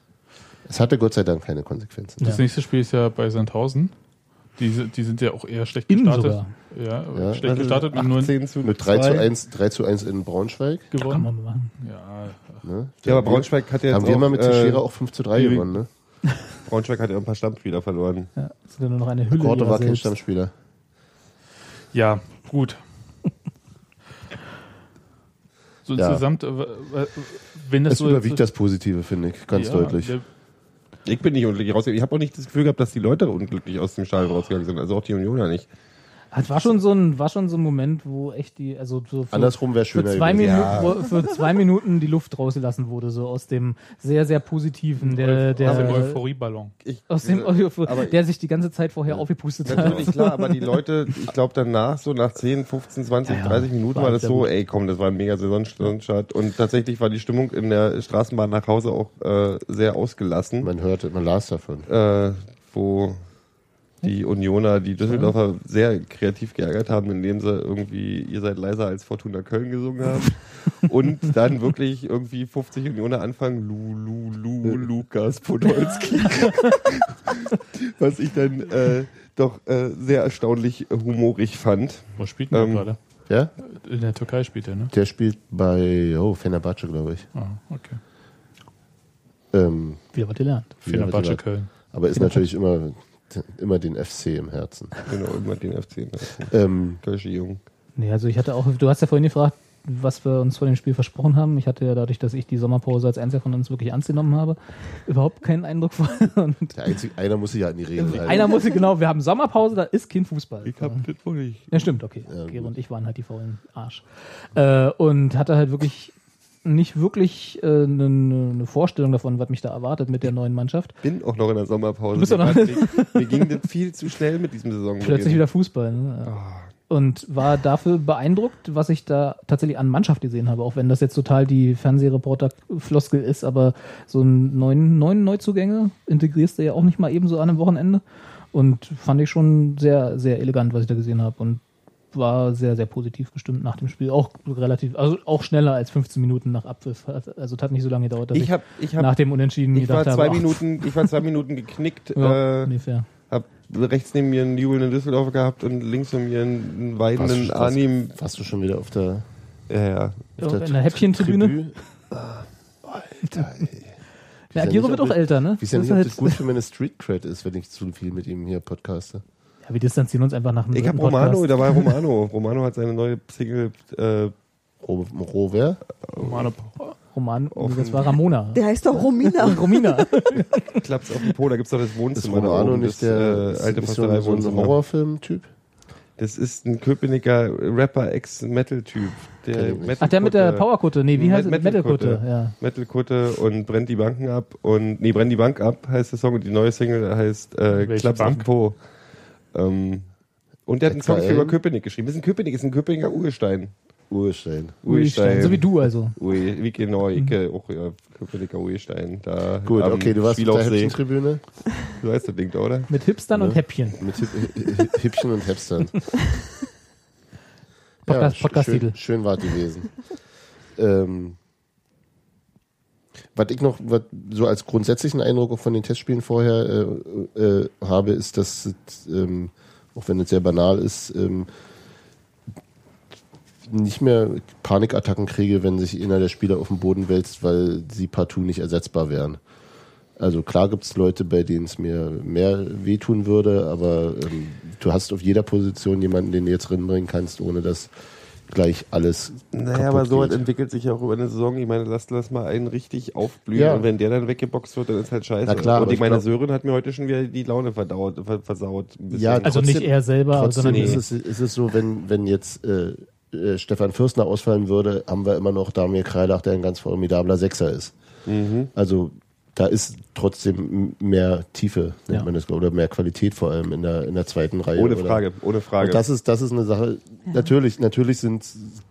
Es hatte Gott sei Dank keine Konsequenzen. Das Ja. nächste Spiel ist ja bei Sandhausen. Die, si- die sind ja auch eher schlecht Innen gestartet. sogar. Ja, Ja, also schlecht gestartet und nur 18 Also zu Mit 3 zu, zwei. 1, 3 zu 1 in Braunschweig. Kann gewonnen. man mal machen. Ja, ach, Ne? Ja, aber Braunschweig hat ja jetzt Haben wir auch, äh, mal mit Teixeira auch 5 zu 3 Jürgen- gewonnen. Ne? Braunschweig hat ja ein paar Stammspieler verloren. Ja, das ist ja nur noch eine Hülle. Korte ihrer war kein selbst. Stammspieler. ja gut. So Ja. insgesamt, äh, äh, wenn das, Es so überwiegt jetzt, das Positive, finde ich, ganz ja, deutlich. Der, Ich bin nicht unglücklich rausgegangen. Ich habe auch nicht das Gefühl gehabt, dass die Leute unglücklich aus dem Stadion rausgegangen sind. Also auch die Unioner nicht. Hat, war, schon so ein, war schon so ein Moment, wo echt die. Also so für, Andersrum wäre für schöner zwei, gewesen. Minuten, Ja. wo, für zwei Minuten die Luft rausgelassen wurde, so aus dem sehr, sehr positiven, der, Äh, der aus dem Euphorieballon. Ich, aus dem Euphorie, aber- der sich die ganze Zeit vorher aufgepustet hat. Natürlich, klar, aber die Leute, ich glaube danach, so nach 10, 15, 20, Ja, ja. 30 Minuten war War das sehr so, gut. ey komm, das war ein mega Saisonstart. Und tatsächlich war die Stimmung in der Straßenbahn nach Hause auch äh, sehr ausgelassen, Man hörte, man las davon. äh, wo die Unioner, die Düsseldorfer sehr kreativ geärgert haben, indem sie irgendwie Ihr seid leiser als Fortuna Köln gesungen haben. Und dann wirklich irgendwie 50 Unioner anfangen, Lu, Lu, Lu, Lukas Podolski. Was ich dann äh, doch äh, sehr erstaunlich humorig fand. Wo spielt denn der Ähm, gerade? Ja? In der Türkei spielt er, ne? Der spielt bei oh, Fenerbahce, glaube ich. Ah, okay. Ähm, Wieder was gelernt. Fenerbahce wird- Köln. aber ist natürlich immer, immer den FC im Herzen. Genau, immer den FC. Ähm, Kölsche Jung. Nee, also ich hatte auch, du hast ja vorhin gefragt, was wir uns vor dem Spiel versprochen haben. Ich hatte ja dadurch, dass ich die Sommerpause als einziger von uns wirklich ernst genommen habe, überhaupt keinen Eindruck von. Und der einzige, einer muss sich ja an die Regeln halten. einer musste, genau, wir haben Sommerpause, da ist kein Fußball. das wohl nicht. Ja, stimmt, okay. Gero und ich waren halt die faulen Arsch. Äh, und hatte halt wirklich nicht wirklich äh, eine eine Vorstellung davon, was mich da erwartet mit der neuen Mannschaft. Bin auch noch in der Sommerpause. Du bist doch noch- mir, mir ging das viel zu schnell mit diesem Saison. Plötzlich wieder Fußball. Ne? Oh. Und war dafür beeindruckt, was ich da tatsächlich an Mannschaft gesehen habe, auch wenn das jetzt total die Fernsehreporter-Floskel ist, aber so einen neuen, neuen Neuzugänge integrierst du ja auch nicht mal eben so an einem Wochenende. Und fand ich schon sehr, sehr elegant, was ich da gesehen habe. Und war sehr, sehr positiv gestimmt nach dem Spiel. Auch relativ, also auch schneller als 15 Minuten nach Abpfiff. Hat- Also es hat nicht so lange gedauert, dass ich, Ich habe ich hab nach dem Unentschieden Ich war gedacht zwei habe. Minuten, ich war zwei Minuten geknickt. ach, ja, äh, ungefähr. Hab rechts neben mir einen jubelnden Düsseldorfer gehabt und links neben mir einen weidenden warst, Arnim. warst du schon wieder auf der, Ja, ja. Ja, auf in der Häppchentribüne. Tribüne? Alter, Na, ey. Weiß ja Agiro nicht, wird ob auch das- älter, ne? Ich weiß ja Das nicht, ob ist halt- das gut für meine Street Cred ist, wenn ich zu viel mit ihm hier podcaste. ja, wir distanzieren uns einfach nach dem Ich dritten habe Romano, Podcast. da war Romano. Romano hat seine neue Single äh, Ro- Rover? Romano Roman, Offen. das war Ramona. Der heißt doch Romina. Romina. Klapps auf dem Po, da gibt's doch das Ist Wohnzimmer. da Romano oben, nicht das, der äh, alte ist nicht so ein, so ein Pastoreiwohnzimmer. Horrorfilm-Typ? Das ist ein Köpenicker Rapper, Ex-Metal-Typ. Kenn ich Der nicht. Metal Ach, der mit der Powerkutte. Nee, wie Met- heißt es? Metalkutte. Metalkutte. Ja. Metal-Kutte und brennt die Banken ab und nee, brennt die Bank ab heißt der Song und die neue Single heißt äh, Welche Klaps auf Bank? den Po. Ähm, und der hat einen Song XL? über Köpenick geschrieben. Das ist ein Köpenick, ist ein Köpenicker Urstein. Urstein. Ulstein. So wie du also. Ui, wie genau, ich äh, auch ja, Köpenicker Urstein. Da Gut, am okay, du warst auf der Spielaufsee. Häppchentribüne Du weißt das Ding, da, oder? Mit Hipstern und Ne? Häppchen. mit Hip- Hüppchen und Hepstern. Podcast- sch- Podcast-Titel. Schön, schön war gewesen. ähm, was ich noch was so als grundsätzlichen Eindruck auch von den Testspielen vorher äh, äh, habe, ist, dass, es, ähm, auch wenn es sehr banal ist, ähm, nicht mehr Panikattacken kriege, wenn sich einer der Spieler auf den Boden wälzt, weil sie partout nicht ersetzbar wären. Also klar gibt's Leute, bei denen es mir mehr wehtun würde, aber ähm, du hast auf jeder Position jemanden, den du jetzt reinbringen kannst, ohne dass gleich alles. Naja, kaputt aber sowas geht. entwickelt sich ja auch über eine Saison. Ich meine, lass, lass mal einen richtig aufblühen Ja. und wenn der dann weggeboxt wird, dann ist halt scheiße. Na klar, und aber ich ich meine, glaub- Sören hat mir heute schon wieder die Laune verdaut, ver, versaut. ein bisschen. Ja, Also Trotzdem- nicht er selber, Trotzdem sondern Ah, ist, es, ist es so, wenn, wenn jetzt äh, äh, Stefan Fürstner ausfallen würde, haben wir immer noch Damir Kreilach, der ein ganz formidabler Sechser ist. Mhm. Also da ist trotzdem m- mehr Tiefe, nennt Ja. man das, glaub- oder mehr Qualität vor allem in der, in der zweiten Reihe. ohne oder- Frage, ohne Frage. Und das ist, das ist eine Sache. Natürlich, natürlich sind,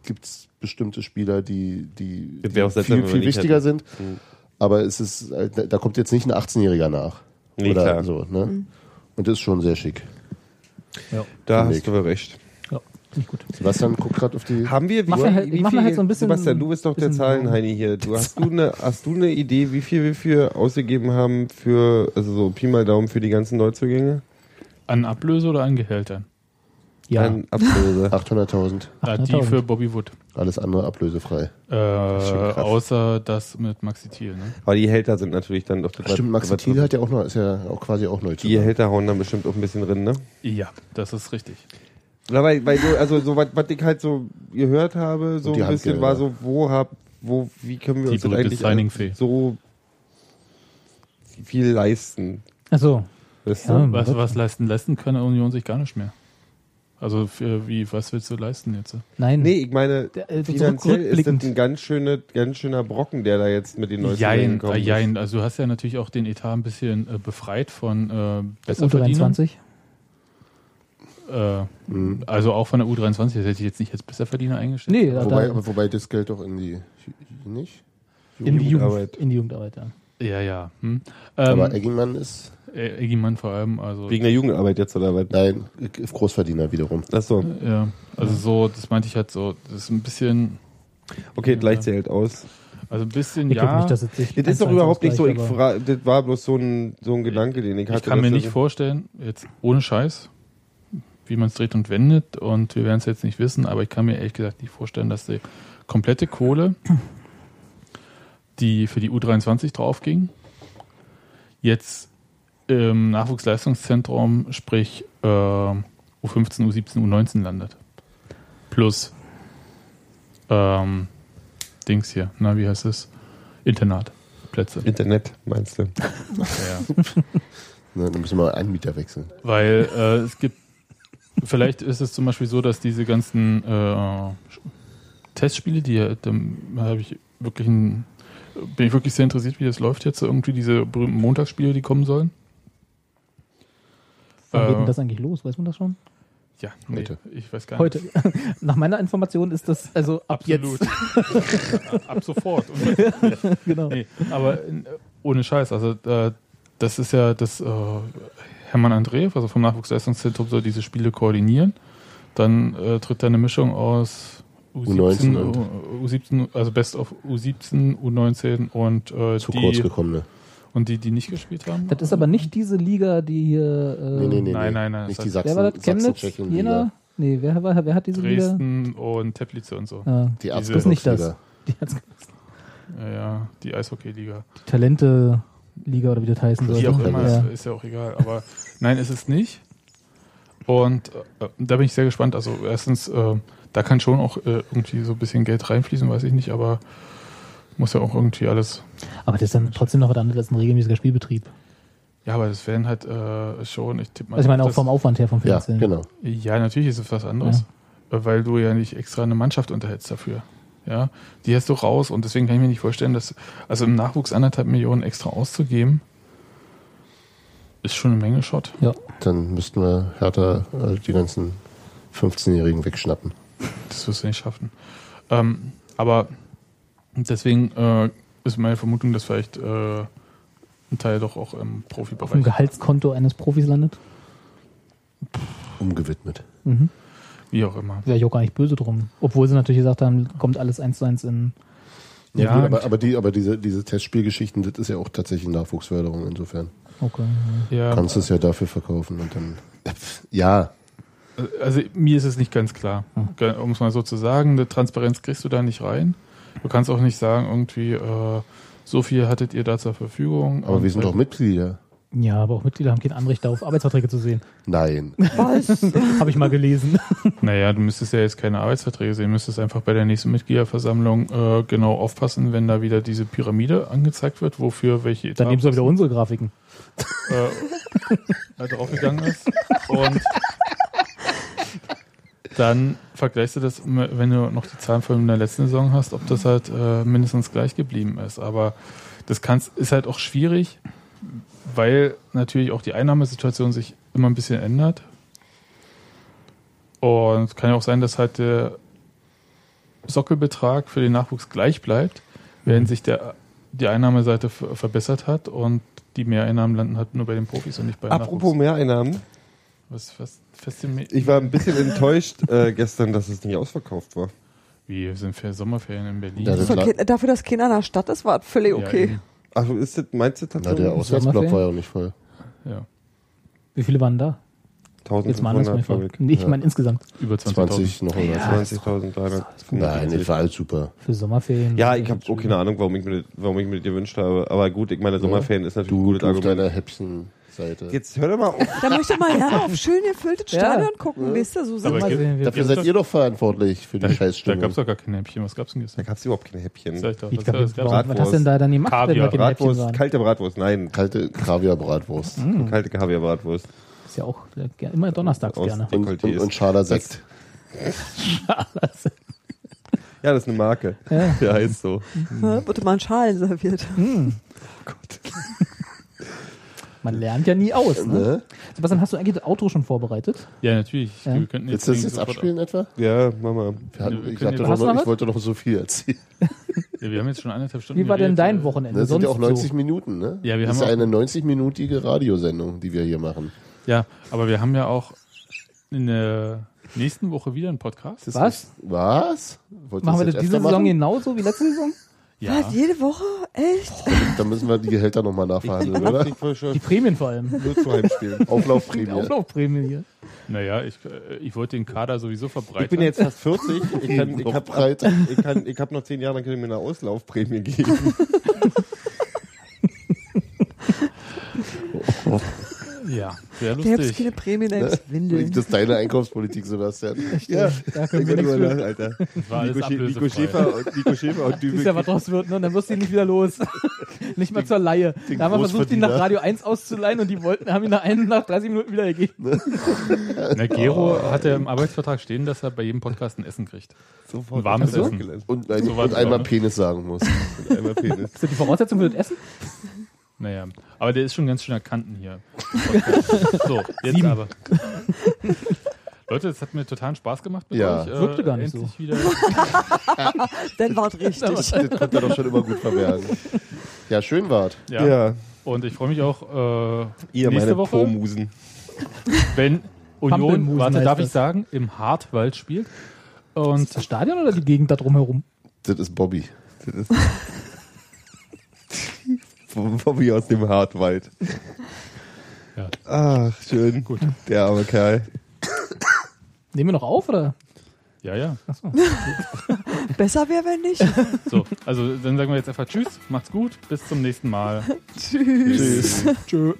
gibt's bestimmte Spieler, die, die, Das wäre auch die seltsam, wenn viel, wir viel nicht wichtiger hätten. Mhm. sind. Aber es ist, äh, da da kommt jetzt nicht ein 18-Jähriger nach. Nee, oder klar. so, ne? Und das ist schon sehr schick. da Weg. hast du aber recht. Ja, nicht gut. Sebastian guckt gerade auf die. Haben wir, Mach mir halt- mach mir halt so ein bisschen- Sebastian, du bist doch der bisschen- Zahlenheini hier. Du, hast, du eine, hast du eine Idee, wie viel wir für ausgegeben haben für, also so Pi mal Daumen für die ganzen Neuzugänge? An Ablöse oder an Gehältern? Ja, An Ablöse. 800.000. Äh, die 800.000. für Bobby Wood. Alles andere ablösefrei. Äh, schon krass. außer das mit Maxi Thiel. Ne? Aber die Hälter sind natürlich dann doch... das- Stimmt, Max was- Thiel hat ja auch noch, ist ja auch quasi auch neu. Die Hälter hauen dann bestimmt auch ein bisschen drin, ne? Ja, das ist richtig. Na, weil, weil so, also so was, was ich halt so gehört habe, so Und die ein bisschen Handgelder. war so, wo hab, wo, wie können wir Die uns das berühmte eigentlich Signing-Fee. so viel leisten? also Weißt Ja. du? Was, Gott. was leisten lassen kann Union sich gar nicht mehr. Also für, wie, was willst du leisten jetzt? nein. Nee, ich meine, Der, äh, so finanziell ist das rückblickend. ein ganz, schöne, ganz schöner Brocken, der da jetzt mit den neuen Jein, kommt. äh, jein. Also du hast ja natürlich auch den Etat ein bisschen äh, befreit von äh, Besserverdienern. U23. Äh, Also auch von der U23, das hätte ich jetzt nicht als Besserverdiener eingestellt. Nee, da, Wobei, da- aber wobei das Geld doch in die. Nicht? in die Jugend, Jugendarbeit. in die Jugendarbeit, ja. Ja, ja. Hm. Aber Ähm, Eggimann ist. Ä- Eggimann vor allem, also Wegen der Jugendarbeit jetzt oder was? Nein, Großverdiener wiederum. Achso, ja, also so, das meinte ich halt so, das ist ein bisschen, okay, gleich zählt aus. also ein bisschen, Ich glaub ja, nicht, dass es sich Das eins ist zu doch eins überhaupt nicht so, ich ausgleicht, aber- fra das war bloß so ein, so ein Gedanke, den ich hatte. ich kann mir dass nicht das- also vorstellen, jetzt ohne Scheiß, wie man es dreht und wendet und wir werden es jetzt nicht wissen, aber ich kann mir ehrlich gesagt nicht vorstellen, dass die komplette Kohle, die für die U23 draufging, jetzt im Nachwuchsleistungszentrum, sprich äh, U15, U17, U19 landet. Plus ähm, Dings hier, na wie heißt es? Internat. Plätze. Internet, meinst du? Ja. Ne, Dann müssen wir einen Mieter wechseln. Weil äh, es gibt, vielleicht ist es zum Beispiel so, dass diese ganzen äh, Sch- Testspiele, die ja, da habe ich wirklich ein, bin ich wirklich sehr interessiert, wie das läuft jetzt, irgendwie diese berühmten Montagsspiele, die kommen sollen. Wann geht denn Äh, das eigentlich los? Weiß man das schon? Ja, nee, Heute. ich weiß gar nicht. Heute. Nach meiner Information ist das also ab Absolut. Ab sofort. Und jetzt. Genau. Nee, aber äh, ohne Scheiß, also äh, das ist ja das äh, Hermann Andreev, also vom Nachwuchsleistungszentrum soll diese Spiele koordinieren. Dann äh, tritt da eine Mischung aus U17, U19 und- U- U17 also Best of U17, U19 und äh, Zu kurz die gekommene. Und die, die nicht gespielt haben? Das ist aber nicht diese Liga, die hier. Äh, Nee, nee, nee. Nein, nee. nein, nein, Nicht das die hat- Sachsen, Wer war das? Chemnitz? Sachsen-Tschechien-Liga. Jena? Nee, wer, war, wer hat diese Liga? Dresden und Teplice und so. Ah, Die Das Abwehr ist nicht das. Liga. Die, hat's- Ja, ja die Eishockey-Liga. die Talente-Liga oder wie das heißen soll. Wie auch immer, Ja. ist, ist ja auch egal. Aber nein, ist es nicht. Und äh, da bin ich sehr gespannt. Also erstens, äh, da kann schon auch äh, irgendwie so ein bisschen Geld reinfließen, weiß ich nicht, aber muss ja auch irgendwie alles. Aber das ist dann trotzdem noch was anderes als ein regelmäßiger Spielbetrieb. Ja, aber das wären halt äh, schon, ich tippe mal. Also ich meine auch das- vom Aufwand her, vom Ja, Finanziellen. genau. Ja, natürlich ist es was anderes. Äh, Weil du ja nicht extra eine Mannschaft unterhältst dafür. Ja, die hast du raus und deswegen kann ich mir nicht vorstellen, dass, also im Nachwuchs anderthalb Millionen extra auszugeben, ist schon eine Menge Schott. Dann müssten wir härter äh, die ganzen 15-Jährigen wegschnappen. Das wirst du nicht schaffen. Ähm, aber deswegen äh, ist meine Vermutung, dass vielleicht äh, ein Teil doch auch Auf im dem Profibereich. Gehaltskonto eines Profis landet. Umgewidmet. Mhm. Wie auch immer. Wäre ich auch gar nicht böse drum. Obwohl sie natürlich gesagt haben, kommt alles eins zu eins in. Ja, Ja, gut, und- aber, aber, die, aber diese, diese Testspielgeschichten, das ist ja auch tatsächlich Nachwuchsförderung insofern. Okay. Ja, Kannst du es ja dafür verkaufen und dann. Ja, also mir ist es nicht ganz klar. Hm. Ge- Um es mal so zu sagen, eine Transparenz kriegst du da nicht rein. Du kannst auch nicht sagen, irgendwie, äh, so viel hattet ihr da zur Verfügung. äh, aber wir sind doch Mitglieder. Ja, aber auch Mitglieder haben kein Anrecht darauf, Arbeitsverträge zu sehen. Nein. Was? Habe ich mal gelesen. Naja, du müsstest ja jetzt keine Arbeitsverträge sehen, du müsstest einfach bei der nächsten Mitgliederversammlung äh, genau aufpassen, wenn da wieder diese Pyramide angezeigt wird, wofür welche Dann nehmen sie wieder unsere Grafiken. äh, halt draufgegangen ist. Und dann vergleichst du das, wenn du noch die Zahlen von der letzten Saison hast, ob das halt äh, mindestens gleich geblieben ist. Aber das kannst, ist halt auch schwierig, weil natürlich auch die Einnahmesituation sich immer ein bisschen ändert. Und kann ja auch sein, dass halt der Sockelbetrag für den Nachwuchs gleich bleibt, während sich der, die Einnahmeseite ver- verbessert hat und die Mehreinnahmen landen halt nur bei den Profis und nicht bei Apropos Mehreinnahmen. Was, was, festgeme- Ich war ein bisschen enttäuscht äh, gestern, dass es nicht ausverkauft war. Wie sind für Sommerferien in Berlin? Ja, Das ist doch kein- dafür, dass kein anderer Stadt ist, war völlig Ja, okay. eben. Also ist das, meinst du Na, der tatsächlich? Auswärtsblock war ja auch nicht voll. Ja, Wie viele waren da? Jetzt mal 1500 anders gefragt. Fabrik. Nee, ich Ja. meine insgesamt. über 20.000. 20 noch oder Ja. 20.300. Nein, ich war alles super. Für Sommerferien. Ja, ich habe auch keine Ahnung, warum ich, mir das, warum ich mir das gewünscht habe. Aber gut, ich meine, Sommerferien ist natürlich ein Du, gutes du auf Argument. deiner Häppchenseite. Jetzt hör doch mal auf. Da möchte man ja auf schön gefülltes Ja. Stadion gucken, weißt du, so sind Aber wir. Mal gibt- sehen, wie- Dafür seid ihr doch verantwortlich für die Da Scheißstimmung. gab es doch gar kein Häppchen. Was gab es denn Da gestern? gab es überhaupt keine Häppchen. Sag ich doch, Wie, das- glaub, das jetzt, gab's- warum, was hast du denn da dann gemacht, wenn wir Kaviar, kein Häppchen Bratwurst, waren? kalte Bratwurst. Nein, Kalte Kaviar-Bratwurst. Mhm. Hm. kalte Kaviar-Bratwurst. Ist ja auch äh, ger- immer donnerstags Aus- gerne. Und, Dekolleté und, ist- und schaler Sekt. Ja, das ist eine Marke. Ja. Der heißt so. Ne? Wurde mal in Schalen serviert. Man lernt ja nie aus. Ne? Ne? Sebastian, hast du eigentlich das Auto schon vorbereitet? Ja, natürlich. Ja. Wir könnten Willst du das Ding jetzt sofort abspielen etwa? Ja, Mama. Wir hatten, wir können ich, jetzt- hatte noch, Hast du noch ich was? wollte noch so viel erzählen. Ja, wir haben jetzt schon anderthalb Stunden. Wie war denn geredet. dein Wochenende? Das sind ja auch 90 so? Minuten, ne? Ja, wir das haben ist auch- eine 90-minütige Radiosendung, die wir hier machen. Ja, aber wir haben ja auch in der nächsten Woche wieder einen Podcast. Was? Was? Wollt ihr Machen wir jetzt das diese öfter Saison genauso wie letzte Saison? Ja. Was, jede Woche? Echt? Dann müssen wir die Gehälter nochmal nachverhandeln, oder? Die Prämien vor allem. Nur zu Heimspielen. Die Auflaufprämie. Auflaufprämie hier. Naja, ich, äh, ich wollte den Kader sowieso verbreitern. Ich bin jetzt fast 40. Ich, kann, ich Noch habe ab, breiter. ich kann, ich hab noch 10 Jahre, dann können ich mir eine Auslaufprämie geben. Ja, sehr Du hättest lustig. keine Prämie, nein, ich Ne? Windeln. Das ist deine Einkaufspolitik, Sebastian. Ja, da können wir Denk nichts mal drüber für. nach, Alter. Das war alles Nico, Schä- ablösefrei. Nico Schäfer und Nico Schäfer und Siehst ja, was Dübel. draus wird, ne? Dann wirst du ihn nicht wieder los. nicht mal zur Laie. den Da haben wir versucht, ihn Großverdiener. nach Radio 1 auszuleihen und die wollten, haben ihn nach, einem, nach 30 Minuten wieder Ne. gegeben. Na, Gero hat ja im Arbeitsvertrag stehen, dass er bei jedem Podcast ein Essen kriegt. Sofort Warmes Ach so? Essen. Und, ein, So war's und einmal aber. Penis sagen muss. Einmal Penis. Ist das die Voraussetzung für das Essen? Naja, aber der ist schon ganz schön erkannten hier. so, jetzt aber. Leute, es hat mir totalen Spaß gemacht mit Ja. euch. Äh, Wirkte gar nicht endlich so. Wieder. Dann war's richtig. Das konnte er doch schon immer gut verbergen. Ja, schön wart. Ja. Ja. Und ich freue mich auch äh, Ihr nächste meine Woche, Promusen. wenn Union, Pampelmusen warte, heißt darf ich das. sagen, im Hartwald spielt. Und Das Stadion oder die Gegend da drumherum? Das ist Bobby. Das ist Bobby aus dem Hartwald. Ja. Ach, schön. Gut. Der arme Kerl. Nehmen wir noch auf, oder? Ja, ja. Achso. Besser wäre, wenn nicht. So, also dann sagen wir jetzt einfach Tschüss, macht's gut, bis zum nächsten Mal. Tschüss. Tschö.